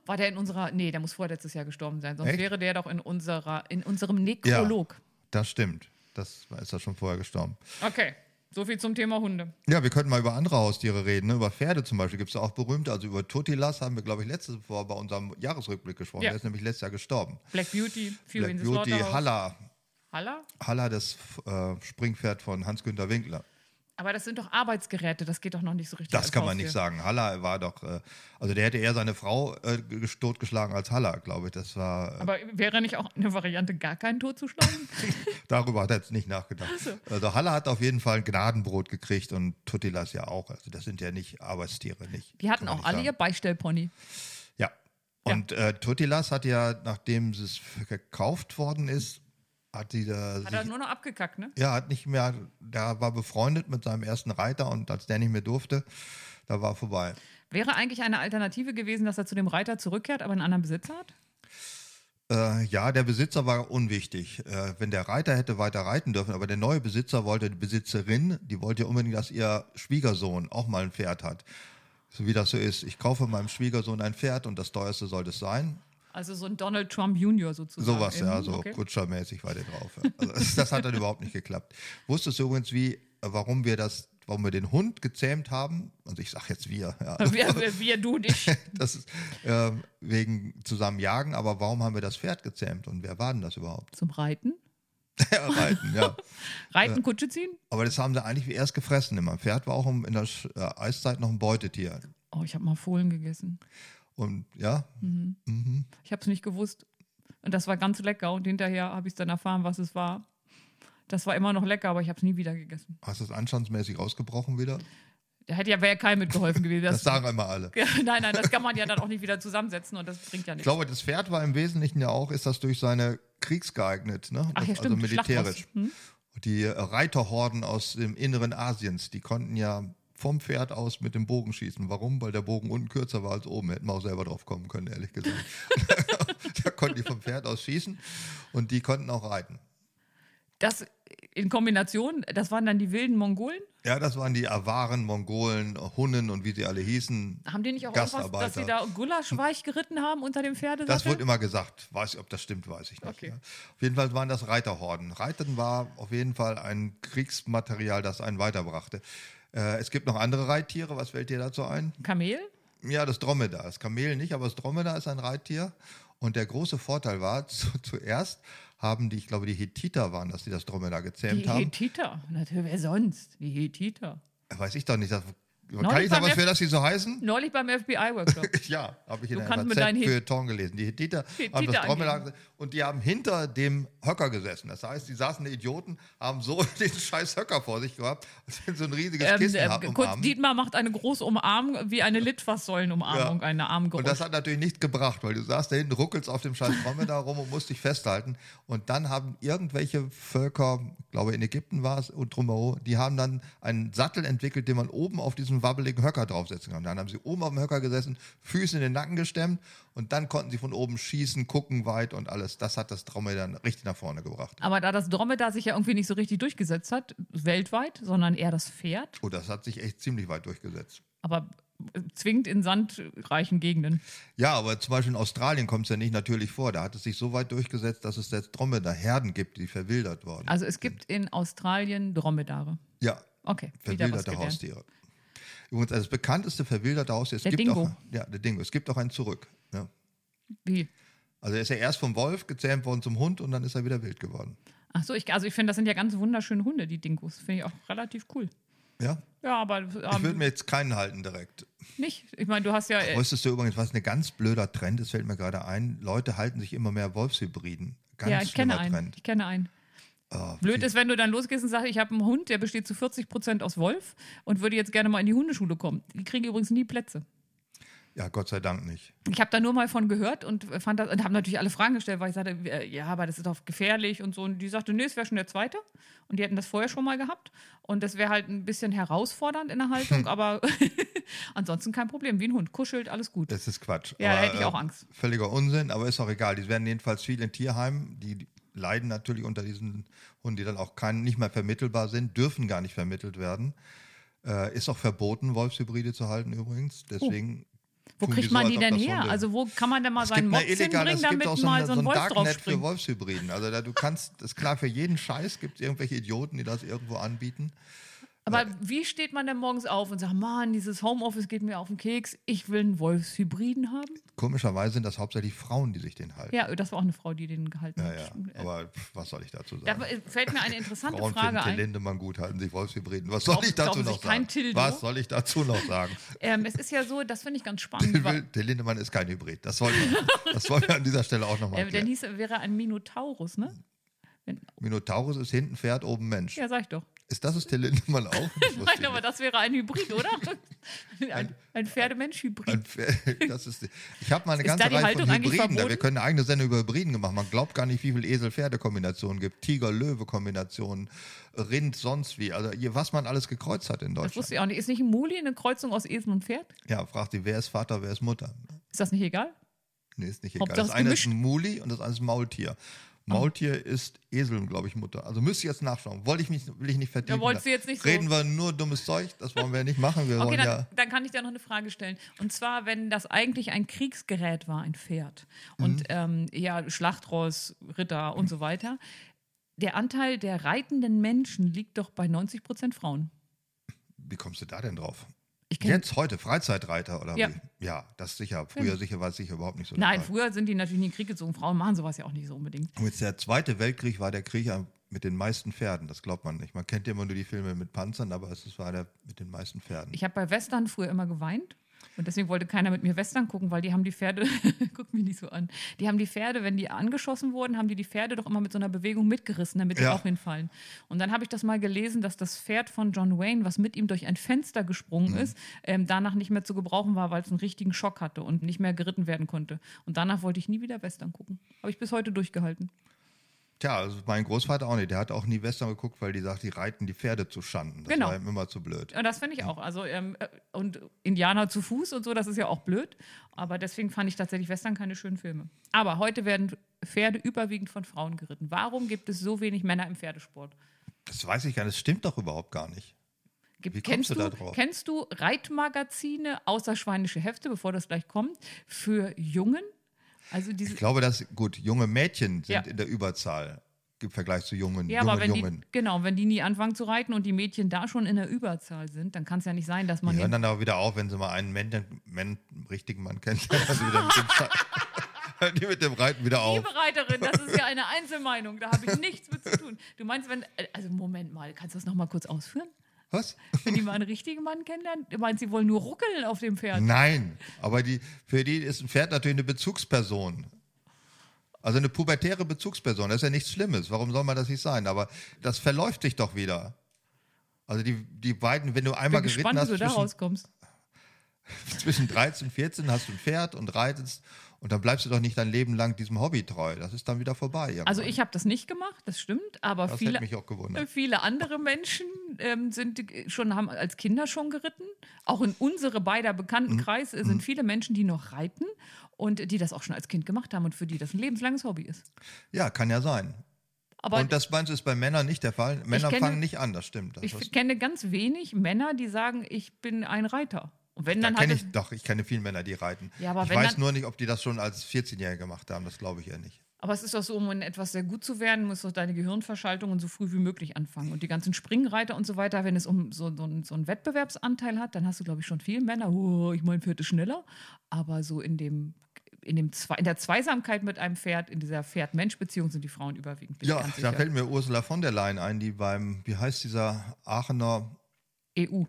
S3: War der in unserer. Nee, der muss vorletztes Jahr gestorben sein. Sonst
S2: Echt?
S3: wäre der doch in unserer, in unserem Nekrolog.
S2: Das stimmt. Das war- ist ja schon vorher gestorben.
S3: Okay. So viel zum Thema Hunde.
S2: Ja, wir könnten mal über andere Haustiere reden. Ne? Über Pferde zum Beispiel gibt es auch berühmte. Also über Totilas haben wir, glaube ich, letztes Mal bei unserem Jahresrückblick gesprochen.
S3: Ja.
S2: Der ist nämlich letztes Jahr gestorben.
S3: Black Beauty, Fury
S2: Black
S3: in the
S2: Beauty,
S3: Slaughterhouse.
S2: Halla.
S3: Haller?
S2: Halla, das äh, Springpferd von Hans-Günter Winkler.
S3: Aber das sind doch Arbeitsgeräte, das geht doch noch nicht so richtig.
S2: Das
S3: als
S2: kann man nicht
S3: Haustier.
S2: sagen. Halla war doch, äh, also der hätte eher seine Frau äh, ge- totgeschlagen als Halla, glaube ich. Das war, äh,
S3: Aber wäre nicht auch eine Variante, gar keinen Tod
S2: *laughs*
S3: zu schlagen?
S2: darüber hat er jetzt nicht nachgedacht. Also Halla hat auf jeden Fall ein Gnadenbrot gekriegt und Tuttilas ja auch. Also das sind ja nicht Arbeitstiere, nicht.
S3: Die hatten
S2: kann man
S3: auch
S2: nicht
S3: alle ihr
S2: sagen.
S3: Beistellpony.
S2: Ja. Und äh, Tuttilas hat ja, nachdem es gekauft worden ist, hat sie da
S3: Hat
S2: sich-
S3: er nur noch abgekackt, ne?
S2: Ja, hat nicht mehr, der war befreundet mit seinem ersten Reiter und als der nicht mehr durfte, da war vorbei.
S3: Wäre eigentlich eine Alternative gewesen, dass er zu dem Reiter zurückkehrt, aber einen anderen Besitzer hat?
S2: Äh, ja, der Besitzer war unwichtig. Äh, wenn der Reiter hätte weiter reiten dürfen, aber der neue Besitzer wollte, die Besitzerin, die wollte ja unbedingt, dass ihr Schwiegersohn auch mal ein Pferd hat. So wie das so ist. Ich kaufe meinem Schwiegersohn ein Pferd und das teuerste sollte es sein.
S3: Also so ein Donald Trump Junior sozusagen.
S2: Sowas,
S3: eben.
S2: ja, so
S3: mhm, Okay. *laughs*
S2: kutschermäßig war der drauf. ja. Also *laughs* das, das hat dann überhaupt nicht geklappt. Wusstest du übrigens, wie, äh, warum wir das, warum wir den Hund gezähmt haben? Also ich sag jetzt wir, ja.
S3: Wir, wir, wir, du und
S2: *laughs*
S3: ich.
S2: Das ist ähm, wegen zusammen jagen, aber warum haben wir das Pferd gezähmt und wer war denn das überhaupt? *laughs*
S3: Zum Reiten?
S2: Ja, Reiten, ja.
S3: Reiten, Kutsche ziehen?
S2: Aber das haben sie eigentlich erst gefressen immer. Pferd war auch im- in der Sch- äh, Eiszeit noch ein Beutetier.
S3: Oh, ich habe mal Fohlen gegessen. Mhm.
S2: Und ja, mhm.
S3: Ich habe es nicht gewusst. Und das war ganz lecker. Und hinterher habe ich dann erfahren, was es war. Das war immer noch lecker, aber ich habe es nie wieder gegessen.
S2: hast du es anstandsmäßig rausgebrochen wieder?
S3: Da hätte ja, wäre ja kein mitgeholfen gewesen.
S2: Das
S3: *laughs* Das,
S2: sagen immer alle.
S3: nein, nein, das kann man ja dann auch nicht wieder zusammensetzen und das bringt ja
S2: Ich
S3: nichts.
S2: glaube, das Pferd war im Wesentlichen ja auch, ist das durch seine kriegsgeeignet, ne?
S3: Ach
S2: Das-
S3: ja,
S2: also
S3: stimmt.
S2: militärisch.
S3: Schlachtross. Hm?
S2: Und Die äh, Reiterhorden aus dem Inneren Asiens, die konnten ja vom Pferd aus mit dem Bogen schießen. Warum? Weil der Bogen unten kürzer war als oben. Hätten wir auch selber drauf kommen können, ehrlich
S3: *laughs*
S2: gesagt. da konnten die vom Pferd aus schießen und die konnten auch reiten.
S3: Das in Kombination, das waren dann die wilden Mongolen.
S2: Ja, das waren die Awaren, Mongolen, Hunnen und wie sie alle hießen.
S3: Haben die nicht auch irgendwas, dass sie da Gulasch weich geritten haben unter dem
S2: das wird
S3: Pferdesattel?
S2: immer gesagt. Weiß ich, ob das stimmt, weiß ich nicht.
S3: Okay.
S2: Ja. Auf jeden Fall waren das Reiterhorden. Reiten war auf jeden Fall ein Kriegsmaterial, das einen weiterbrachte. Äh, es gibt noch andere Reittiere. Was fällt dir dazu ein?
S3: Kamel?
S2: Ja, das Dromedar. Das Kamel nicht, aber das Dromedar ist ein Reittier. Und der große Vorteil war, *laughs* zu, zuerst haben die, ich glaube, die Hethiter waren das, die das Dromedar gezähmt
S3: Die
S2: haben.
S3: Hethiter. Natürlich, wer sonst? Die Hethiter.
S2: Weiß ich doch nicht. Das, kann
S3: Neulich
S2: ich da
S3: beim
S2: was für,
S3: F-
S2: dass die so heißen? *laughs*
S3: Neulich beim FBI-Workshop.
S2: Ja, habe ich in
S3: Du
S2: einem
S3: kannst mit deinen
S2: Rezept
S3: He-
S2: für Ton gelesen. Die Hethiter haben das
S3: Hethiter
S2: Dromedar
S3: angeben.
S2: geze- und die haben hinter dem Höcker gesessen. Das heißt, die saßen die Idioten, haben so *laughs* den scheiß Höcker vor sich gehabt, sind so ein riesiges
S3: Ähm,
S2: Kissen
S3: ähm,
S2: haben
S3: kurz,
S2: umarmt.
S3: Dietmar macht eine große Umarmung, wie eine Litfaßsäulenumarmung,
S2: Ja.
S3: eine Armgeruch.
S2: Und das hat natürlich nichts gebracht, weil du saßt da hinten, ruckelst auf dem scheiß Dromedar rum und musst dich festhalten. Und dann haben irgendwelche Völker, glaube in Ägypten war es und drumherum, die haben dann einen Sattel entwickelt, den man oben auf diesen wabbeligen Höcker draufsetzen kann. Dann haben sie oben auf dem Höcker gesessen, Füße in den Nacken gestemmt und dann konnten sie von oben schießen, gucken weit und alles. Das hat das Dromedar richtig nach vorne gebracht.
S3: Aber da das Dromedar sich ja irgendwie nicht so richtig durchgesetzt hat, weltweit, sondern eher das Pferd,
S2: Oh, das hat sich echt ziemlich weit durchgesetzt.
S3: aber zwingend in sandreichen Gegenden.
S2: Ja, aber zum Beispiel in Australien kommt es ja nicht natürlich vor. Da hat es sich so weit durchgesetzt, dass es jetzt Dromedar-Herden gibt, die verwildert wurden.
S3: Also es gibt in Australien Dromedare.
S2: ja,
S3: Okay, wieder was
S2: verwilderte
S3: gelernt.
S2: Haustiere. Übrigens, also das bekannteste verwilderte Haustier, es
S3: Der
S2: gibt
S3: Dingo.
S2: auch ja, der Dingo. Es gibt auch einen zurück. Ja.
S3: Wie?
S2: Also er ist ja erst vom Wolf gezähmt worden zum Hund und dann ist er wieder wild geworden.
S3: Ach so, ich, also ich finde, das sind ja ganz wunderschöne Hunde, die Dingos. Finde ich auch relativ cool.
S2: Ja?
S3: Ja, aber
S2: Ich würde
S3: ähm,
S2: mir jetzt keinen halten direkt.
S3: nicht. Ich meine, du hast ja. Äh,
S2: Wusstest du übrigens, was ein ganz blöder Trend ist, fällt mir gerade ein. Leute halten sich immer mehr Wolfshybriden. Ganz
S3: ja, ich kenne
S2: schlimmer
S3: einen.
S2: Trend.
S3: Ich kenne einen.
S2: Oh,
S3: Blöd
S2: wie-
S3: ist, wenn du dann losgehst und sagst, ich habe einen Hund, der besteht zu 40 Prozent aus Wolf und würde jetzt gerne mal in die Hundeschule kommen. Die kriegen übrigens nie Plätze.
S2: Ja, Gott sei Dank nicht.
S3: Ich habe da nur mal von gehört und fand das und habe natürlich alle Fragen gestellt, weil ich sagte, äh, ja, aber das ist doch gefährlich und so. Und die sagte, nee, es wäre schon der zweite. Und die hätten das vorher schon mal gehabt. Und das wäre halt ein bisschen herausfordernd in
S2: *laughs*
S3: der Haltung, aber *laughs* ansonsten kein Problem. Wie ein Hund kuschelt, alles gut.
S2: Das ist Quatsch.
S3: Ja, da hätte ich auch Angst.
S2: Äh, völliger Unsinn, aber ist auch egal. Die werden jedenfalls viel in Tierheimen. Die die leiden natürlich unter diesen Hunden, die dann auch kein, nicht mehr vermittelbar sind, dürfen gar nicht vermittelt werden. Äh, ist auch verboten, Wolfshybride zu halten übrigens. Deswegen.
S3: Oh. Wo
S2: tun
S3: kriegt
S2: so,
S3: man
S2: als
S3: die
S2: ob
S3: denn
S2: das
S3: her?
S2: Hunde-
S3: Also wo kann man denn mal seinen
S2: eine
S3: Mops
S2: illegale-
S3: hinbringen,
S2: es gibt
S3: damit
S2: auch
S3: mal
S2: ein-
S3: so ein
S2: ein
S3: Wolf
S2: Darknet für
S3: draufspringt?
S2: Wolfshybriden. Also da, du kannst, ist klar, für jeden Scheiß gibt es irgendwelche Idioten, die das irgendwo anbieten.
S3: Aber wie steht man denn morgens auf und sagt, Mann, dieses Homeoffice geht mir auf den Keks, ich will einen Wolfshybriden haben?
S2: Komischerweise sind das hauptsächlich Frauen, die sich den halten.
S3: Ja, das war auch eine Frau, die den gehalten
S2: Ja,
S3: hat.
S2: ja. Aber pf, was soll ich dazu sagen?
S3: Da fällt mir eine interessante
S2: Frauen
S3: Frage
S2: finden Till
S3: ein.
S2: Lindemann gut, halten sich Wolfshybriden. Was soll
S3: Glauben-
S2: ich dazu
S3: glauben sich
S2: noch
S3: kein
S2: sagen?
S3: Tildo?
S2: Was soll ich dazu noch
S3: *laughs*
S2: sagen?
S3: Ähm, es ist ja so, das finde ich ganz
S2: *laughs*
S3: spannend. weil,
S2: Till, Till Lindemann ist kein Hybrid. Das wollen wir, das wollen wir an dieser Stelle auch nochmal
S3: äh, der
S2: erklären.
S3: hieß, wäre ein Minotaurus, ne? Wenn,
S2: Minotaurus ist hinten Pferd, oben Mensch.
S3: ja, sag ich doch.
S2: Ist das es Till Lindemann
S3: *laughs*
S2: auch? Das wusste
S3: Nein,
S2: ich
S3: aber
S2: nicht.
S3: das wäre ein Hybrid,
S2: *laughs*
S3: oder? Ein, ein Pferdemensch-Hybrid.
S2: Ein Pferd- *laughs* das ist, ich habe mal eine
S3: Ist
S2: ganze
S3: da die
S2: Reihe
S3: Haltung
S2: von
S3: eigentlich
S2: Hybriden. Da. Wir
S3: verboten?
S2: können eine eigene Sendung über Hybriden gemacht. Man glaubt gar nicht, wie viel Esel-Pferde-Kombinationen gibt. Tiger-Löwe-Kombinationen, Rind, sonst wie. Also je- was man alles gekreuzt hat in
S3: Das
S2: Deutschland.
S3: wusste ich auch nicht. Ist nicht ein Muli eine Kreuzung aus Esel und Pferd?
S2: Ja, fragt sie, wer ist Vater, wer ist Mutter?
S3: Ist das nicht egal?
S2: Nee, ist nicht egal.
S3: Hauptsache
S2: das
S3: es
S2: eine
S3: gemischt. Ah.
S2: ist ein Muli und das andere ist ein Maultier. Maultier ist Esel, glaube ich, Mutter. Also müsste ich jetzt nachschauen. Wollte ich mich, will ich nicht vertiefen.
S3: wolltest du jetzt nicht so-
S2: Reden wir nur dummes Zeug, das wollen wir ja nicht machen. Wir
S3: *laughs* Okay,
S2: wollen
S3: dann,
S2: ja.
S3: dann kann ich dir noch eine Frage stellen. Und zwar, wenn das eigentlich ein Kriegsgerät war, ein Pferd und ähm, ja, Schlachtross, Ritter und so weiter, der Anteil der reitenden Menschen liegt doch bei 90 Prozent Frauen.
S2: Wie kommst du da denn drauf?
S3: Ich kenn-
S2: Jetzt heute, Freizeitreiter oder
S3: Genau. Ja. Genau.
S2: wie? Ja, das sicher. Früher sicher war es sicher überhaupt nicht so. der
S3: Nein,
S2: Fall.
S3: früher sind die natürlich in den Krieg gezogen. Frauen machen sowas ja auch nicht so unbedingt.
S2: Und jetzt der Zweite Weltkrieg war der Krieg am- mit den meisten Pferden. Das glaubt man nicht. Man kennt ja immer nur die Filme mit Panzern, aber es ist- war der mit den meisten Pferden.
S3: Ich habe bei Western früher immer geweint. Und deswegen wollte keiner mit mir Western gucken, weil die haben die Pferde, *laughs* guck mich nicht so an, die haben die Pferde, wenn die angeschossen wurden, haben die die Pferde doch immer mit so einer Bewegung mitgerissen, damit die
S2: Ja.
S3: auch hinfallen. Und dann habe ich das mal gelesen, dass das Pferd von John Wayne, was mit ihm durch ein Fenster gesprungen ist, ähm, danach nicht mehr zu gebrauchen war, weil es einen richtigen Schock hatte und nicht mehr geritten werden konnte. Und danach wollte ich nie wieder Western gucken. Habe ich bis heute durchgehalten.
S2: Tja, also mein Großvater auch nicht. Der hat auch nie Western geguckt, weil die sagt, die reiten die Pferde zu Schanden. Das
S3: Genau.
S2: war ihm immer zu blöd.
S3: Ja, das finde ich auch. Also, ähm, äh, und Indianer zu Fuß und so, das ist ja auch blöd. Aber deswegen fand ich tatsächlich Western keine schönen Filme. Aber heute werden Pferde überwiegend von Frauen geritten. Warum gibt es so wenig Männer im Pferdesport?
S2: Das weiß ich gar nicht. Das stimmt doch überhaupt gar nicht.
S3: Gibt,
S2: Wie kommst
S3: kennst
S2: du da drauf?
S3: Kennst du Reitmagazine außer Schweinische Hefte, bevor das gleich kommt, für Jungen? Also diese,
S2: Ich glaube, dass, gut, junge Mädchen sind
S3: Ja.
S2: in der Überzahl im Vergleich zu jungen,
S3: ja, aber
S2: jungen,
S3: wenn
S2: jungen.
S3: die, genau, wenn die nie anfangen zu reiten und die Mädchen da schon in der Überzahl sind, dann kann es ja nicht sein, dass man
S2: Die hören
S3: den-
S2: dann aber wieder auf, wenn sie mal einen Mann, Mann, einen richtigen Mann kennen. *laughs* Also wieder mit dem Schei- *laughs* hören die mit dem Reiten wieder auf.
S3: Liebe Reiterin, das ist ja eine Einzelmeinung, da habe ich nichts mit zu tun. Du meinst, wenn, also Moment mal, kannst du das nochmal kurz ausführen?
S2: Was?
S3: Wenn die mal einen richtigen Mann kennenlernen, du meinst, sie wollen nur ruckeln auf dem
S2: Hm,
S3: Pferd.
S2: Nein, aber die, für die ist ein Pferd natürlich eine Bezugsperson. Also eine pubertäre Bezugsperson, das ist ja nichts Schlimmes. Warum soll man das nicht sein? Aber das verläuft sich doch wieder. Also die, die beiden, wenn du
S3: Ich bin
S2: einmal geritten
S3: gespannt, wie
S2: hast,
S3: du da
S2: zwischen,
S3: rauskommst.
S2: zwischen 13 und 14 hast du ein Pferd und reitest und dann bleibst du doch nicht dein Leben lang diesem Hobby treu. Das ist dann wieder vorbei. irgendwann.
S3: Also ich habe das nicht gemacht, das stimmt, aber
S2: das
S3: viele,
S2: hätte mich auch gewundert.
S3: *laughs* viele andere Menschen ähm, sind schon, haben als Kinder schon geritten. Auch in unsere beider
S2: Mhm.
S3: bekannten Kreis sind viele Menschen, die noch reiten und die das auch schon als Kind gemacht haben und für die das ein lebenslanges Hobby ist.
S2: Ja, kann ja sein.
S3: Aber
S2: und das meinst du ist bei Männern nicht der Fall. Männer
S3: kenne-
S2: fangen nicht an, das stimmt. Das
S3: Ich
S2: hast-
S3: kenne ganz wenig Männer, die sagen, ich bin ein Reiter. Und wenn,
S2: Da
S3: dann
S2: kenne
S3: hat
S2: ich doch, ich kenne viele Männer, die reiten.
S3: halt Ja, aber
S2: ich
S3: wenn
S2: weiß
S3: dann-
S2: nur nicht, ob die das schon als 14-Jährige gemacht haben, das glaube ich ja nicht.
S3: Aber es ist doch so, um in etwas sehr gut zu werden, musst du deine Gehirnverschaltungen so früh wie möglich anfangen. Und die ganzen Springreiter und so weiter, wenn es um so, so, einen- so einen Wettbewerbsanteil hat, dann hast du, glaube ich, schon viele Männer. Oh, ich mein Pferd ist schneller. Aber so in dem. In, dem Zwei, in der Zweisamkeit mit einem Pferd, in dieser Pferd-Mensch-Beziehung sind die Frauen überwiegend. bin ich
S2: Ja,
S3: ganz
S2: da
S3: sicher.
S2: fällt mir Ursula von der Leyen ein, die beim, wie heißt dieser Aachener,
S3: EU.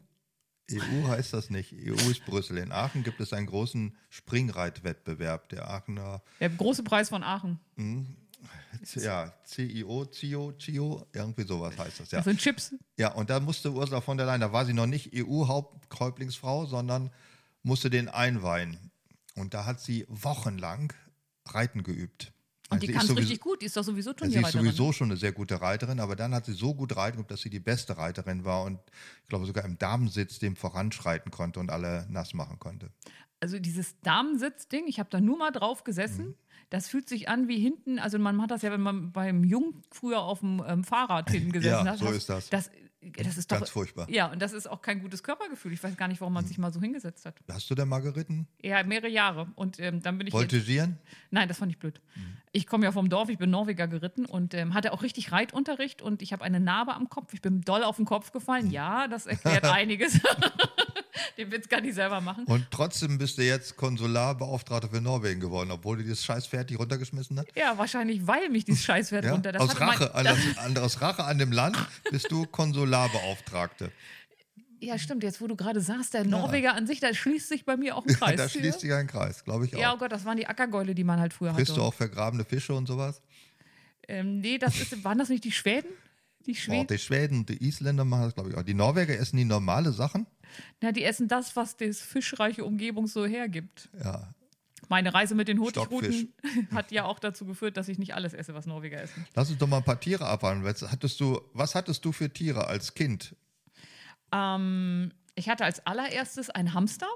S2: EU heißt das nicht, EU ist Brüssel. In Aachen gibt es einen großen Springreitwettbewerb, der Aachener,
S3: Der große Preis von Aachen.
S2: Hm. ja, CIO, CIO, CIO, irgendwie sowas heißt das, ja.
S3: Das sind Chips.
S2: Ja, und da musste Ursula von der Leyen, da war sie noch nicht EU-Haupthäuptlingsfrau, sondern musste den einweihen. Und da hat sie wochenlang Reiten geübt.
S3: Und
S2: Also
S3: die
S2: sie ist
S3: kann es
S2: sowieso-
S3: richtig gut. Die ist doch
S2: Sie
S3: sowieso
S2: ist
S3: Turnierreiterin.
S2: sowieso schon eine sehr gute Reiterin, aber dann hat sie so gut reiten geübt, dass sie die beste Reiterin war und ich glaube sogar im Damensitz dem voranschreiten konnte und alle nass machen konnte.
S3: also dieses Damensitzding, ich habe da nur mal drauf gesessen.
S2: Mhm.
S3: Das fühlt sich an wie hinten, also man hat das ja, wenn man beim Jung früher auf dem ähm, Fahrrad hinten gesessen
S2: Ja,
S3: hat.
S2: so
S3: hast-
S2: ist das.
S3: das. Das ist doch,
S2: Ganz Mhm. furchtbar.
S3: Ja, und das ist auch kein gutes Körpergefühl. Ich weiß gar nicht, warum man sich mal so hingesetzt hat.
S2: Hast du denn mal geritten?
S3: Ja, mehrere Jahre. Und ähm, dann bin ich.
S2: Voltigieren?
S3: Nein, das fand ich blöd.
S2: Mhm.
S3: Ich komme ja vom Dorf, ich bin Norweger geritten und ähm, hatte auch richtig Reitunterricht und ich habe eine Narbe am Kopf. Ich bin doll auf den Kopf
S2: Mhm.
S3: gefallen. Ja,
S2: *laughs*
S3: das erklärt einiges. *laughs* Den Witz kann ich selber machen.
S2: Und trotzdem bist du jetzt Konsularbeauftragter für Norwegen geworden, obwohl du das Scheiß fertig runtergeschmissen hast?
S3: Ja, wahrscheinlich, weil mich dieses Scheißwert
S2: Ja?
S3: runter. Das
S2: aus,
S3: hatte mein-
S2: Rache, an das, an, aus Rache an dem Land bist du Konsularbeauftragte.
S3: Ja, stimmt. Jetzt, wo du gerade sagst, der Norweger an sich, da schließt sich bei mir auch ein Kreis.
S2: da schließt sich ein Kreis, glaube ich auch.
S3: ja, oh Gott, das waren die Ackergäule, die man halt früher
S2: Frisst
S3: hatte.
S2: du auch vergrabene Fische und sowas?
S3: Ähm, nee, das ist, waren das nicht die Schweden? Die
S2: Oh,
S3: Schweden?
S2: die Schweden, die Isländer machen das, glaube ich auch. Die Norweger essen die normale Sachen.
S3: Na, die essen das, was das fischreiche Umgebung so hergibt.
S2: Ja,
S3: Meine Reise mit den
S2: Stockfisch.
S3: Honigruten *laughs* hat ja auch dazu geführt, dass ich nicht alles esse, was Norweger essen.
S2: Lass uns doch mal ein paar Tiere abhandeln. Was hattest du, was hattest du für Tiere als Kind?
S3: Ähm, ich hatte als allererstes einen Hamster.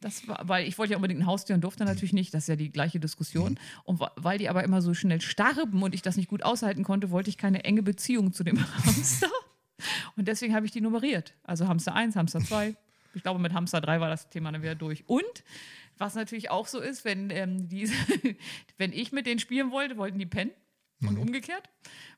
S3: Das war, weil ich wollte ja unbedingt ein Haustier und durfte natürlich nicht. Das ist ja die gleiche Diskussion. Und wa- weil die aber immer so schnell starben und ich das nicht gut aushalten konnte, wollte ich keine enge Beziehung zu dem *laughs* Hamster. Und deswegen habe ich die nummeriert. Also Hamster 1, Hamster 2. Ich glaube, mit Hamster 3 war das Thema dann wieder durch. Und was natürlich auch so ist, wenn, ähm, diese, *laughs* wenn ich mit denen spielen wollte, wollten die pennen.
S2: Mhm.
S3: Und umgekehrt,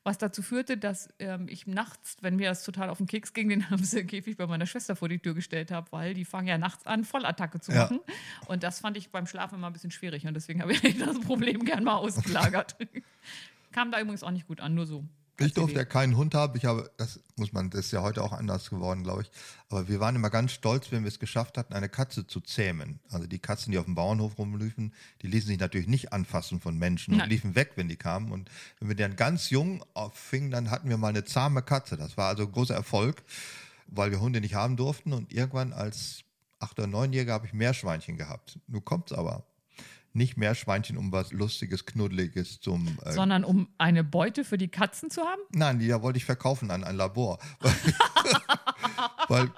S3: was dazu führte, dass ähm, ich nachts, wenn mir das total auf den Keks ging, *laughs* den Hamsterkäfig bei meiner Schwester vor die Tür gestellt habe, weil die fangen ja nachts an, Vollattacke zu
S2: Ja.
S3: machen. Und das fand ich beim Schlafen immer ein bisschen schwierig und deswegen habe ich *laughs* das Problem gern mal ausgelagert. *laughs* Kam da übrigens auch nicht gut an, nur so.
S2: Ich durfte
S3: Idee.
S2: ja keinen Hund haben. Ich habe, das muss man, das ist ja heute auch anders geworden, glaube ich. Aber wir waren immer ganz stolz, wenn wir es geschafft hatten, eine Katze zu zähmen. Also die Katzen, die auf dem Bauernhof rumliefen, die ließen sich natürlich nicht anfassen von Menschen und
S3: Nein.
S2: liefen weg, wenn die kamen. Und wenn wir dann ganz jung auffingen, dann hatten wir mal eine zahme Katze. Das war also ein großer Erfolg, weil wir Hunde nicht haben durften. Und irgendwann als Acht- oder Neunjähriger habe ich Meerschweinchen gehabt. Nun kommt's aber. Nicht Meerschweinchen, um was Lustiges, Knuddeliges zum äh,
S3: Sondern um eine Beute für die Katzen zu haben?
S2: Nein, die da wollte ich verkaufen an ein Labor. *laughs* Weil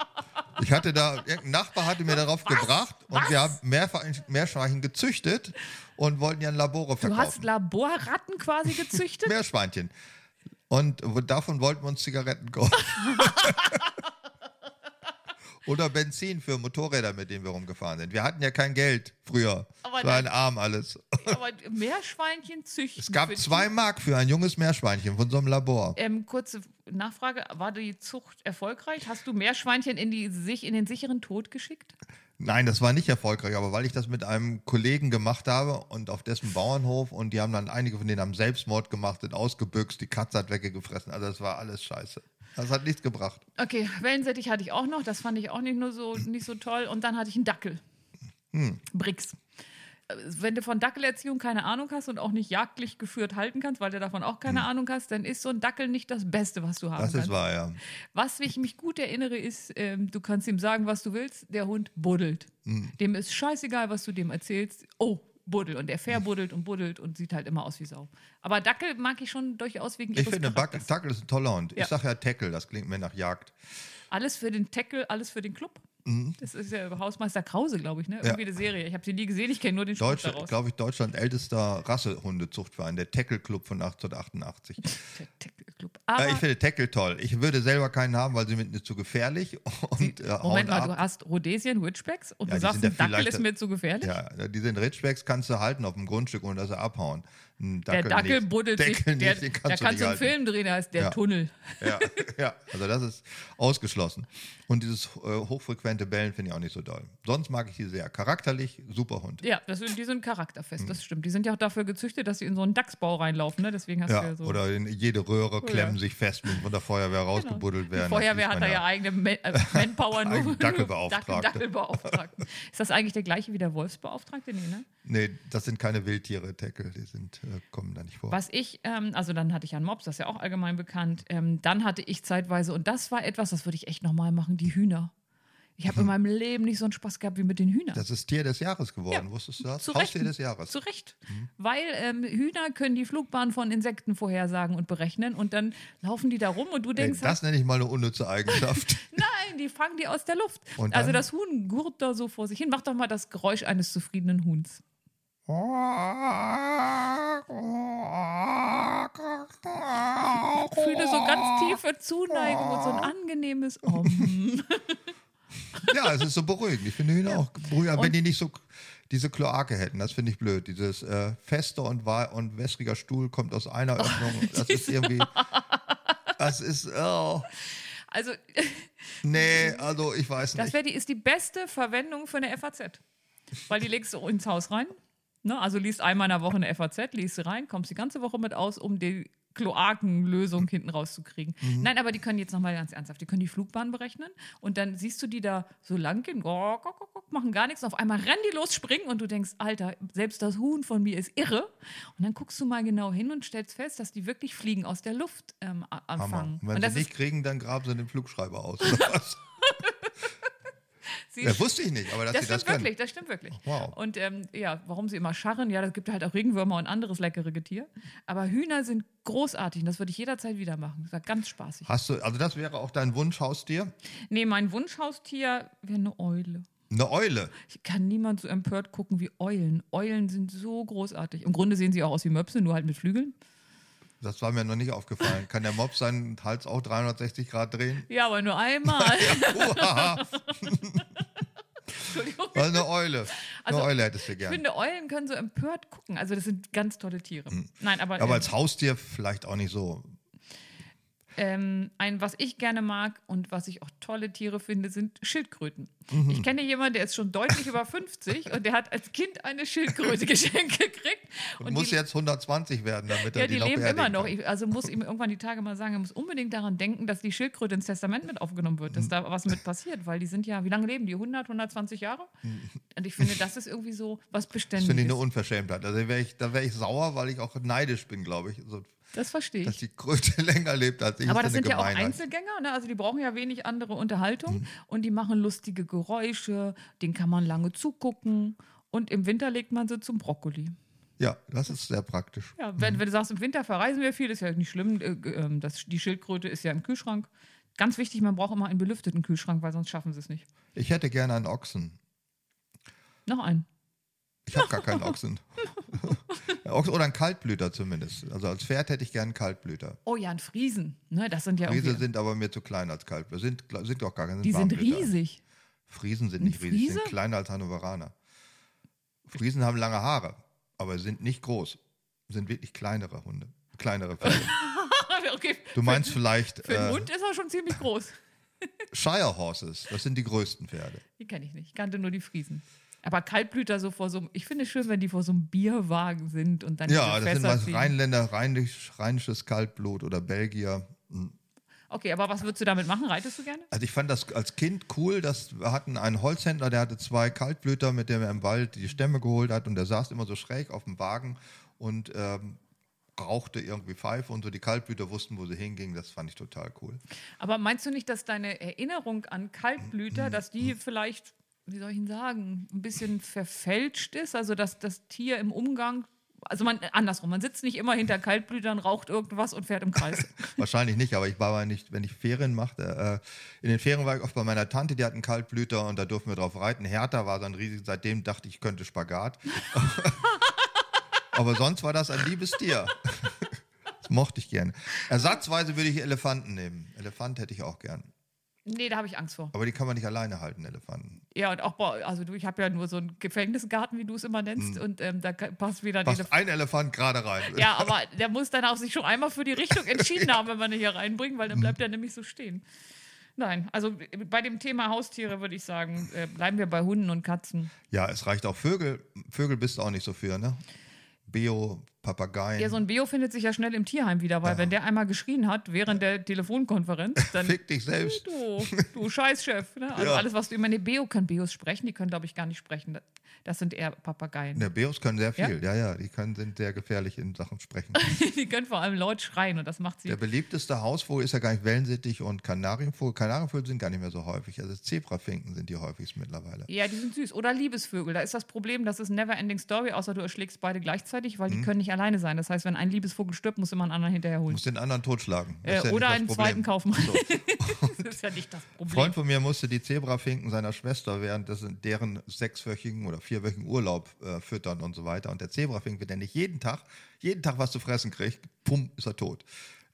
S2: ich hatte da, irgendein Nachbar hatte mir darauf gebracht und wir haben mehrfach Meerschweinchen gezüchtet und wollten ja ein Labore
S3: Du hast
S2: verkaufen.
S3: Laborratten
S2: *laughs*
S3: quasi gezüchtet?
S2: Meerschweinchen. Und wo- davon wollten wir uns Zigaretten
S3: *laughs*
S2: kaufen. Oder Benzin für Motorräder, mit denen wir rumgefahren sind. Wir hatten ja kein Geld früher.
S3: Aber
S2: es war
S3: dann-
S2: ein Arm alles.
S3: Aber Meerschweinchen züchten.
S2: Es gab
S3: für die-
S2: zwei Mark für ein junges Meerschweinchen von so einem Labor.
S3: Ähm, kurze Nachfrage, war die Zucht erfolgreich? Hast du Meerschweinchen in, die, sich in den sicheren Tod geschickt?
S2: Nein, das war nicht erfolgreich, aber weil ich das mit einem Kollegen gemacht habe und auf dessen Bauernhof und die haben dann einige von denen haben Selbstmord gemacht, sind ausgebüxt, die Katze hat weggefressen. Also das war alles scheiße. Das hat nichts gebracht.
S3: Okay, Wellensittich hatte ich auch noch, das fand ich auch nicht nur so nicht so toll. Und dann hatte ich einen Dackel.
S2: Hm.
S3: Brix. Äh, Wenn du von Dackelerziehung keine Ahnung hast und auch nicht jagdlich geführt halten kannst, weil du davon auch keine Ahnung hast, dann ist so ein Dackel nicht das Beste, was du haben
S2: Hm. Das
S3: kannst.
S2: ist wahr, ja.
S3: Was ich mich gut erinnere, ist, ähm, du kannst ihm sagen, was du willst, der Hund buddelt.
S2: Mhm.
S3: Dem ist scheißegal, was du dem erzählst. Oh, buddel. Und er
S2: Mhm.
S3: verbuddelt und buddelt und sieht halt immer aus wie Sau. Aber Dackel mag ich schon durchaus wegen
S2: Ich
S3: ihres
S2: finde, Buck,
S3: Charakters.
S2: Tackle ist ein toller Hund.
S3: Ja.
S2: Ich sage ja Tackle, das klingt mir nach Jagd.
S3: Alles für den Tackle, alles für den Club.
S2: Mhm.
S3: Das ist ja Hausmeister Krause, glaube ich, ne? Irgendwie eine Serie. Ich habe sie nie gesehen, ich kenne nur den Spruch
S2: Deutsche,
S3: daraus.
S2: glaube ich, Deutschland ältester Rassehundezuchtverein, der Tackle Club von 1888.
S3: Der Tackle Club.
S2: Äh,
S3: Aber,
S2: ich finde Tackle toll. Ich würde selber keinen haben, weil sie sind mir zu gefährlich *laughs* und äh, hauen
S3: Moment mal, du
S2: ab.
S3: hast Rhodesien, Ridgebacks und
S2: Ja,
S3: du
S2: die
S3: sagst,
S2: sind ja
S3: ein
S2: viel
S3: Dackel ist
S2: leichter.
S3: mir zu gefährlich?
S2: Ja, die sind Ridgebacks, kannst du halten auf dem Grundstück, ohne dass sie abhauen. Ein
S3: Der Dackel
S2: nicht.
S3: buddelt sich.
S2: Deckel
S3: Der,
S2: nicht, den
S3: da
S2: kannst
S3: kannst du
S2: du
S3: einen
S2: nicht halten.
S3: Film drehen, der heißt Der
S2: Ja.
S3: Tunnel.
S2: Ja, ja, also das ist ausgeschlossen. Und dieses äh, hochfrequente Bellen finde ich auch nicht so doll. Sonst mag ich sie sehr. Charakterlich, super Hund.
S3: Ja, das sind, die sind charakterfest,
S2: Hm.
S3: das stimmt. Die sind ja auch dafür gezüchtet, dass sie in so einen Dachsbau reinlaufen, ne? Deswegen hast du
S2: Ja,
S3: ja so. Genau.
S2: oder in jede Röhre klemmen sich fest und von der Feuerwehr rausgebuddelt
S3: die
S2: werden.
S3: Feuerwehr
S2: Das
S3: hat
S2: sieht
S3: da
S2: man
S3: ja eigene Man
S2: *laughs*
S3: äh, Manpower nur.
S2: Eigene Dackelbeauftragte.
S3: Dackel- *laughs* Dackelbeauftragten. Ist das eigentlich der gleiche wie der Wolfsbeauftragte? Nee, ne?
S2: Nee, das sind keine Wildtiere, Tackle. Die sind, äh, kommen da nicht vor.
S3: Was ich, ähm, also dann hatte ich ja einen Mops, das ist ja auch allgemein bekannt. Ähm, dann hatte ich zeitweise, und das war etwas, das würde ich echt nochmal machen, die Hühner.
S2: *laughs*
S3: Ich habe in meinem Leben nicht so einen Spaß gehabt wie mit den Hühnern.
S2: Das ist Tier des Jahres geworden,
S3: Ja,
S2: wusstest du das?
S3: zu
S2: Haustier
S3: Recht.
S2: des Jahres. Mhm.
S3: Zu Recht. Weil ähm, Hühner können die Flugbahn von Insekten vorhersagen und berechnen und dann laufen die da rum und du
S2: Ey,
S3: denkst, halt,
S2: Äh, das nenne ich mal eine unnütze
S3: *laughs*
S2: Eigenschaft.
S3: nein, die fangen die aus der Luft.
S2: Und
S3: also
S2: dann?
S3: das Huhn gurt da so vor sich hin. Mach doch mal das Geräusch eines zufriedenen Huhns. Ich fühle so ganz
S2: Oh.
S3: tiefe Zuneigung und so ein angenehmes
S2: *laughs*
S3: Oh.
S2: ja, es ist so beruhigend. Ich finde Hühner auch beruhigend, wenn
S3: Und-
S2: die nicht so diese Kloake hätten. Das finde ich blöd. Dieses äh, fester und, wa- und wässriger Stuhl kommt aus einer
S3: *laughs*
S2: Öffnung. Das ist irgendwie. Das ist. Oh,
S3: Also
S2: nee, also ich weiß
S3: das
S2: nicht.
S3: wär die, ist die beste Verwendung für eine FAZ. Weil die legst du ins Haus rein. Ne? Also liest einmal in der Woche eine FAZ, liest sie rein, kommst die ganze Woche mit aus, um die Kloakenlösung hinten rauszukriegen.
S2: Mhm.
S3: Nein, aber die können jetzt nochmal ganz ernsthaft, die können die Flugbahn berechnen und dann siehst du die da so lang gehen, gok, gok, gok, gok, machen gar nichts und auf einmal rennen die los, springen und du denkst, Alter, selbst das Huhn von mir ist irre. Und dann guckst du mal genau hin und stellst fest, dass die wirklich Fliegen aus der Luft ähm, a-
S2: Hammer.
S3: anfangen.
S2: Und wenn
S3: und
S2: sie
S3: das
S2: nicht kriegen, dann graben sie den Flugschreiber
S3: *laughs*
S2: aus. Oder was?
S3: ist, sie
S2: Ja, wusste ich nicht, aber dass
S3: Das
S2: sie das
S3: stimmt
S2: können.
S3: wirklich, das stimmt wirklich.
S2: Wow.
S3: Und ähm, ja, warum sie immer scharren, ja, das gibt halt auch Regenwürmer und anderes leckere Getier. Aber Hühner sind großartig und das würde ich jederzeit wieder machen. Das war ganz spaßig.
S2: Hast du, also das wäre auch dein Wunschhaustier?
S3: Nee, mein Wunschhaustier wäre eine Eule.
S2: Eine Eule.
S3: Ich kann niemand so empört gucken wie Eulen. Eulen sind so großartig. Im Grunde sehen sie auch aus wie Möpse, nur halt mit Flügeln.
S2: Das war mir noch nicht aufgefallen. Kann der Mob seinen Hals auch 360 Grad
S3: *laughs*
S2: drehen?
S3: Ja, aber nur
S2: *laughs*
S3: einmal.
S2: Uhaha,
S3: Entschuldigung.
S2: war eine Eule. Eine
S3: Also,
S2: Eule hättest du
S3: Ich
S2: gern.
S3: finde, Eulen können so empört gucken. Also, das sind ganz tolle Tiere. Nein, aber.
S2: Hm. Aber
S3: ähm,
S2: als Haustier vielleicht auch nicht so.
S3: Ähm, ein, was ich gerne mag und was ich auch tolle Tiere finde, sind Schildkröten.
S2: Mhm.
S3: Ich kenne jemanden, der ist schon deutlich über 50 und der hat als Kind eine Schildkröte *laughs* geschenkt gekriegt.
S2: Und, muss
S3: die,
S2: jetzt 120 werden, damit er
S3: ja,
S2: die,
S3: die
S2: noch
S3: leben
S2: beerdigen
S3: immer noch.
S2: Kann.
S3: Ich, also muss ihm irgendwann die Tage mal sagen, er muss unbedingt daran denken, dass die Schildkröte ins Testament mit aufgenommen wird,
S2: Mhm.
S3: dass da was mit passiert, weil die sind ja, wie lange leben die? 100, 120 Jahre? Und ich finde, das ist irgendwie so was
S2: Mhm. Das finde ich
S3: Beständiges.
S2: eine Unverschämtheit. Also wär ich, da wäre ich sauer, weil ich auch neidisch bin, glaube ich. So,
S3: Das verstehe ich.
S2: dass die Kröte *laughs* länger lebt als ich.
S3: Aber
S2: ist
S3: das
S2: eine
S3: sind ja auch
S2: Gemeinheit.
S3: Einzelgänger, ne? also die brauchen ja wenig andere Unterhaltung
S2: Mhm.
S3: und die machen lustige Geräusche, denen kann man lange zugucken und im Winter legt man sie zum Brokkoli.
S2: Ja, das ist sehr praktisch.
S3: Ja, wenn, wenn du sagst, im Winter verreisen wir viel, ist ja nicht schlimm, äh, ähm, das, die Schildkröte ist ja im Kühlschrank. Ganz wichtig, man braucht immer einen belüfteten Kühlschrank, weil sonst schaffen sie es nicht.
S2: Ich hätte gerne einen Ochsen.
S3: Noch einen.
S2: Ich habe gar
S3: *laughs*
S2: keinen Ochsen. Ochs- Oder einen Kaltblüter zumindest. Also als Pferd hätte ich gerne einen Kaltblüter.
S3: Oh ja, ein Friesen. Ne, das sind ja
S2: Friese
S3: irgendwie,
S2: sind aber mir zu klein als Kaltblüter. Sind, sind auch gar keine.
S3: die sind
S2: Warmblüter.
S3: riesig. *laughs*
S2: Friesen sind nicht
S3: Ein
S2: riesig, die sind
S3: Friese?
S2: kleiner als Hannoveraner. Friesen haben lange Haare, aber sind nicht groß. Sind wirklich kleinere Hunde.
S3: *laughs*
S2: Kleinere Pferde.
S3: okay.
S2: Du meinst vielleicht
S3: Für den
S2: äh,
S3: Hund ist er schon ziemlich groß.
S2: Shire Horses. Das sind die größten Pferde.
S3: Die kenne ich nicht. Ich kannte nur die Friesen. Aber Kaltblüter so vor so einem, ich finde es schön, wenn die vor so einem Bierwagen sind und dann
S2: Ja,
S3: diese
S2: das sind
S3: Fässer
S2: meist
S3: ziehen.
S2: Rheinländer, Rheinisch, rheinisches Kaltblut oder Belgier.
S3: Okay, aber was würdest du damit machen? Reitest du gerne?
S2: Also ich fand das als Kind cool, dass wir hatten einen Holzhändler, der hatte zwei Kaltblüter, mit dem er im Wald die Stämme geholt hat und der saß immer so schräg auf dem Wagen und ähm, rauchte irgendwie Pfeife und so die Kaltblüter wussten, wo sie hingingen. Das fand ich total cool.
S3: Aber meinst du nicht, dass deine Erinnerung an Kaltblüter, dass
S2: Mhm.
S3: die vielleicht, wie soll ich ihn sagen, ein bisschen verfälscht ist? Also, dass das Tier im Umgang Also man, andersrum, man sitzt nicht immer hinter Kaltblütern, raucht irgendwas und fährt
S2: *laughs*
S3: im Kreis.
S2: Wahrscheinlich nicht, aber ich war mal nicht, wenn ich Ferien machte. Äh, in den Ferien war ich oft bei meiner Tante, die hat einen Kaltblüter und da durften wir drauf reiten. Hertha war so ein riesiges, seitdem dachte ich, ich könnte Spagat. aber sonst war das ein liebes Tier. das mochte ich gern. Ersatzweise würde ich Elefanten nehmen. Elefant hätte ich auch gern.
S3: Nee, da habe ich Angst vor.
S2: Aber die kann man nicht alleine halten, Elefanten.
S3: Ja, und auch, bei- also du, ich habe ja nur so einen Gefängnisgarten, wie du es immer nennst, und ähm, da ka- passt wieder
S2: Mhm. Passt
S3: jede.
S2: ein Elefant gerade rein.
S3: Ja, aber der muss dann auch sich schon einmal für die Richtung entschieden haben, wenn man ihn hier reinbringt, weil dann bleibt er nämlich so stehen. Nein, also bei dem Thema Haustiere würde ich sagen, äh, bleiben wir bei Hunden und Katzen.
S2: Ja, es reicht auch Vögel. Vögel bist du auch nicht so für, ne? Bio, Papageien.
S3: Ja, so ein Beo findet sich ja schnell im Tierheim wieder, weil wenn der einmal geschrien hat während der Telefonkonferenz, dann
S2: Fick dich selbst.
S3: du, du Scheißchef. Ne? Also
S2: Ja.
S3: alles, was du immer, ne, Beo können Beos sprechen, die können, glaube ich, gar nicht sprechen. Das sind eher Papageien.
S2: Ne, Beos können sehr
S3: Ja?
S2: viel. Ja, ja, die können, sind sehr gefährlich in Sachen
S3: *laughs*
S2: Sprechen.
S3: *laughs* Die können vor allem laut schreien und das macht sie.
S2: Der beliebteste Hausvogel ist ja gar nicht Wellensittich und Kanarienvogel. Kanarienvögel sind gar nicht mehr so häufig. Also Zebrafinken sind die häufigsten mittlerweile.
S3: Ja, die sind süß. Oder Liebesvögel. Da ist das Problem, das ist never ending story, außer du erschlägst beide gleichzeitig, weil die können nicht alleine sein. Das heißt, wenn ein Liebesvogel stirbt, muss immer ein anderer hinterher holen.
S2: Mhm. Muss den anderen totschlagen. Das
S3: Äh,
S2: ist ja
S3: oder
S2: nicht das
S3: einen
S2: Problem.
S3: zweiten kaufen.
S2: So.
S3: das ist ja nicht das Problem.
S2: Freund von mir musste die Zebrafinken seiner Schwester während des, deren sechswöchigen oder vierwöchigen Urlaub äh, füttern und so weiter. Und der Zebrafink, wenn der nicht jeden Tag, jeden Tag was zu fressen kriegt, pum, ist er tot.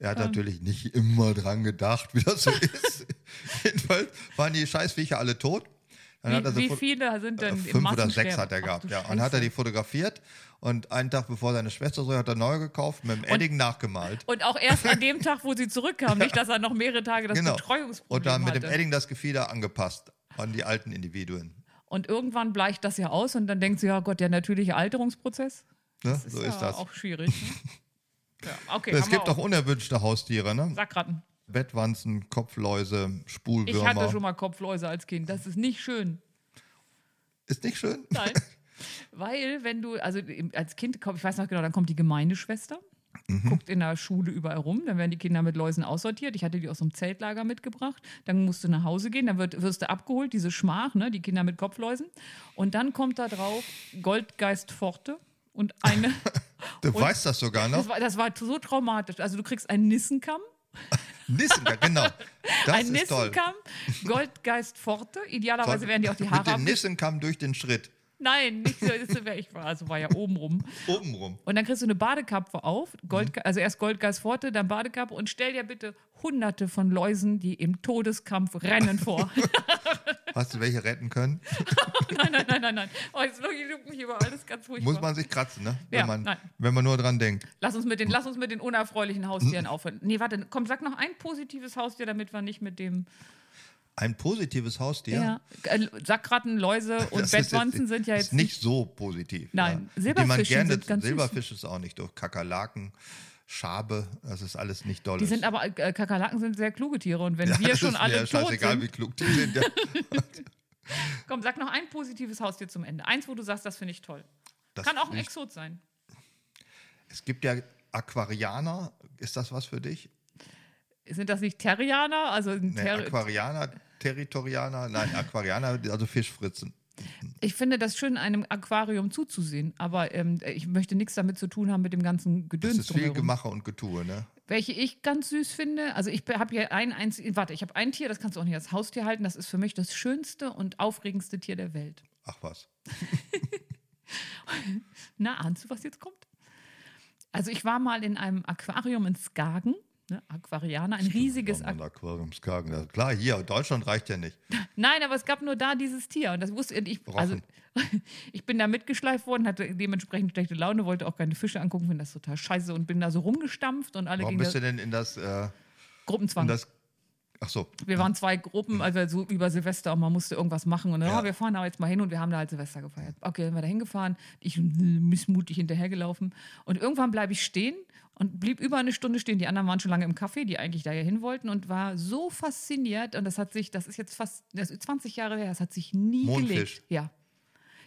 S2: Er hat natürlich nicht immer dran gedacht, wie
S3: *laughs*
S2: das so ist. Jedenfalls waren die Scheißviecher alle tot. Dann
S3: wie, wie
S2: Fo-
S3: viele sind
S2: äh,
S3: denn im
S2: Fünf oder sechs
S3: Massensterben?
S2: hat er
S3: Ach,
S2: gehabt,
S3: du
S2: ja. Und hat er
S3: Scheiße.
S2: die fotografiert und einen Tag bevor seine Schwester so hat er neu gekauft, mit dem Edding nachgemalt.
S3: Und auch erst an dem Tag, wo sie zurückkam, nicht, dass er noch mehrere Tage das Betreuungsproblem
S2: Genau. Und dann mit
S3: hatte.
S2: dem Edding das Gefieder angepasst an die alten Individuen.
S3: Und irgendwann bleicht das ja aus und dann denkt sie, ja Gott, der natürliche Alterungsprozess.
S2: Ne?
S3: Das
S2: so
S3: ja
S2: ist das.
S3: auch schwierig.
S2: *laughs*
S3: Ne? ja, okay,
S2: es
S3: haben wir
S2: gibt auch unerwünschte Haustiere, ne?
S3: Sackratten.
S2: Bettwanzen, Kopfläuse,
S3: Ich
S2: Spulwürmer.
S3: hatte schon mal Kopfläuse als Kind. Das ist nicht schön.
S2: ist nicht schön?
S3: Nein. *laughs* Weil, wenn du, also im- als Kind, kommt- ich weiß noch genau, dann kommt die Gemeindeschwester,
S2: Mhm.
S3: guckt in der Schule überall rum, dann werden die Kinder mit Läusen aussortiert. Ich hatte die aus so einem Zeltlager mitgebracht. Dann musst du nach Hause gehen, dann wird, wirst du abgeholt, diese Schmach, ne, die Kinder mit Kopfläusen. Und dann kommt da drauf Goldgeist Forte und
S2: *laughs*
S3: eine.
S2: Du
S3: Und-
S2: weißt das sogar
S3: Das *laughs*
S2: noch.
S3: war, das war so traumatisch. Also, du kriegst einen Nissenkamm.
S2: Nissen, ja, genau. Das
S3: Ein
S2: ist toll.
S3: Nissenkamm, Goldgeist Forte. Idealerweise
S2: Toll.
S3: werden die auch die
S2: Mit
S3: Haare
S2: dem
S3: ab.
S2: Nissen kam durch den Schritt.
S3: Nein, nicht so. Das wär, ich war, also war ja oben rum.
S2: Obenrum.
S3: Und dann kriegst du eine Badekappe auf, Gold,
S2: Mhm.
S3: also erst Goldgasforte, dann Badekappe und stell dir bitte hunderte von Läusen, die im Todeskampf
S2: *laughs*
S3: rennen vor.
S2: Hast du welche retten können?
S3: nein, nein, nein, nein, nein. Oh, jetzt wirklich juckt mich überall, das ist ganz furchtbar.
S2: Muss man sich kratzen, ne?
S3: Ja,
S2: Wenn, man,
S3: nein.
S2: wenn man nur dran denkt.
S3: lass, uns mit den, lass uns mit den unerfreulichen Haustieren
S2: Mhm.
S3: aufhören. Nee, warte, komm, sag noch ein positives Haustier, damit wir nicht mit dem
S2: Ein positives Haustier.
S3: Äh, Sackratten,
S2: *laughs*
S3: Läuse und
S2: Das ist
S3: Bettwanzen sind ja
S2: ist
S3: jetzt
S2: nicht so positiv.
S3: Nein,
S2: ja.
S3: Silberfische
S2: Die man gerne,
S3: sind ganz süß.
S2: Silberfisch ist auch nicht durch. Kakerlaken, Schabe, das ist alles nicht doll.
S3: Die sind aber, äh, Kakerlaken sind sehr kluge Tiere und wenn wir schon alle tot
S2: scheißegal,
S3: sind,
S2: wie klug die sind. Ja.
S3: komm, sag noch ein positives Haustier zum Ende. Eins, wo du sagst, das finde ich toll.
S2: Das
S3: Kann auch ein
S2: finde ich
S3: Exot sein.
S2: Es gibt ja Aquarianer, ist das was für dich?
S3: Sind das nicht Terrianer? Also ein
S2: Nee,
S3: Terri-
S2: Aquarianer, Territorianer, nein, Aquarianer, also Fischfritzen.
S3: ich finde das schön, einem Aquarium zuzusehen, aber ähm, ich möchte nichts damit zu tun haben mit dem ganzen
S2: Das
S3: Gedöns
S2: ist viel
S3: drumherum.
S2: Gemache und Getue, ne?
S3: Welche ich ganz süß finde, also ich habe hier ein einziges, warte, ich habe ein Tier, das kannst du auch nicht als Haustier halten, das ist für mich das schönste und aufregendste Tier der Welt.
S2: Ach was.
S3: Na, ahnst du, was jetzt kommt? Also ich war mal in einem Aquarium in Skagen, ne, Aquarianer, ein riesiges Aquarium.
S2: Aquarium. Aquariumskagen. das- Klar, hier, Deutschland reicht ja nicht.
S3: Nein, aber es gab nur da dieses Tier. Und das wusste und ich. Also, *laughs* ich bin da mitgeschleift worden, hatte dementsprechend schlechte Laune, wollte auch keine Fische angucken, finde das total scheiße und bin da so rumgestampft und alle
S2: Warum
S3: gegen
S2: bist du
S3: das
S2: denn in das, äh, in
S3: Gruppenzwang.
S2: das ach so,
S3: wir waren zwei Gruppen, also so über Silvester und man musste irgendwas machen. Und dann,
S2: Ja.
S3: oh, wir fahren da jetzt mal hin und wir haben da halt Silvester gefeiert. Okay, dann sind wir da hingefahren. Ich äh, missmutig hinterhergelaufen. Und irgendwann bleibe ich stehen und blieb über eine Stunde stehen. Die anderen waren schon lange im Café, die eigentlich da ja hin wollten und war so fasziniert. Und das hat sich, das ist jetzt fast das ist 20 Jahre her, das hat sich nie
S2: Mondfisch.
S3: gelegt. Ja.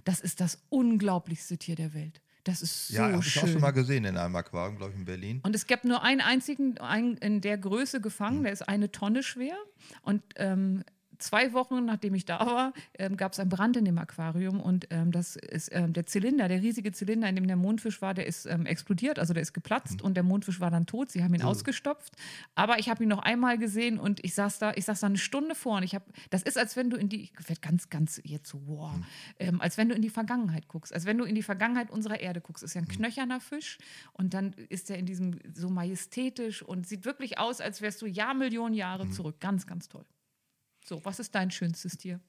S3: Das ist das unglaublichste Tier der Welt. Das ist so
S2: ja, habe ich
S3: schön.
S2: auch schon mal gesehen in einem Aquarium, glaube ich, in Berlin.
S3: Und es gab nur einen einzigen einen in der Größe gefangen, der ist eine Tonne schwer und ähm, zwei Wochen, nachdem ich da war, ähm, gab es einen Brand in dem Aquarium und ähm, das ist ähm, der Zylinder, der riesige Zylinder, in dem der Mondfisch war, der ist ähm, explodiert, also der ist geplatzt und der Mondfisch war dann tot. Sie haben ihn ausgestopft, aber ich habe ihn noch einmal gesehen und ich saß da, ich saß da eine Stunde vor und ich habe, das ist als wenn du in die, ich werd ganz, ganz jetzt so, wow,
S2: Hm.
S3: ähm, als wenn du in die Vergangenheit guckst, als wenn du in die Vergangenheit unserer Erde guckst, ist ja ein
S2: Hm.
S3: knöcherner Fisch und dann ist er in diesem so majestätisch und sieht wirklich aus, als wärst du Jahrmillionen Jahre
S2: Hm.
S3: zurück. Ganz, ganz toll. So, was ist dein schönstes Tier?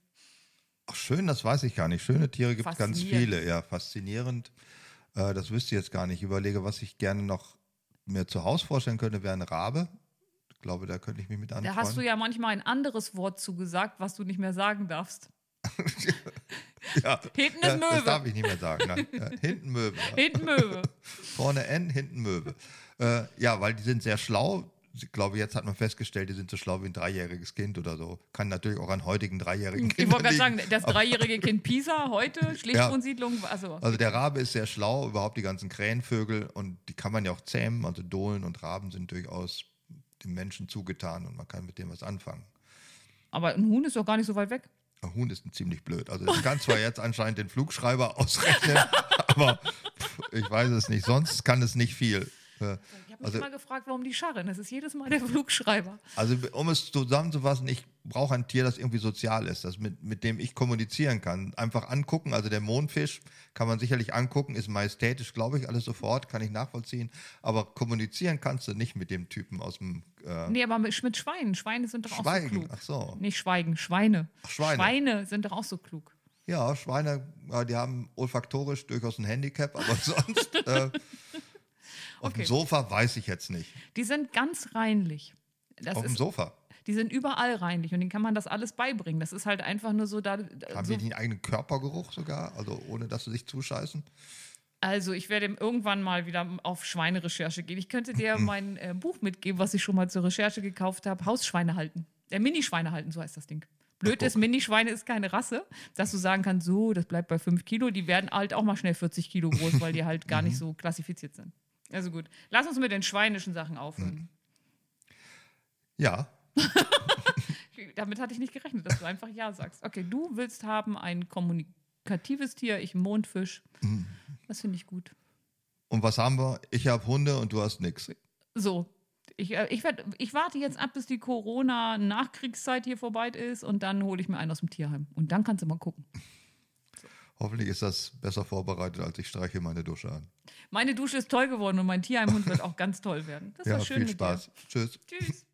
S2: Ach, schön, das weiß ich gar nicht. Schöne Tiere gibt es ganz
S3: Faszinierend.
S2: viele. Ja, faszinierend. Äh, das wüsste ich jetzt gar nicht. Ich überlege, was ich gerne noch mir zu Hause vorstellen könnte, wäre ein Rabe. Ich glaube, da könnte ich mich mit
S3: Da
S2: anfreunden.
S3: hast du ja manchmal ein anderes Wort zugesagt, was du nicht mehr sagen darfst.
S2: *laughs* ja.
S3: Hinten ist
S2: Ja, Das
S3: Möwe.
S2: darf ich nicht mehr sagen.
S3: *laughs*
S2: Nein. Ja, hinten Möwe. Ja. *laughs*
S3: Hinten Möwe.
S2: Vorne N, hinten Möwe. Äh, ja, weil die sind sehr schlau. Ich glaube, jetzt hat man festgestellt, die sind so schlau wie ein dreijähriges Kind oder so. Kann natürlich auch an heutigen dreijährigen
S3: Ich
S2: Kindern
S3: wollte gerade
S2: liegen.
S3: sagen, das dreijährige Kind Pisa heute, Schlichtgrundsiedlung, also
S2: Also der Rabe ist sehr schlau, überhaupt die ganzen Krähenvögel und die kann man ja auch zähmen. Also Dohlen und Raben sind durchaus dem Menschen zugetan und man kann mit dem was anfangen.
S3: Aber ein Huhn ist doch gar nicht so weit weg.
S2: Ein Huhn ist ein ziemlich blöd. Also ich kann zwar jetzt anscheinend den Flugschreiber *laughs* ausrechnen, aber pff, ich weiß es nicht. Sonst kann es nicht viel. Äh,
S3: Ich habe mich
S2: Also,
S3: mal gefragt, warum die Scharren. Das ist jedes Mal der *laughs* Flugschreiber.
S2: also um es zusammenzufassen, ich brauche ein Tier, das irgendwie sozial ist, das mit, mit dem ich kommunizieren kann. Einfach angucken, also der Mondfisch kann man sicherlich angucken, ist majestätisch, glaube ich, alles sofort, kann ich nachvollziehen. Aber kommunizieren kannst du nicht mit dem Typen aus dem äh,
S3: Nee, aber mit mit Schweinen. Schweine sind doch auch so
S2: Schweigen.
S3: klug.
S2: Ach so.
S3: Nicht Schweigen, Schweine.
S2: Schweine.
S3: sind doch auch so klug.
S2: Ja, Schweine, ja, die haben olfaktorisch durchaus ein Handicap, aber *laughs* sonst äh, auf
S3: Okay.
S2: dem Sofa weiß ich jetzt nicht.
S3: Die sind ganz reinlich. Das
S2: auf dem
S3: ist,
S2: Sofa.
S3: die sind überall reinlich und denen kann man das alles beibringen. Das ist halt einfach nur so da.
S2: Haben
S3: so
S2: die den eigenen Körpergeruch sogar? Also ohne, dass sie sich zuscheißen?
S3: Also ich werde irgendwann mal wieder auf Schweinerecherche gehen. Ich könnte dir mein äh, Buch mitgeben, was ich schon mal zur Recherche gekauft habe. Hausschweine halten. Äh, Minischweine halten, so heißt das Ding. Blöd ist, Minischweine ist keine Rasse, dass du sagen kannst, so, das bleibt bei 5 Kilo. Die werden halt auch mal schnell 40 Kilo groß, weil die halt gar nicht so klassifiziert sind. Also gut, lass uns mit den schweinischen Sachen aufhören.
S2: Ja.
S3: Damit hatte ich nicht gerechnet, dass du einfach Ja sagst. Okay, du willst haben ein kommunikatives Tier, ich einen Mondfisch. Das finde ich gut.
S2: Und was haben wir? Ich habe Hunde und du hast nichts.
S3: So. Ich, äh, ich, werd, ich warte jetzt ab, bis die Corona-Nachkriegszeit hier vorbei ist und dann hole ich mir einen aus dem Tierheim. Und dann kannst du mal gucken.
S2: Hoffentlich ist das besser vorbereitet, als ich streiche meine Dusche an.
S3: Meine Dusche ist toll geworden und mein Tierheimhund wird auch ganz toll werden. Das
S2: ja,
S3: war schön
S2: viel
S3: mit
S2: Spaß. Tschüss.
S3: dir. Tschüss.